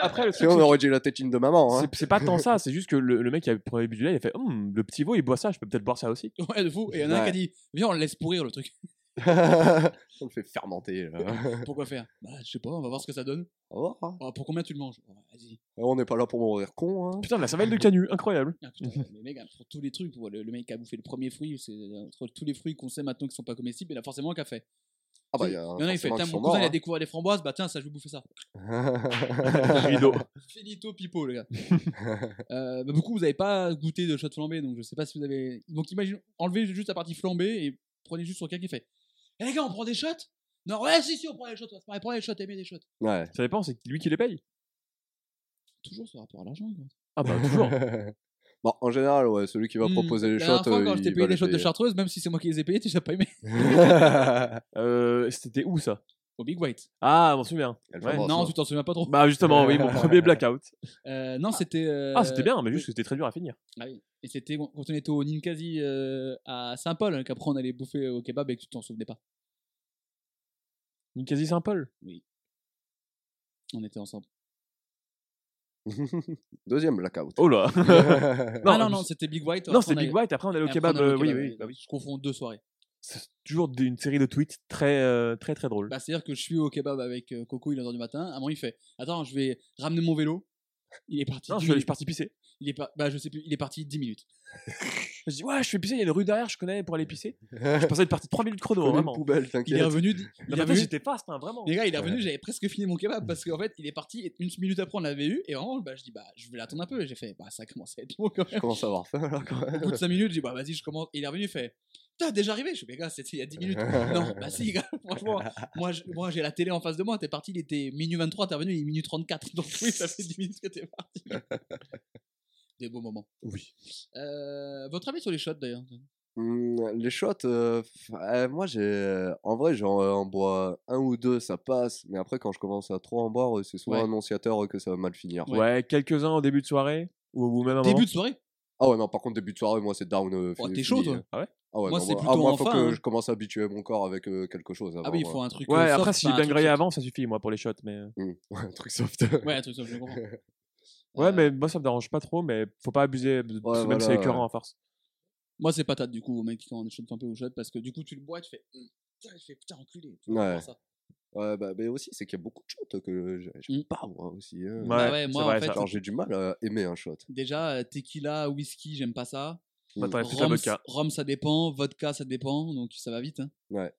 Speaker 3: Après, le truc,
Speaker 2: *laughs* Sinon, on
Speaker 3: c'est-
Speaker 2: aurait dit la tétine de maman. Hein.
Speaker 3: c'est- c'est pas tant ça, c'est juste que le, le mec qui a pris bu du lait, il a fait Hum, le petit veau, il boit ça, je peux peut-être boire ça aussi.
Speaker 1: Ouais, de fou. Et il y en a un qui a dit Viens, on le laisse pourrir le truc. *laughs*
Speaker 2: *laughs* on le fait fermenter. Là.
Speaker 1: Pourquoi faire Bah, je sais pas, on va voir ce que ça donne.
Speaker 2: Au revoir, hein.
Speaker 1: Oh, pour combien tu le manges Oh, Vas-y.
Speaker 2: Ah, On n'est pas là pour mourir con. Hein.
Speaker 3: Putain, de la cervelle de canu, incroyable.
Speaker 1: Ah, putain,
Speaker 2: *laughs*
Speaker 1: ouais, mais mec, hein, pour tous les trucs, pour le, le mec qui a bouffé le premier fruit, c'est euh, entre tous les fruits qu'on sait maintenant qui sont pas comestibles, il a forcément un café.
Speaker 2: Ah bah,
Speaker 1: Si.
Speaker 2: il y a un
Speaker 1: Il y en a, il fait,
Speaker 2: forcément
Speaker 1: tiens,
Speaker 2: qui
Speaker 1: mon
Speaker 2: sont
Speaker 1: cousin, il a
Speaker 2: morts,
Speaker 1: découvert les framboises, bah tiens, ça, je vais bouffer ça.
Speaker 2: hein.
Speaker 3: *laughs* Rideau.
Speaker 1: Finito pipo, les gars. Euh, bah, beaucoup, vous n'avez pas goûté de shot flambé, donc je sais pas si vous avez. Donc imagine, enlevez juste la partie flambée et prenez juste sur quelqu'un qui fait. Eh les gars, on prend des shots Non, ouais, si, si, on prend des shots, on se prend des shots, aimez des shots.
Speaker 2: *laughs* Ouais.
Speaker 3: Ça dépend, c'est lui qui les paye.
Speaker 1: Toujours ce rapport à l'argent, quoi.
Speaker 2: *laughs*
Speaker 3: Ah bah toujours.
Speaker 2: Bon, en général, ouais, celui qui va
Speaker 1: Hmm.
Speaker 2: proposer les
Speaker 1: La dernière
Speaker 2: shots.
Speaker 1: fois,
Speaker 2: euh,
Speaker 1: quand je t'ai
Speaker 2: il
Speaker 1: payé
Speaker 2: va
Speaker 1: les
Speaker 2: les
Speaker 1: shots de
Speaker 2: payer.
Speaker 1: chartreuse, même si c'est moi qui les ai payés, *laughs* tu les as pas aimés.
Speaker 3: Euh, C'était où ça
Speaker 1: Au Big White.
Speaker 3: Ah, m'en souviens.
Speaker 2: Elle
Speaker 3: Ouais.
Speaker 2: va hein. voir
Speaker 1: non,
Speaker 2: ça.
Speaker 1: tu t'en souviens pas trop.
Speaker 3: Bah justement, oui, mon premier blackout.
Speaker 1: Euh, non, c'était. euh,
Speaker 3: Ah, c'était bien, mais juste que c'était très dur à finir.
Speaker 1: Ah oui. Et c'était quand on était au Ninkasi euh, à Saint-Paul, hein, qu'après on allait bouffer au kebab et que tu t'en souvenais pas.
Speaker 3: Ninkasi Saint-Paul.
Speaker 1: On était ensemble.
Speaker 2: *laughs* Deuxième blackout. *laughs*
Speaker 3: Oh là
Speaker 1: *laughs*
Speaker 2: T'as
Speaker 1: Non,
Speaker 3: Non,
Speaker 1: ah non,
Speaker 3: mais
Speaker 1: non, c'était Big White.
Speaker 3: Non,
Speaker 1: après,
Speaker 3: c'était
Speaker 1: on
Speaker 3: Big
Speaker 1: allait-
Speaker 3: White, après on allait au
Speaker 1: après,
Speaker 3: kebab.
Speaker 1: on allait
Speaker 3: euh,
Speaker 1: au
Speaker 3: Oui,
Speaker 1: kebab,
Speaker 3: oui, bah oui.
Speaker 1: Je confonds deux soirées.
Speaker 3: C'est toujours des- une série de tweets très, euh, très, très drôle.
Speaker 1: Bah, C'est-à-dire que je suis au kebab avec euh, Coco, il est 1h du matin. À un moment, il fait Attends, je vais ramener mon vélo. Il est parti.
Speaker 3: Non, je
Speaker 1: dix
Speaker 3: suis allé- je suis
Speaker 1: minutes.
Speaker 3: parti pisser.
Speaker 1: Il est, par- bah, je sais plus, il est parti 10 minutes.
Speaker 3: Je dis, ouais, je fais pisser, il y a une rue derrière, je connais pour aller pisser. Je pensais être parti 3 minutes chrono,
Speaker 2: une
Speaker 3: vraiment.
Speaker 2: poubelle,
Speaker 1: Oh, Il est
Speaker 2: t'inquiète.
Speaker 1: revenu. di-
Speaker 3: Non,
Speaker 1: Il est
Speaker 3: mais attends,
Speaker 1: revenu
Speaker 3: j'étais fast, hein, vraiment.
Speaker 1: les gars, il est revenu, j'avais presque fini mon kebab parce qu'en fait, il est parti et une minute après, on l'avait eu. Et vraiment, bah, je dis, bah, je vais l'attendre un peu. Et J'ai fait, bah, ça commence à être long quand
Speaker 2: Je *laughs*
Speaker 1: même.
Speaker 2: commence à avoir faim là quand
Speaker 1: Au bout de 5 minutes, j'ai dit, bah, vas-y, je commence. Et il est revenu, il fait, t'as déjà arrivé Je suis, mais gars, c'était il y a 10
Speaker 3: *laughs*
Speaker 1: minutes.
Speaker 2: même.
Speaker 1: non, bah, si, gars, franchement, moi, je- moi, j'ai la télé en face de moi. T'es parti, il était minuit 23, t'es revenu, il est minuit 34. *laughs* Donc, oui, ça fait 10 minutes que t'es parti. Des beaux moments.
Speaker 2: Oui.
Speaker 1: Euh, votre avis sur les shots d'ailleurs
Speaker 2: Hmm, les shots, euh, f- euh, moi j'ai. En vrai, j'en euh, en bois un ou deux, ça passe. Mais après, quand je commence à trop en boire, euh, c'est souvent
Speaker 1: Ouais.
Speaker 2: annonciateur euh, que ça va mal finir.
Speaker 3: Ouais, quelques-uns au début de soirée, ou, ou même à un moment.
Speaker 1: Début de soirée
Speaker 2: Ah ouais, non, par contre, début de soirée, moi c'est down. euh,
Speaker 1: Oh,
Speaker 2: fini-
Speaker 1: t'es chaud,
Speaker 2: fini,
Speaker 1: toi.
Speaker 2: euh.
Speaker 3: Ah ouais
Speaker 2: Ah ouais,
Speaker 1: Moi,
Speaker 2: non,
Speaker 1: c'est
Speaker 2: moi,
Speaker 1: plutôt
Speaker 2: ah, moi,
Speaker 1: en
Speaker 2: faut
Speaker 1: fin,
Speaker 2: que
Speaker 1: hein.
Speaker 2: je commence à habituer mon corps avec euh, quelque chose.
Speaker 1: Ah
Speaker 2: avant,
Speaker 1: oui, il
Speaker 2: ouais.
Speaker 1: faut un truc.
Speaker 3: Ouais,
Speaker 1: euh, soft,
Speaker 3: après,
Speaker 1: pas
Speaker 3: si
Speaker 1: un
Speaker 3: bien
Speaker 1: truc
Speaker 3: grillé
Speaker 1: soft.
Speaker 3: avant, ça suffit, moi, pour les shots. Mais... euh,
Speaker 2: Hmm, ouais, *laughs* un truc soft.
Speaker 1: *laughs* Ouais, un truc soft, je comprends.
Speaker 3: *laughs* Ouais,
Speaker 1: Euh,
Speaker 3: mais moi, ça me dérange pas trop, mais faut pas abuser, parce que
Speaker 2: Ouais,
Speaker 3: même
Speaker 2: voilà,
Speaker 3: c'est écœurant à force.
Speaker 1: Moi, c'est patate du coup, au mec qui commande des shots pimpés au shot, parce que du coup, tu le bois, tu fais Hum, putain, il fait putain, enculé. Tu vois,
Speaker 2: Ouais.
Speaker 1: ça.
Speaker 2: Ouais, bah, mais aussi, c'est qu'il y a beaucoup de shots que j'ai- j'aime
Speaker 1: Mm.
Speaker 2: pas, moi aussi. hein.
Speaker 1: Bah ouais,
Speaker 3: c'est
Speaker 1: moi, en
Speaker 3: vrai,
Speaker 1: fait,
Speaker 3: ça.
Speaker 2: Alors, j'ai du mal à aimer un shot.
Speaker 1: Déjà, euh, tequila, whisky, j'aime pas ça.
Speaker 3: Attends, il y a plus la
Speaker 1: Rhum,
Speaker 3: vodka.
Speaker 1: rhum, ça dépend. Vodka, ça dépend. Donc, ça va vite. hein.
Speaker 2: Ouais,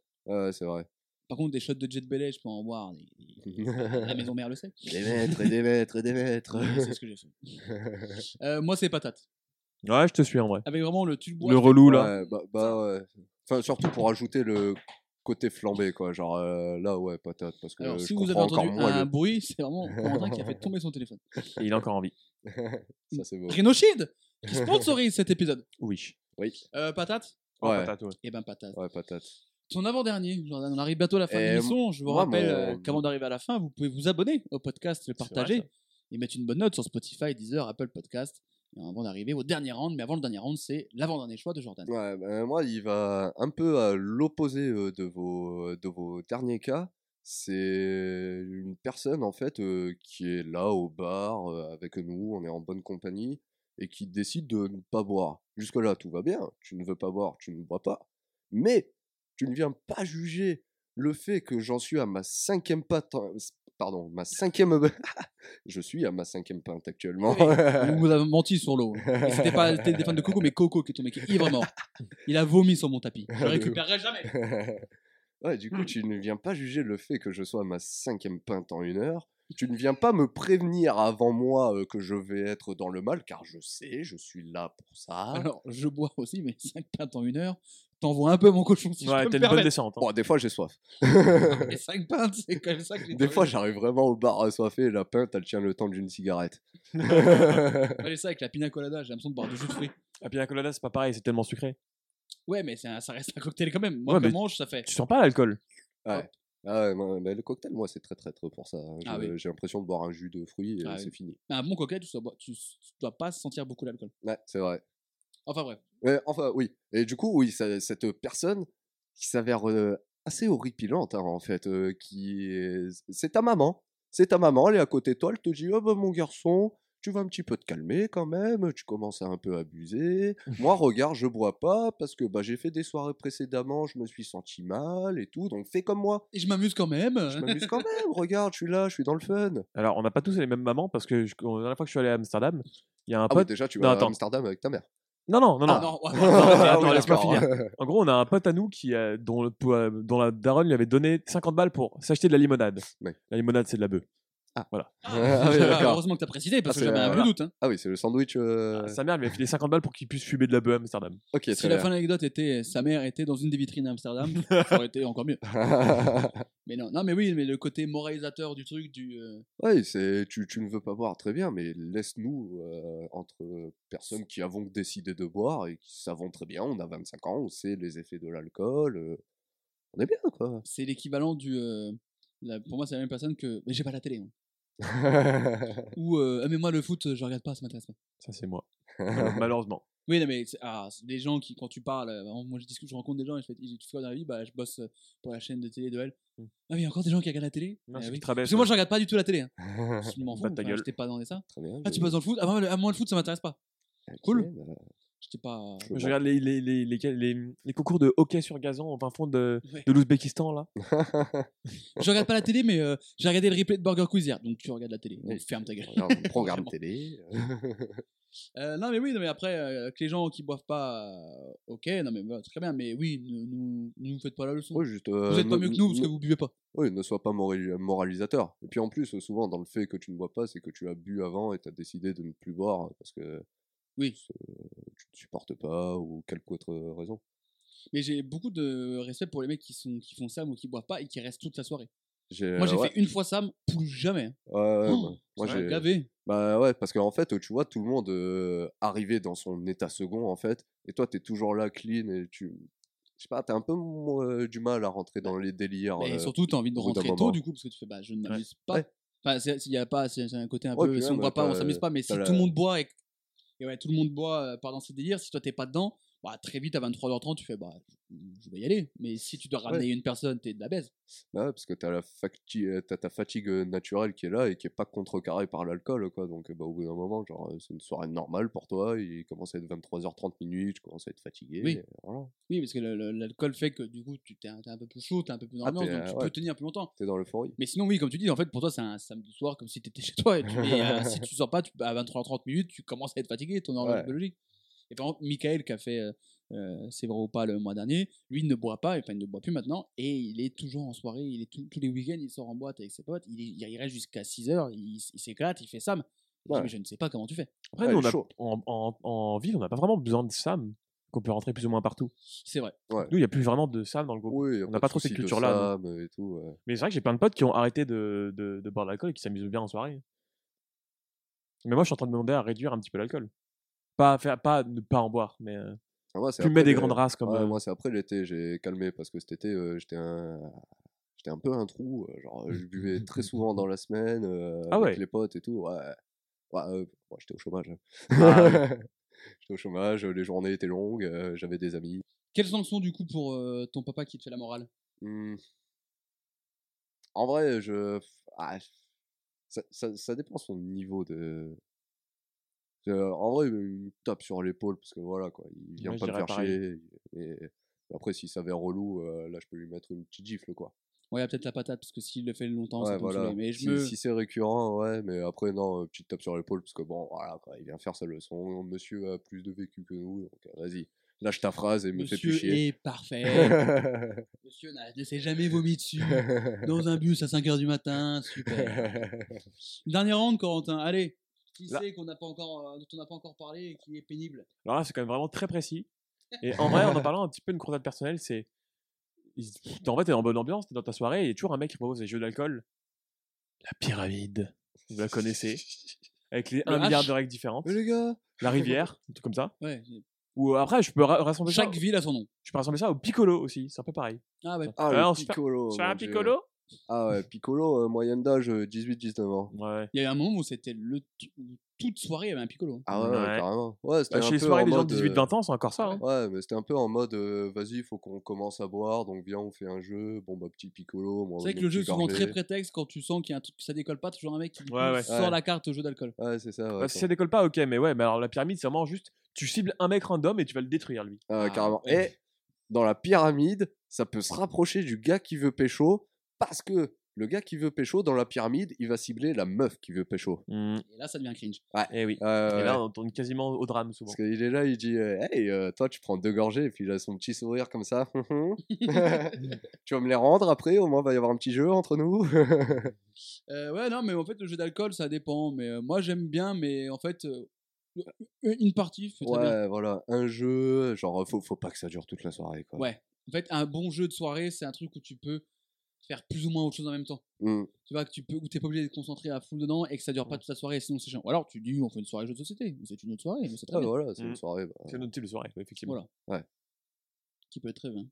Speaker 1: *laughs*
Speaker 2: c'est vrai.
Speaker 1: Par contre, des shots de Jet Belay, je peux en boire. des- des-
Speaker 2: *laughs*
Speaker 1: La maison mère le sait.
Speaker 2: des mètres et des mètres et des mètres.
Speaker 1: Ouais, c'est ce que j'ai
Speaker 2: *laughs*
Speaker 1: fait. Euh, moi, c'est patate.
Speaker 3: Ouais, je te suis en vrai.
Speaker 1: Avec vraiment le tu le bois.
Speaker 3: Le
Speaker 1: tu fais-
Speaker 3: relou, là.
Speaker 2: Ouais, bah, bah ouais. Enfin, surtout pour ajouter le côté flambé, quoi. Genre euh, là, ouais, patate. Parce que
Speaker 1: Alors,
Speaker 2: euh, je
Speaker 1: si vous avez
Speaker 2: comprends
Speaker 1: entendu
Speaker 2: encore moins
Speaker 1: un
Speaker 2: le-
Speaker 1: bruit, c'est vraiment Corentin qui a
Speaker 2: *laughs*
Speaker 1: fait tomber son téléphone.
Speaker 3: Et il a encore envie.
Speaker 2: Ça, c'est beau.
Speaker 1: Rhinoshield qui sponsorise cet épisode.
Speaker 3: Oui.
Speaker 2: Oui,
Speaker 1: Euh, patate
Speaker 3: Oh,
Speaker 2: Ouais.
Speaker 3: patate, ouais.
Speaker 1: Eh ben, patate.
Speaker 2: ouais, patate.
Speaker 1: Son avant-dernier, Jordan, on arrive bientôt à la fin de
Speaker 2: Et
Speaker 1: l'émission. Je vous
Speaker 2: moi,
Speaker 1: rappelle
Speaker 2: mon-
Speaker 1: euh, qu'avant d'arriver à la fin, vous pouvez vous abonner au podcast, le
Speaker 3: C'est vrai,
Speaker 1: partager
Speaker 3: ça.
Speaker 1: et mettre une bonne note sur Spotify, Deezer, Apple Podcast. Et avant d'arriver au dernier round, mais avant le dernier round, c'est l'avant-dernier choix de Jordan.
Speaker 2: Ouais, ben, moi, il va un peu à l'opposé euh, de vos, de vos derniers cas. C'est une personne, en fait, euh, qui est là au bar euh, avec nous, on est en bonne compagnie, et qui décide de ne pas boire. Jusque-là, tout va bien. Tu ne veux pas boire, tu ne bois pas. Mais tu ne viens pas juger le fait que j'en suis à ma cinquième pâte. Pardon, ma cinquième. *laughs* Je suis à ma cinquième pinte actuellement. *laughs*
Speaker 1: Vous vous avez menti sur l'eau. Et C'était pas c'était des fans de Coco, mais Coco qui est tombé, qui est ivre mort. Il a vomi sur mon tapis. Je le récupérerai jamais.
Speaker 2: ouais, du
Speaker 1: Mmh.
Speaker 2: coup, tu ne viens pas juger le fait que je sois à ma cinquième pinte en une heure.
Speaker 1: Mmh.
Speaker 2: Tu ne viens pas me prévenir avant moi euh, que je vais être dans le mal, car je sais, je suis là pour ça.
Speaker 1: Alors, je bois aussi, mais 5 pintes en une heure. T'envoies un peu mon cochon si
Speaker 3: ouais,
Speaker 1: je peux
Speaker 3: t'as
Speaker 1: me
Speaker 3: une bonne
Speaker 1: permettre.
Speaker 3: descente. hein.
Speaker 2: Bon, des fois,
Speaker 1: *laughs*
Speaker 2: j'ai soif. *laughs*
Speaker 1: Mais 5 pintes, c'est quand même ça que j'ai
Speaker 2: Des
Speaker 1: trouvé.
Speaker 2: fois, j'arrive vraiment au bar assoiffé et la pinte, elle tient le temps
Speaker 1: *laughs*
Speaker 2: d'une cigarette.
Speaker 1: Allez, ça avec la pina colada, j'ai l'impression de boire du jus de fruits.
Speaker 3: La pina colada, c'est pas pareil, c'est tellement sucré.
Speaker 1: Ouais, mais c'est un- ça reste un cocktail quand même. Moi,
Speaker 3: Ouais,
Speaker 1: quand je
Speaker 3: mais-
Speaker 1: mange, ça fait.
Speaker 3: Tu sens pas l'alcool
Speaker 2: Ah ouais, moi, mais le cocktail, moi, c'est très traître pour ça. hein. Je- J'ai
Speaker 1: Ah oui.
Speaker 2: l'impression de boire un jus de fruits et
Speaker 1: Ah oui.
Speaker 2: c'est fini.
Speaker 1: Un bon cocktail, tu dois, tu, tu dois pas sentir beaucoup l'alcool.
Speaker 2: Ouais, c'est vrai.
Speaker 1: Enfin, bref.
Speaker 2: Ouais, enfin, oui. Et du coup, oui, ça- cette personne qui s'avère euh, assez horripilante, hein, en fait, euh, qui est- c'est ta maman. C'est ta maman, elle est à côté de toi, elle te dit, oh ben, mon garçon, tu vas un petit peu te calmer quand même, tu commences à un peu abuser. *laughs* Moi, regarde, je bois pas parce que bah, j'ai fait des soirées précédemment, je me suis senti mal et tout, donc fais comme moi.
Speaker 1: Et je m'amuse quand même.
Speaker 2: Je m'amuse *laughs* quand même, regarde, je suis là, je suis dans le fun.
Speaker 3: Alors, on n'a pas tous les mêmes mamans, parce que je- la dernière fois que je suis allé à Amsterdam, il y a un
Speaker 2: Ah oui,
Speaker 3: pote.
Speaker 2: déjà, tu
Speaker 3: Non,
Speaker 2: vas à
Speaker 3: attends.
Speaker 2: Amsterdam avec ta mère.
Speaker 3: Non, non, non, non.
Speaker 1: Ah, non, ouais.
Speaker 3: attends,
Speaker 2: Ah oui,
Speaker 3: laisse-moi
Speaker 2: d'accord. *laughs*
Speaker 3: En gros, on a un pote à nous qui, euh, dont, le- pour, euh, dont la daronne lui avait donné 50 balles pour s'acheter de la limonade.
Speaker 2: Ouais.
Speaker 3: La limonade, c'est de la bœuf.
Speaker 2: *laughs* Ah,
Speaker 1: *laughs*
Speaker 2: oui, d'accord.
Speaker 1: heureusement que t'as précisé parce
Speaker 2: Ah,
Speaker 1: que
Speaker 2: c'est,
Speaker 1: j'avais un
Speaker 2: euh,
Speaker 1: bleu doute. hein.
Speaker 2: Ah oui, c'est le sandwich. euh,
Speaker 3: Sa mère lui a filé 50 balles pour qu'il puisse fumer de la bœuf à Amsterdam.
Speaker 2: Ok,
Speaker 1: Si
Speaker 2: très
Speaker 1: la
Speaker 2: bien.
Speaker 1: fin de l'anecdote était sa mère était dans une des vitrines à
Speaker 2: *laughs*
Speaker 1: Amsterdam, ça aurait été encore mieux. Mais non, non, mais oui, mais le côté moralisateur du truc, du euh,
Speaker 2: oui, c'est tu, tu ne veux pas boire, très bien, mais laisse-nous euh, entre personnes qui avons décidé de boire et qui savons très bien, on a 25 ans, on sait les effets de l'alcool. euh, on est bien, quoi.
Speaker 1: *laughs* c'est l'équivalent du. euh, la- pour moi, c'est la même personne que. Mais j'ai pas la télé. moi. Ou euh, Ah, mais moi le foot, je regarde pas, ça m'intéresse pas.
Speaker 3: Ça, c'est moi.
Speaker 2: *laughs*
Speaker 3: Mal- Malheureusement.
Speaker 1: Oui, non, mais c'est- ah, c'est des gens qui, quand tu parles, euh, moi je discute, je rencontre des gens et je fais, tu fais quoi dans la vie Bah, je bosse euh, pour la chaîne de télé de elle.
Speaker 3: Mm.
Speaker 1: Ah, mais il y a encore des gens qui regardent la télé
Speaker 3: Non,
Speaker 1: Ah
Speaker 3: c'est
Speaker 1: oui.
Speaker 3: qui te rabaisse,
Speaker 1: Parce que moi,
Speaker 3: ouais.
Speaker 1: je regarde pas du tout la télé.
Speaker 3: *laughs*
Speaker 1: hein.
Speaker 2: très
Speaker 1: Je m'en fous.
Speaker 3: Bah, ta
Speaker 1: enfin,
Speaker 3: gueule.
Speaker 1: J'étais pas dans les ça.
Speaker 2: bien.
Speaker 1: Ah, tu bosses dans le foot Ah, moi, le, ah, moi, le foot, ça m'intéresse pas.
Speaker 2: ok,
Speaker 1: cool.
Speaker 2: bah,
Speaker 1: J'étais pas. euh,
Speaker 2: je
Speaker 3: Je
Speaker 2: vois.
Speaker 3: regarde les, les, les, les, les- les concours de hockey sur gazon au fin fond de,
Speaker 1: *laughs* Ouais.
Speaker 3: de l'Ouzbékistan, là.
Speaker 1: Je regarde pas la télé, mais euh, j'ai regardé le replay de Burger Quiz hier. Donc tu regardes la télé.
Speaker 3: Mmh.
Speaker 1: Donc
Speaker 2: Oui.
Speaker 1: ferme ta gueule.
Speaker 2: Regarde le programme
Speaker 1: *laughs* Vraiment.
Speaker 2: télé.
Speaker 1: Euh, non, mais oui, non, mais après, euh, que les gens qui boivent pas, euh, ok, non, mais bah, très bien. Mais oui, ne nous, ne nous faites pas la leçon.
Speaker 2: Ouais, juste,
Speaker 1: vous
Speaker 2: euh,
Speaker 1: êtes pas
Speaker 2: ne-
Speaker 1: mieux que nous parce
Speaker 2: ne-
Speaker 1: que vous buvez pas.
Speaker 2: Oui, ne sois pas morali- moralisateur. Et puis en plus, souvent, dans le fait que tu ne bois pas, c'est que tu as bu avant et tu as décidé de ne plus boire parce que
Speaker 1: Oui.
Speaker 2: euh, tu ne supportes pas ou quelque autre raison.
Speaker 1: Mais j'ai beaucoup de respect pour les mecs qui, sont, qui font Sam ou qui boivent pas et qui restent toute la soirée.
Speaker 2: J'ai-
Speaker 1: Moi, j'ai
Speaker 2: Euh, ouais,
Speaker 1: fait une fois Sam, plus jamais.
Speaker 2: ouais, ouais,
Speaker 1: Oh,
Speaker 2: bah, moi,
Speaker 1: Ça m'a
Speaker 2: j'ai-
Speaker 1: gavé.
Speaker 2: Bah ouais, parce qu'en fait, tu vois, tout le monde euh, arrivé dans son état second, en fait, et toi, t'es toujours là, clean, et tu... Je sais pas, t'as un peu euh, du mal à rentrer
Speaker 3: Bah,
Speaker 2: dans les délires.
Speaker 1: Et
Speaker 2: euh,
Speaker 1: surtout, t'as envie de
Speaker 2: au bout d'un
Speaker 1: rentrer
Speaker 2: moment.
Speaker 1: tôt, du coup, parce que tu fais, bah, je ne m'amuse pas.
Speaker 2: Ouais.
Speaker 1: Enfin, c'est, c'est- y a pas, c'est, c'est un côté un
Speaker 2: Ouais,
Speaker 1: peu,
Speaker 2: puis
Speaker 1: si
Speaker 2: même,
Speaker 1: on boit pas,
Speaker 2: t'as-
Speaker 1: on s'amuse pas, mais si
Speaker 2: t'as la-
Speaker 1: tout le monde boit et, que- et ouais, tout le monde boit euh, part dans ses délires, si toi t'es pas dedans, bah, très vite à 23h30, tu fais, bah, je, je vais y aller. Mais si tu dois ramener une personne, t'es de la baise.
Speaker 2: Bah ouais, parce que t'as la facti- euh, t'as ta fatigue euh, naturelle qui est là et qui est pas contrecarrée par l'alcool, quoi. Donc, euh, bah, au bout d'un moment, genre, euh, c'est une soirée normale pour toi. Il commence à être 23h30 minuit, tu commences à être fatigué.
Speaker 1: Oui.
Speaker 2: et voilà.
Speaker 1: Oui, parce que le- le- l'alcool fait que, du coup, tu t'es un, t'es un peu plus chaud, t'es un peu plus dans
Speaker 2: Ah,
Speaker 1: l'ambiance,
Speaker 2: t'es,
Speaker 1: donc
Speaker 2: euh,
Speaker 1: tu
Speaker 2: ouais.
Speaker 1: peux tenir plus longtemps.
Speaker 2: T'es dans l'euphorie.
Speaker 1: Mais sinon, oui, comme tu dis, en fait, pour toi, c'est un samedi soir comme si t'étais *laughs* chez toi. Et, tu- et, euh, si tu sors pas, tu- à 23h30 minutes, tu commences à être fatigué, ton horloge
Speaker 2: Ouais.
Speaker 1: biologique. Et par exemple, Michael, qui a fait euh, euh, C'est vrai ou pas le mois dernier, lui il ne boit pas, enfin, il ne boit plus maintenant, et il est toujours en soirée, il est tout- tous les week-ends, il sort en boîte avec ses potes, il, est- il reste jusqu'à 6h, il, s- il s'éclate, il fait Sam. Je dis,
Speaker 2: Ouais.
Speaker 1: Mais je ne sais pas comment tu fais.
Speaker 3: Après,
Speaker 2: Ouais,
Speaker 3: nous,
Speaker 2: il
Speaker 3: on
Speaker 2: est
Speaker 3: a-
Speaker 2: chaud.
Speaker 3: en, en, en ville, on n'a pas vraiment besoin de Sam, qu'on peut rentrer plus ou moins partout.
Speaker 1: C'est vrai.
Speaker 3: Nous, il n'y a plus vraiment de Sam dans le groupe.
Speaker 2: Oui, y
Speaker 3: on
Speaker 2: de
Speaker 3: n'a pas trop cette
Speaker 2: soucis de
Speaker 3: culture-là,
Speaker 2: Sam et tout. ouais.
Speaker 3: Mais c'est vrai que j'ai plein de potes qui ont arrêté de, de, de boire de l'alcool et qui s'amusent bien en soirée. Mais moi, je suis en train de demander à réduire un petit peu l'alcool. Pas, faire, pas ne pas en boire, mais euh,
Speaker 2: Ah, moi, c'est
Speaker 3: fumer
Speaker 2: après
Speaker 3: des
Speaker 2: le-
Speaker 3: grandes races comme.
Speaker 2: Ouais,
Speaker 3: euh,
Speaker 2: Moi, hein, c'est après l'été, j'ai calmé parce que cet été, euh, j'étais un. J'étais un peu un trou, euh, genre euh, je buvais très souvent dans la semaine euh,
Speaker 3: Ah
Speaker 2: avec
Speaker 3: ouais.
Speaker 2: les potes et tout. Ouais, Ouais, euh, bon, j'étais au chômage. hein.
Speaker 3: Ah, ouais.
Speaker 2: *laughs* j'étais au chômage, les journées étaient longues, euh, j'avais des amis.
Speaker 1: Quelles sanctions, du coup, pour euh, ton papa qui te fait la morale
Speaker 2: Hmm. En vrai, je. ah, ça, ça- ça dépend son niveau de. Euh, en vrai, une tape sur l'épaule, parce que voilà, quoi. Il vient
Speaker 3: Ouais, je
Speaker 2: pas me
Speaker 3: dirais
Speaker 2: faire
Speaker 3: pareil.
Speaker 2: chier. Et, et après, s'il s'avère relou, euh, là, je peux lui mettre une petite gifle, quoi.
Speaker 1: Ouais, il y a peut-être la patate, parce que s'il le fait longtemps,
Speaker 2: Ouais,
Speaker 1: ça peut me
Speaker 2: voilà.
Speaker 1: saouler, Mais je
Speaker 2: si
Speaker 1: me...
Speaker 2: si c'est récurrent, ouais, mais après, non, euh, petite tape sur l'épaule, parce que bon, voilà, quoi, il vient faire sa leçon. Monsieur a plus de vécu que nous, donc euh, vas-y, lâche ta phrase et me fais plus
Speaker 1: Monsieur
Speaker 2: chier.
Speaker 1: est parfait.
Speaker 2: *laughs*
Speaker 1: Monsieur n'a- ne s'est jamais vomi dessus. Dans un bus à 5h du matin,
Speaker 2: *laughs*
Speaker 1: super. Dernière ronde, Corentin, allez. Qui
Speaker 3: Là.
Speaker 1: c'est qu'on n'a pas encore, euh, dont on n'a pas encore parlé et qui est pénible
Speaker 3: Alors là, c'est quand même vraiment très précis.
Speaker 2: *laughs*
Speaker 3: Et en vrai, en en parlant un petit peu une croisade personnelle, c'est. il- t'es- En fait, t'es en bonne ambiance, t'es dans ta soirée, et il y a toujours un mec qui propose des jeux d'alcool. La pyramide. Vous la connaissez. Avec les
Speaker 1: Le
Speaker 3: 1 milliard
Speaker 1: H.
Speaker 3: de règles différentes.
Speaker 2: Mais les gars
Speaker 3: La rivière, un truc comme ça.
Speaker 1: Ouais.
Speaker 3: Ou euh, après, je peux ra- rassembler
Speaker 1: Chaque
Speaker 3: ça.
Speaker 1: ville a son nom.
Speaker 3: Je peux rassembler ça au piccolo aussi, c'est un peu pareil.
Speaker 1: Ah ouais.
Speaker 2: Ah,
Speaker 3: Alors,
Speaker 2: le
Speaker 3: c'est pas-
Speaker 2: piccolo.
Speaker 3: C'est un
Speaker 2: mon Dieu.
Speaker 3: piccolo
Speaker 2: Ah ouais, piccolo, euh, moyenne d'âge euh, 18-19 ans.
Speaker 3: Ouais.
Speaker 1: Il y a eu un moment où c'était le t- où toute soirée, il y avait un piccolo. hein.
Speaker 2: Ah ouais, ouais,
Speaker 3: Ouais.
Speaker 2: carrément. Ouais, c'était
Speaker 3: Bah,
Speaker 2: un
Speaker 3: chez les
Speaker 2: peu
Speaker 3: soirées
Speaker 2: en
Speaker 3: des gens
Speaker 2: mode,
Speaker 3: de
Speaker 2: euh,
Speaker 3: 18-20 ans, c'est encore ça. hein.
Speaker 2: Ouais, mais c'était un peu en mode euh, vas-y, faut qu'on commence à boire, donc viens, on fait un jeu. Bon, bah, petit piccolo. moi,
Speaker 1: C'est vrai
Speaker 2: mon
Speaker 1: que le jeu est
Speaker 2: petit
Speaker 1: souvent
Speaker 2: cornet.
Speaker 1: très prétexte quand tu sens qu'il y a un truc que ça décolle pas, toujours un mec qui du coup,
Speaker 3: Ouais, ouais.
Speaker 1: sort
Speaker 2: Ouais.
Speaker 1: la carte au jeu d'alcool.
Speaker 2: Ouais, c'est ça. ouais,
Speaker 3: Bah, si
Speaker 2: attends.
Speaker 3: ça décolle pas, ok, mais ouais, mais alors la pyramide, c'est vraiment juste. Tu cibles un mec random et tu vas le détruire lui.
Speaker 2: Ah,
Speaker 1: Ah,
Speaker 2: carrément.
Speaker 1: ouais.
Speaker 2: Et dans la pyramide, ça peut se rapprocher du gars qui veut pécho parce que Le gars qui veut pécho dans la pyramide, il va cibler la meuf qui veut pécho.
Speaker 3: Mm.
Speaker 1: Et là, ça devient cringe.
Speaker 3: Eh oui.
Speaker 2: Euh,
Speaker 3: Et là, on tourne quasiment au drame souvent.
Speaker 2: Parce qu'il est là, il dit euh, Hey, euh, toi, tu prends deux gorgées, et puis il a son petit sourire comme ça. tu vas me les rendre après, au moins, il va y avoir un petit jeu entre nous.
Speaker 1: Euh, ouais, non, mais en fait, le jeu d'alcool, ça dépend. Mais euh, moi, j'aime bien, mais en fait, euh, une partie, fait très bien.
Speaker 2: ouais, voilà, un jeu, genre, euh, faut, faut pas que ça dure toute la soirée, quoi.
Speaker 1: Ouais. En fait, un bon jeu de soirée, c'est un truc où tu peux faire plus ou moins autre chose en même temps.
Speaker 2: Mm.
Speaker 1: Tu vois, que tu peux, où t'es pas obligé de te concentrer à full dedans et que ça dure pas toute la soirée, sinon c'est chiant. Ou alors, tu dis, on fait une soirée jeu de société. C'est une autre soirée, mais c'est très
Speaker 2: Ah,
Speaker 1: bien.
Speaker 2: voilà, c'est
Speaker 3: Mm.
Speaker 2: une soirée. bah,
Speaker 3: C'est notre type de soirée, ouais, effectivement.
Speaker 1: Voilà.
Speaker 2: Ouais.
Speaker 1: Qui peut être très bien.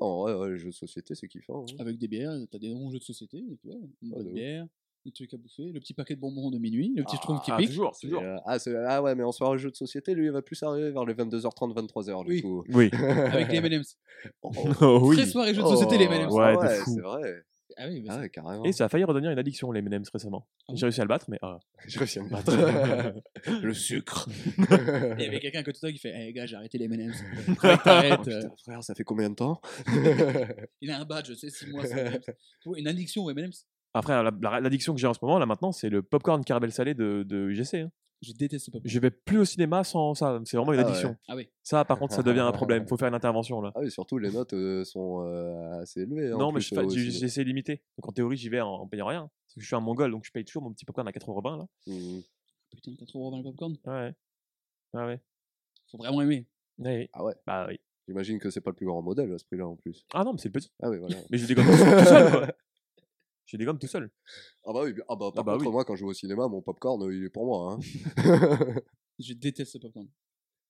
Speaker 2: En vrai, ouais, les jeux de société, c'est kiffant. hein.
Speaker 1: Avec des bières, t'as des bons jeux de société, et puis ouais, une
Speaker 2: Ah,
Speaker 1: bonne
Speaker 2: de ouf.
Speaker 1: bière, des trucs à bouffer, le petit paquet de bonbons de minuit, le petit schtroumpf qui
Speaker 3: Ah,
Speaker 1: pique.
Speaker 3: toujours,
Speaker 2: C'est,
Speaker 3: toujours.
Speaker 2: euh, ah, c'est- ah ouais, mais en soirée jeu de société, lui, il va plus arriver vers les 22h30, 23h, du
Speaker 1: Oui.
Speaker 2: coup.
Speaker 3: Oui. *laughs*
Speaker 1: Avec les
Speaker 2: *laughs*
Speaker 1: M&M's.
Speaker 2: Oh,
Speaker 3: oui.
Speaker 1: Très soirée jeu de société, les
Speaker 2: oh,
Speaker 1: M&M's.
Speaker 3: Ouais,
Speaker 2: ah
Speaker 3: de
Speaker 2: ouais
Speaker 3: fou.
Speaker 2: c'est vrai.
Speaker 1: Ah oui, bah,
Speaker 2: Ah
Speaker 1: ça-
Speaker 2: ouais, carrément.
Speaker 3: Et ça *laughs* a failli redevenir une addiction, les M&M's récemment.
Speaker 1: Ah
Speaker 3: J'ai
Speaker 1: bon
Speaker 3: réussi à le battre, mais. ah.
Speaker 2: Je reviens de battre.
Speaker 3: T'arrêtes.
Speaker 2: *laughs* Le sucre.
Speaker 1: Il y avait quelqu'un à côté de toi qui fait Eh gars, j'ai arrêté les
Speaker 2: *laughs*
Speaker 1: M&M's. Faudrait que t'arrêtes,
Speaker 2: Oh,
Speaker 1: euh.
Speaker 2: putain, frère, ça fait combien de
Speaker 3: *laughs*
Speaker 2: temps
Speaker 1: Il a un badge, c'est 6 mois sans
Speaker 2: *laughs*
Speaker 1: M&M's. Faut Une addiction aux M&M's.
Speaker 3: *laughs* Après, la- la- l'addiction que j'ai en ce moment, là maintenant, c'est le popcorn caramel salé de, de UGC. hein.
Speaker 1: Je déteste ce peuple.
Speaker 3: Je vais plus au cinéma sans ça. C'est vraiment une
Speaker 2: Ah ouais.
Speaker 3: addiction.
Speaker 1: Ah oui.
Speaker 3: Ça, par contre, ça devient un problème. Faut faire une intervention là.
Speaker 2: Ah oui, surtout les notes euh, sont euh, assez élevées.
Speaker 3: non,
Speaker 2: en
Speaker 3: mais
Speaker 2: plus,
Speaker 3: je fais-
Speaker 2: euh,
Speaker 3: j'ai-
Speaker 2: aussi.
Speaker 3: j'essaie de limiter. Donc en théorie, j'y vais en, en payant rien. Parce que je suis un mongol, donc je paye toujours mon petit popcorn à 4 euros là.
Speaker 2: Mm.
Speaker 1: Putain, 80 le popcorn.
Speaker 3: Ouais. Ah ouais.
Speaker 1: Faut vraiment aimer.
Speaker 3: Ouais, oui.
Speaker 2: Ah ouais.
Speaker 3: Bah oui.
Speaker 2: J'imagine que c'est pas le plus grand modèle à ce prix-là en plus.
Speaker 3: Ah non, mais c'est le petit.
Speaker 2: Ah oui, voilà.
Speaker 3: Mais je dégomme tout seul quoi. Je dégomme tout seul.
Speaker 2: ah bah oui, ah bah, par
Speaker 3: bah
Speaker 2: contre,
Speaker 3: oui.
Speaker 2: moi quand je vais au cinéma, mon popcorn euh, il est pour moi. hein.
Speaker 1: Je déteste ce popcorn.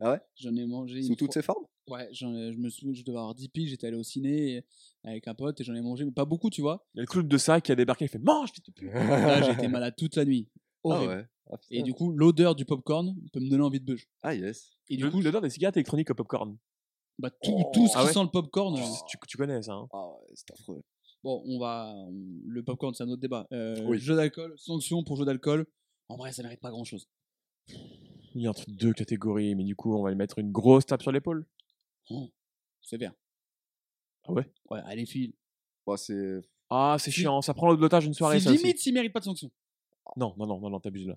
Speaker 2: Ah ouais
Speaker 1: J'en ai mangé.
Speaker 2: Sous
Speaker 1: une
Speaker 2: toutes
Speaker 1: fois-
Speaker 2: ses formes
Speaker 1: Ouais, j'en ai- je me souviens, je devais avoir 10 piges, j'étais allé au ciné avec un pote et j'en ai mangé, mais pas beaucoup, tu vois.
Speaker 3: Il y a le clown de ça qui a débarqué, il fait mange, fils de pute.
Speaker 1: Là,
Speaker 2: *laughs*
Speaker 1: j'ai été malade toute la nuit.
Speaker 2: Ah
Speaker 1: Horrible.
Speaker 2: ouais. Ah,
Speaker 1: Et
Speaker 2: putain.
Speaker 1: du coup, l'odeur du popcorn peut me donner envie de beuge.
Speaker 2: Ah yes.
Speaker 1: Et du
Speaker 3: Le-
Speaker 1: coup,
Speaker 3: l'odeur des cigarettes électroniques au popcorn.
Speaker 1: bah, tout,
Speaker 2: Oh,
Speaker 1: tout ce qui
Speaker 3: Ah ouais
Speaker 1: sent le popcorn.
Speaker 3: Tu-
Speaker 1: euh,
Speaker 3: Tu, tu connais ça, hein.
Speaker 2: Ah ouais, c'est affreux.
Speaker 1: Bon, on va. on- Le popcorn, c'est un autre débat. Euh,
Speaker 2: Oui.
Speaker 1: Jeu d'alcool, sanction pour jeu d'alcool. En vrai, ça mérite pas grand chose.
Speaker 3: Il y a entre deux catégories, mais du coup, on va lui mettre une grosse tape sur l'épaule.
Speaker 1: C'est bien.
Speaker 3: Ah ouais
Speaker 1: Ouais, allez, file.
Speaker 2: Bah, c'est...
Speaker 3: Ah, c'est
Speaker 1: Si-
Speaker 3: chiant, ça prend l'otage d'une soirée,
Speaker 1: C'est
Speaker 3: ça aussi.
Speaker 1: limite s'il mérite pas de sanction.
Speaker 3: Non, non, non, non, non t'abuses là.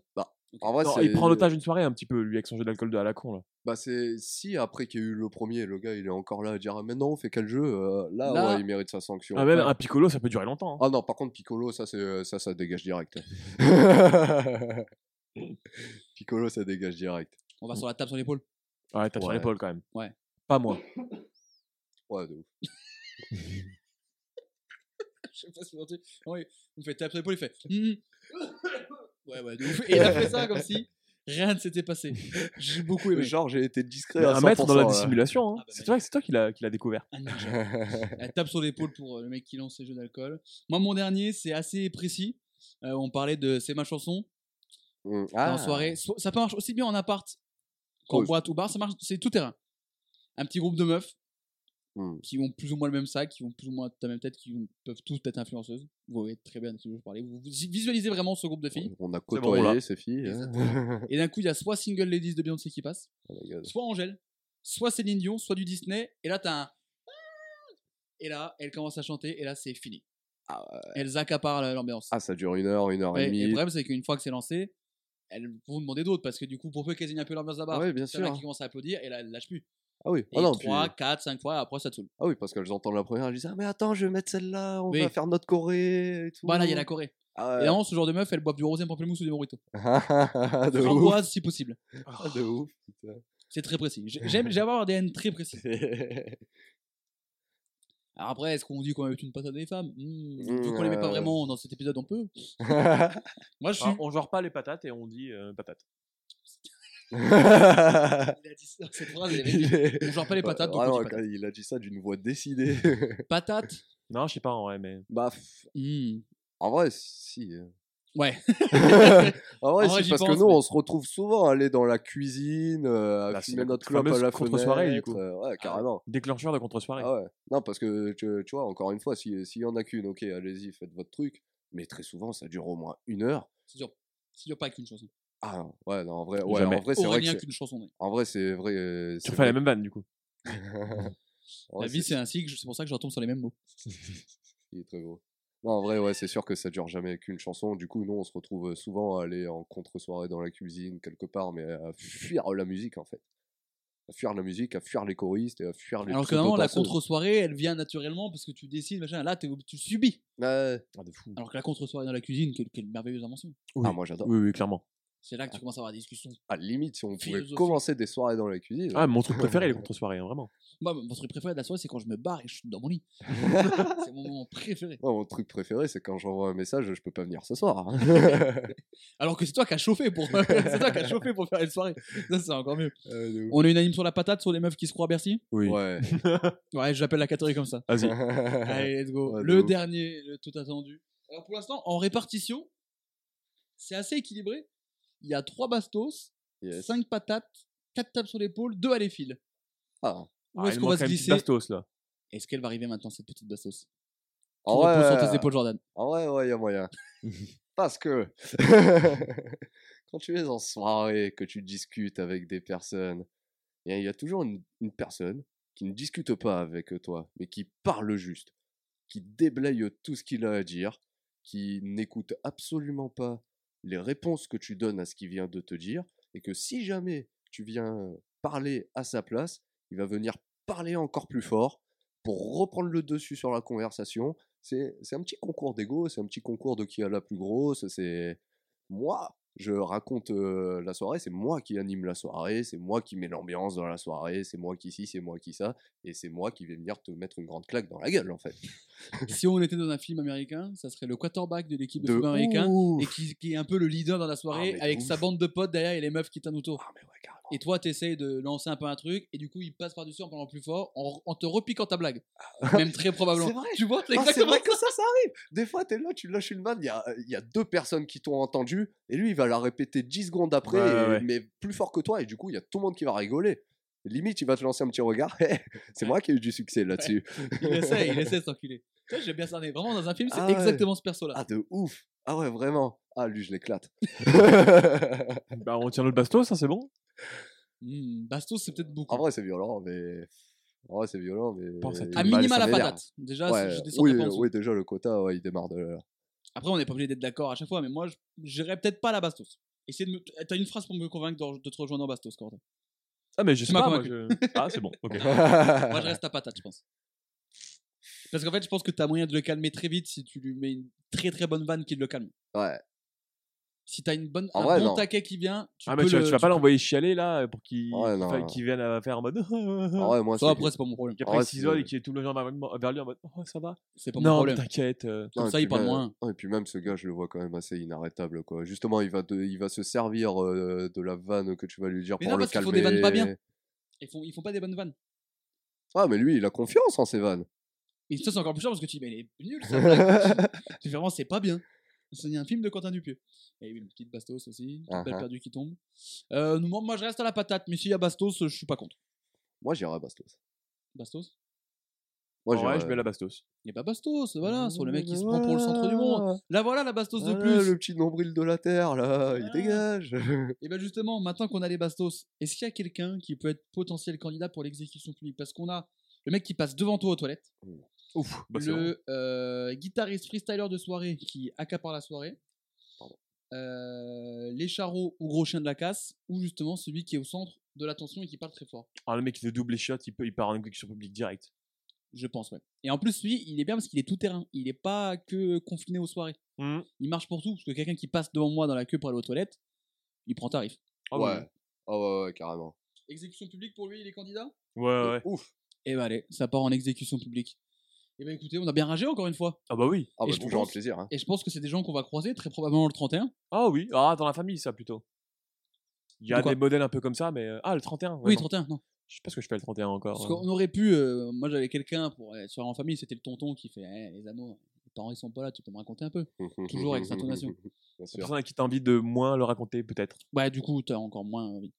Speaker 2: En vrai,
Speaker 3: Non,
Speaker 2: Ah, c'est...
Speaker 3: il prend l'otage une soirée un petit peu, lui, avec son jeu d'alcool de à la con là.
Speaker 2: Bah c'est si après qu'il y a eu le premier, le gars il est encore là à dire ah, mais non on fait quel jeu euh, là,
Speaker 1: Là-
Speaker 2: ouais, il mérite sa sanction.
Speaker 3: Ah, même
Speaker 2: Ouais.
Speaker 3: un piccolo, ça peut durer longtemps. hein.
Speaker 2: Ah non par contre Piccolo ça c'est euh, ça ça
Speaker 1: *laughs*
Speaker 2: dégage direct. Piccolo ça dégage direct.
Speaker 1: On va sur la table sur l'épaule.
Speaker 3: Ah, Ouais, tape sur
Speaker 2: Ouais.
Speaker 3: l'épaule quand même.
Speaker 1: Ouais.
Speaker 3: Pas moi.
Speaker 2: Ouais de ouf.
Speaker 1: *laughs* Je sais pas si vous entendez. Ah oui, vous faites tape sur l'épaule, il fait. Hmm.
Speaker 3: *laughs*
Speaker 1: ouais, ouais, de ouf. Et il a fait ça comme si rien ne s'était passé. J'ai beaucoup aimé.
Speaker 2: Genre j'ai été discret
Speaker 3: Mais
Speaker 2: à
Speaker 3: un maître dans la
Speaker 2: 100%, là.
Speaker 3: dissimulation. hein.
Speaker 1: Ah bah,
Speaker 3: c'est toi, c'est toi qui l'a qui l'a découvert.
Speaker 1: Un ninja.
Speaker 2: *laughs*
Speaker 1: La tape sur l'épaule pour euh, le mec qui lance ses jeux d'alcool. Moi, mon dernier, c'est assez précis. Euh, on parlait de C'est ma chanson.
Speaker 2: Mm.
Speaker 3: Ah.
Speaker 1: en soirée. So- ça peut marcher aussi bien en appart qu'en
Speaker 2: Oui.
Speaker 1: boîte ou bar, ça marche, c'est tout terrain. Un petit groupe de meufs
Speaker 3: Hmm.
Speaker 2: Mm.
Speaker 1: qui ont plus ou moins le même sac, qui ont plus ou moins ta même tête, qui ont- peuvent tous être influenceuses. Vous voyez très bien de qui je parlais. Vous vous visualisez vraiment ce groupe de filles.
Speaker 2: On a
Speaker 3: bon, on l'a.
Speaker 2: côtoyé ces filles. hein.
Speaker 1: Et d'un coup, il y a soit Single Ladies de Beyoncé qui passe,
Speaker 2: Oh my God.
Speaker 1: soit Angèle, soit Céline Dion, soit du Disney. Et là, t'as un. Et là, elle commence à chanter, et là, c'est fini.
Speaker 2: Ah,
Speaker 1: Elles accaparent l'ambiance.
Speaker 2: Ah ça dure une heure, une heure
Speaker 1: Ouais,
Speaker 2: et
Speaker 1: et le
Speaker 2: demie.
Speaker 1: problème, c'est qu'une fois que c'est lancé, elles vont demander d'autres parce que du coup, pour peu qu'elles aient un peu l'ambiance à barre,
Speaker 2: Ouais, Ah bien
Speaker 1: il y en a
Speaker 2: sûr.
Speaker 1: qui commencent à applaudir et là, elles lâchent plus.
Speaker 2: Ah oui.
Speaker 1: Et
Speaker 2: Ah, non, puis-
Speaker 1: 3, 4, 5 fois, après, ça te saoule.
Speaker 2: ah oui parce qu'elles entendent la première, elles disent ah mais attends je vais mettre celle-là, on
Speaker 1: Oui.
Speaker 2: va faire notre Corée et tout.
Speaker 1: Voilà, Bah, il y a la Corée.
Speaker 2: Ah ouais. *laughs*
Speaker 1: Et vraiment, ce genre de meuf, elle boit du rosé, pamplemousse ou des moritos.
Speaker 2: de ouf.
Speaker 1: Framboise, si possible.
Speaker 2: Ah, *laughs*
Speaker 1: *laughs*
Speaker 2: de ouf. *laughs* putain.
Speaker 1: C'est très précis. J'ai-
Speaker 2: *laughs*
Speaker 1: J'aime j'aime avoir des haines très précis. Alors après, est-ce qu'on dit qu'on a eu une patate des femmes Hmm, Vu qu'on les met pas
Speaker 2: Euh.
Speaker 1: vraiment dans cet épisode, on peut. Moi, je suis.
Speaker 3: Ah, on genre pas les patates et on dit euh, patates.
Speaker 1: *laughs* Il a dit ça, cette phrase, il avait
Speaker 2: *laughs*
Speaker 1: dit.
Speaker 2: Il est-
Speaker 1: On genre pas les patates, donc
Speaker 2: Vraiment,
Speaker 1: on dit
Speaker 2: quand
Speaker 1: patates.
Speaker 2: il a dit ça d'une voix
Speaker 1: *laughs*
Speaker 2: décidée.
Speaker 1: Patates
Speaker 3: Non, je sais pas en vrai, mais.
Speaker 2: bah, pff,
Speaker 1: Hmm.
Speaker 2: *laughs* en vrai, si. hein.
Speaker 1: Ouais.
Speaker 2: *laughs*
Speaker 1: En
Speaker 2: En vrai,
Speaker 1: vrai,
Speaker 2: si,
Speaker 1: j'y
Speaker 2: parce
Speaker 1: pense,
Speaker 2: que nous,
Speaker 1: mais-
Speaker 2: on se retrouve souvent à aller dans la cuisine, euh, à
Speaker 3: Là, Bah, c'est
Speaker 2: fumer
Speaker 3: la
Speaker 2: notre clope à
Speaker 3: fameuse
Speaker 2: la fenêtre.
Speaker 3: contre-soirée, du coup. Ah
Speaker 2: euh, ouais, carrément.
Speaker 3: Déclencheur de contre-soirée.
Speaker 2: Ah ouais. Non, parce que tu, tu vois, encore une fois, si- s'il y en a qu'une, ok, allez-y, faites votre truc. Mais très souvent, ça dure au moins une heure.
Speaker 1: C'est dur. C'est dur pas qu'une chanson.
Speaker 2: Ah non, ouais, non, en vrai, ouais,
Speaker 3: Jamais.
Speaker 2: en vrai, c'est vrai que
Speaker 1: Aurélien
Speaker 2: c'est-
Speaker 1: qu'une chanson.
Speaker 2: en vrai, c'est vrai. euh,
Speaker 3: Tu
Speaker 2: c'est
Speaker 3: refais la
Speaker 2: vrai
Speaker 3: même vanne du coup.
Speaker 2: que- *laughs* en
Speaker 1: La
Speaker 2: vrai,
Speaker 1: vie, c'est un cycle, c'est pour ça que je retombe sur les mêmes mots.
Speaker 2: *laughs* Il est très beau. Non, en vrai, ouais, c'est sûr que ça dure jamais qu'une chanson. Du coup, nous, on se retrouve euh, souvent à aller en contre-soirée dans la cuisine, quelque part, mais à fuir la musique, en fait. À fuir la musique, à fuir les choristes et à fuir les
Speaker 1: Alors que normalement, la contre-soirée, elle vient naturellement parce que tu décides, machin. Là, t'es- tu subis.
Speaker 3: Ah, de fou.
Speaker 1: Alors que la contre-soirée dans la cuisine, quelle, quelle merveilleuse invention.
Speaker 3: Oui.
Speaker 2: Ah, moi, j'adore.
Speaker 3: Oui, oui, clairement.
Speaker 1: C'est
Speaker 2: Ah.
Speaker 1: là que tu commences à avoir des discussions.
Speaker 2: À la limite, si on pouvait
Speaker 1: Philosophique.
Speaker 2: commencer des soirées dans la cuisine.
Speaker 3: Ah,
Speaker 2: *laughs*
Speaker 3: mon truc préféré, les contre-soirées, hein, vraiment.
Speaker 1: Moi, mon truc préféré de la soirée, c'est quand je me barre et je suis dans mon
Speaker 2: *laughs*
Speaker 1: lit. c'est mon moment préféré.
Speaker 2: Moi, mon truc préféré, c'est quand j'envoie un message, je peux pas venir
Speaker 1: *laughs*
Speaker 2: ce soir. *laughs*
Speaker 1: Alors que c'est toi qui as chauffé pour, *laughs* c'est toi qui as chauffé pour faire une soirée. Ça, c'est encore mieux.
Speaker 2: Euh, de ouf.
Speaker 1: On est unanime sur la patate, sur les meufs qui se croient à Bercy
Speaker 3: Oui.
Speaker 2: Ouais.
Speaker 1: Ouais, j'appelle la catégorie comme
Speaker 3: *laughs*
Speaker 1: ça.
Speaker 2: Ah,
Speaker 3: Vas-y.
Speaker 1: Allez, let's go.
Speaker 2: Ouais, de
Speaker 1: le
Speaker 2: ouf.
Speaker 1: dernier, le tout attendu. Alors pour l'instant, en répartition, c'est assez équilibré. Il y a 3 bastos,
Speaker 2: *laughs* Yes.
Speaker 1: 5 patates, 4 tapes sur l'épaule, 2 à l'effil.
Speaker 2: Ah.
Speaker 1: Où est-ce
Speaker 3: il
Speaker 1: qu'on va
Speaker 3: manque
Speaker 1: se
Speaker 3: quand même une petite
Speaker 1: glisser *laughs*
Speaker 3: Bastos, là.
Speaker 1: Est-ce qu'elle va arriver maintenant, cette petite bastos
Speaker 2: En
Speaker 1: Tu reposes sur
Speaker 2: vrai, euh,
Speaker 1: tes épaules, Jordan.
Speaker 2: En vrai, ouais, il y a moyen. Parce que *laughs* quand tu es en soirée, que tu discutes avec des personnes, il y a- il y, a toujours une, une personne qui ne discute pas avec toi, mais qui parle juste, qui déblaye tout ce qu'il a à dire, qui n'écoute absolument pas les réponses que tu donnes à ce qu'il vient de te dire, et que si jamais tu viens parler à sa place, il va venir parler encore plus fort pour reprendre le dessus sur la conversation c'est c'est un petit concours d'ego, c'est un petit concours de qui a la plus grosse. C'est moi, je raconte euh, la soirée, c'est moi qui anime la soirée, c'est moi qui mets l'ambiance dans la soirée, c'est moi qui ci, c'est moi qui ça, et c'est moi qui vais venir te mettre une grande claque dans la gueule en fait.
Speaker 1: si on était dans un film américain, ça serait le quarterback de l'équipe de,
Speaker 2: De
Speaker 1: football américain
Speaker 2: ouf.
Speaker 1: et qui, qui est un peu le leader dans la soirée
Speaker 2: Ah, mais de
Speaker 1: avec sa
Speaker 2: ouf.
Speaker 1: bande de potes derrière et les meufs qui tournent autour.
Speaker 2: Ah, mais ouais, carrément.
Speaker 1: Et toi, t'essayes de lancer un peu un truc et du coup, il passe par-dessus en parlant plus fort en, en te repiquant ta blague.
Speaker 2: Ah
Speaker 1: Même très probablement.
Speaker 2: C'est vrai.
Speaker 1: Tu vois, c'est
Speaker 2: Ah, c'est
Speaker 1: exactement
Speaker 2: vrai que ça, ça arrive. Des fois, t'es là, tu lâches une vanne, il y a, il y a deux personnes qui t'ont entendu, et lui, il va la répéter 10 secondes après,
Speaker 3: Ouais, ouais,
Speaker 2: et-
Speaker 3: ouais.
Speaker 2: mais plus fort que toi, et du coup, il y a tout le monde qui va rigoler. Limite, il va te lancer un petit regard. *laughs* Hé, c'est moi qui ai eu du succès là-dessus.
Speaker 1: Il essaie, il essaie de s'enculer. Tu vois, J'ai bien cerné. Vraiment, dans un film, c'est
Speaker 2: Ah ouais.
Speaker 1: exactement ce perso-là.
Speaker 2: Ah, de ouf. Ah ouais, vraiment. Ah, lui, je l'éclate.
Speaker 1: *laughs*
Speaker 3: Bah, on tient notre Bastos, hein, c'est bon
Speaker 1: Hmm, Bastos, c'est peut-être beaucoup.
Speaker 2: en vrai, c'est violent, mais. En vrai, c'est violent, mais.
Speaker 3: Pense à tout.
Speaker 1: à
Speaker 2: Bah,
Speaker 1: minima
Speaker 2: ça
Speaker 1: la
Speaker 2: m'énerve.
Speaker 1: patate. Déjà,
Speaker 2: Ouais,
Speaker 1: je descends
Speaker 2: oui, euh,
Speaker 1: pas en dessous.
Speaker 2: oui, déjà, le quota, ouais, il démarre de là.
Speaker 1: Après, on n'est pas obligé d'être d'accord à chaque fois, mais moi, je- j'irais peut-être pas la Bastos. Essaye de me- T'as une phrase pour me convaincre de, de te rejoindre en Bastos, Corentin.
Speaker 3: Ah, mais je sais
Speaker 1: m'as
Speaker 3: pas. moi,
Speaker 1: *laughs*
Speaker 3: je- Ah, c'est bon, ok.
Speaker 1: Moi, je reste à patate, je pense. Parce qu'en fait, je pense que t'as moyen de le calmer très vite si tu lui mets une très très bonne vanne qui le calme.
Speaker 2: ouais.
Speaker 1: Si t'as une bonne,
Speaker 2: En
Speaker 1: un
Speaker 2: vrai,
Speaker 1: bon
Speaker 2: non.
Speaker 1: taquet qui vient, tu
Speaker 3: Ah,
Speaker 1: peux
Speaker 3: mais tu, vas-
Speaker 1: le-
Speaker 3: tu vas
Speaker 1: tu
Speaker 3: pas
Speaker 1: peux-
Speaker 3: l'envoyer chialer, là, pour qu'il
Speaker 2: Ouais,
Speaker 3: qu'il
Speaker 2: Oh, non,
Speaker 3: fa-
Speaker 2: non.
Speaker 3: qu'il vienne à faire en mode.
Speaker 2: *laughs*
Speaker 3: *laughs*
Speaker 2: En vrai, moi,
Speaker 1: Ça,
Speaker 2: c'est-
Speaker 1: après, c'est pas mon problème.
Speaker 3: Puis
Speaker 2: Ouais,
Speaker 3: après, il s'isole
Speaker 2: oh, c'est-
Speaker 3: et qu'il est tout le genre vers- vers lui en mode. Oh, ça va
Speaker 1: C'est pas mon
Speaker 3: Non, mais
Speaker 1: problème.
Speaker 3: t'inquiète. euh,
Speaker 1: Comme
Speaker 2: Non, et
Speaker 1: ça, il
Speaker 2: puis
Speaker 1: parle
Speaker 2: même-
Speaker 1: moins.
Speaker 2: Ah, et puis même ce gars, je le vois quand même assez inarrêtable. Quoi. Justement, il va, te- il va se servir euh, de la vanne que tu vas lui dire
Speaker 1: Mais
Speaker 2: pour
Speaker 1: non,
Speaker 2: le
Speaker 1: parce qu'ils
Speaker 2: calmer.
Speaker 1: font des vannes pas bien. Ils font, ils font pas des bonnes vannes.
Speaker 2: Ah, mais lui, il a confiance en ses vannes.
Speaker 1: Et ça, c'est encore plus cher parce que tu dis, mais elle est nulle, sa blague.
Speaker 2: *laughs*
Speaker 1: Tu- Vraiment, c'est pas bien. C'est un film de Quentin Dupieux. Et une petite Bastos aussi, une petite balle
Speaker 2: Ah, ah.
Speaker 1: perdue qui tombe. Euh, moi, moi, je reste à la patate, mais s'il y a Bastos, je suis pas contre.
Speaker 2: Moi, j'irai à Bastos.
Speaker 1: Bastos
Speaker 2: Moi,
Speaker 3: en vrai, je
Speaker 2: j'irais-
Speaker 3: mets la Bastos.
Speaker 1: Il n'y a pas Bastos, voilà, sur le mec qui se prend pour le centre du monde. Là, voilà la Bastos de
Speaker 2: Voilà,
Speaker 1: plus.
Speaker 2: le petit nombril de la terre, là, il
Speaker 1: Ah.
Speaker 2: dégage. *laughs*
Speaker 1: Et bien justement, maintenant qu'on a les bastos, est-ce qu'il y a quelqu'un qui peut être potentiel candidat pour l'exécution publique Parce qu'on a le mec qui passe devant toi aux toilettes,
Speaker 3: Ouf, bah, c'est bon.
Speaker 1: le euh, guitariste freestyler de soirée qui accapare la soirée,
Speaker 2: Pardon.
Speaker 1: euh, les charros ou gros chien de la casse, ou justement celui qui est au centre de l'attention et qui parle très fort.
Speaker 3: Ah, le mec, il fait double shot, il, peut, il part en exécution publique direct.
Speaker 1: Je pense, ouais. Et en plus, lui, il est bien parce qu'il est tout terrain. Il n'est pas que confiné aux soirées.
Speaker 3: Hum.
Speaker 1: Il marche pour tout. Parce que quelqu'un qui passe devant moi dans la queue pour aller aux toilettes, il prend tarif.
Speaker 3: Ah,
Speaker 2: ouais. Ah ouais, ouais, carrément.
Speaker 1: Exécution publique pour lui, il est candidat
Speaker 3: Ouais,
Speaker 2: Ah
Speaker 3: ouais. ouais.
Speaker 2: Ouf.
Speaker 1: Et bah allez, ça part en exécution publique. Et ben écoutez, on a bien ragé encore une fois.
Speaker 3: Ah, bah oui.
Speaker 2: Ah,
Speaker 1: Et
Speaker 2: bah,
Speaker 1: je
Speaker 2: toujours un
Speaker 1: pense-
Speaker 2: plaisir. Hein.
Speaker 1: Et je pense que c'est des gens qu'on va croiser très probablement le 31.
Speaker 3: Ah oui, ah, dans la famille, ça plutôt. Il y
Speaker 1: De
Speaker 3: a
Speaker 1: quoi
Speaker 3: des modèles un peu comme ça, mais. euh, Ah, le 31. ouais,
Speaker 1: Oui,
Speaker 3: non.
Speaker 1: 31, non.
Speaker 3: Je sais pas ce que je fais le 31 encore.
Speaker 1: Parce
Speaker 3: euh.
Speaker 1: qu'on aurait pu. euh, moi j'avais quelqu'un pour euh, soirée en famille, c'était le tonton qui fait Eh, les amours, les parents ils sont pas là, tu peux me raconter un peu. Toujours avec cette intonation.
Speaker 2: *laughs* Bien
Speaker 3: La
Speaker 2: sûr.
Speaker 3: personne à qui t'as envie de moins le raconter, peut-être.
Speaker 1: Ouais, Bah, du coup, t'as encore moins envie.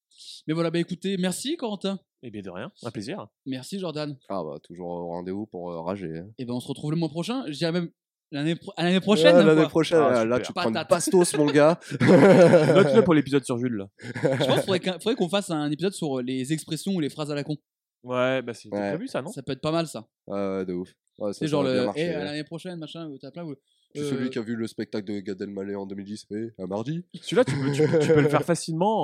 Speaker 1: Mais voilà, bah écoutez, merci Corentin.
Speaker 3: Eh bien, de rien.
Speaker 1: *laughs*
Speaker 3: Un plaisir.
Speaker 1: Merci Jordan.
Speaker 2: Ah bah, toujours au rendez-vous pour euh, rager. hein.
Speaker 1: Et ben on se retrouve le mois prochain. Je dirais même l'année pro- à l'année prochaine.
Speaker 2: Ouais,
Speaker 1: hein,
Speaker 2: L'année
Speaker 1: quoi.
Speaker 2: prochaine,
Speaker 3: Ah,
Speaker 2: là,
Speaker 3: super.
Speaker 2: tu prends une
Speaker 1: Patate.
Speaker 2: pastos,
Speaker 1: *laughs*
Speaker 2: mon gars. *laughs*
Speaker 3: Note-le pour l'épisode sur Jules. Là.
Speaker 1: Je pense qu'il
Speaker 2: *laughs*
Speaker 1: faudrait qu'un- faudrait qu'on fasse un épisode sur les expressions ou les phrases à la con.
Speaker 3: Ouais, bah c'était
Speaker 2: Ouais.
Speaker 3: prévu ça, non
Speaker 1: ça peut être pas mal ça.
Speaker 2: Ah ouais, de ouf. Ouais, ça,
Speaker 1: C'est
Speaker 2: ça
Speaker 1: genre
Speaker 2: aurait bien
Speaker 1: le,
Speaker 2: marché,
Speaker 1: eh, à
Speaker 2: ouais.
Speaker 1: l'année prochaine, machin, ou t'as plein. ou-
Speaker 2: Je
Speaker 1: euh,
Speaker 2: suis celui qui a vu le spectacle de Gad Elmaleh en 2010, eh, un mardi.
Speaker 3: Celui-là, tu peux, tu peux- tu
Speaker 1: *laughs*
Speaker 3: peux le faire facilement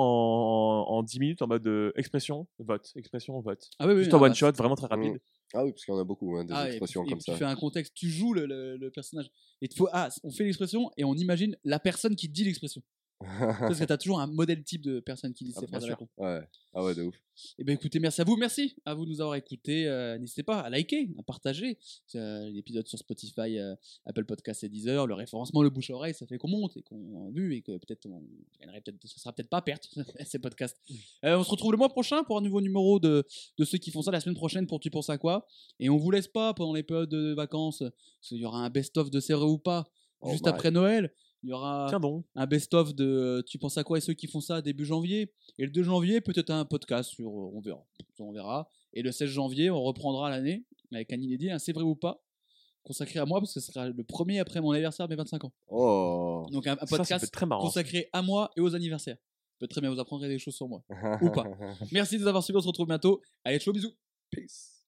Speaker 3: en, en 10 minutes en mode euh, expression, vote, expression, vote.
Speaker 1: Ah oui, oui,
Speaker 3: Juste
Speaker 1: ah
Speaker 3: en
Speaker 1: bah,
Speaker 3: one shot, vraiment très rapide.
Speaker 2: Ah oui, parce qu'il y en a beaucoup, hein, des
Speaker 1: Ah, et
Speaker 2: expressions
Speaker 1: puis- et
Speaker 2: comme
Speaker 1: puis
Speaker 2: ça.
Speaker 1: Tu fais un contexte, tu joues le, le- le personnage. Et il faut, ah, on fait l'expression et on imagine la personne qui dit
Speaker 2: *laughs*
Speaker 1: l'expression. Parce que t'as toujours un modèle type de personne qui dit
Speaker 3: Ah,
Speaker 1: ces
Speaker 3: bien
Speaker 1: phrases. à la con.
Speaker 2: Ouais. Ah ouais, de ouf.
Speaker 1: Eh bien, écoutez, merci à vous, merci à vous de nous avoir écoutés. Euh, N'hésitez pas à liker, à partager euh, l'épisode sur Spotify, euh, Apple Podcasts et Deezer. Le référencement, le bouche à oreille, ça fait qu'on monte et qu'on a vu et que peut-être on gagnerait, peut-être, ce sera peut-être pas perte *laughs* ces podcasts. Euh, on se retrouve le mois prochain pour un nouveau numéro de, de ceux qui font ça la semaine prochaine pour Tu penses à quoi Et on vous laisse pas pendant les périodes de vacances, parce qu'il y aura un best-of de C'est vrai ou pas
Speaker 2: Oh
Speaker 1: juste
Speaker 2: my.
Speaker 1: après Noël. Il y aura
Speaker 3: Tiens donc.
Speaker 1: un best-of de euh, Tu penses à quoi et ceux qui font ça début janvier. Et le 2 janvier, peut-être un podcast sur euh, On verra. On verra. Et le 16 janvier, on reprendra l'année avec un inédit, un C'est vrai ou pas, consacré à moi, parce que ce sera le premier après mon anniversaire, mes 25 ans.
Speaker 2: Oh.
Speaker 1: Donc un, un
Speaker 3: Ça, ça
Speaker 1: podcast
Speaker 3: peut être très marrant.
Speaker 1: consacré à moi et aux anniversaires.
Speaker 3: *laughs*
Speaker 1: Peut-être très bien, vous apprendrez des choses sur moi. Ou pas. Merci de nous avoir suivis, on se retrouve bientôt. Allez, ciao, bisous.
Speaker 2: Peace.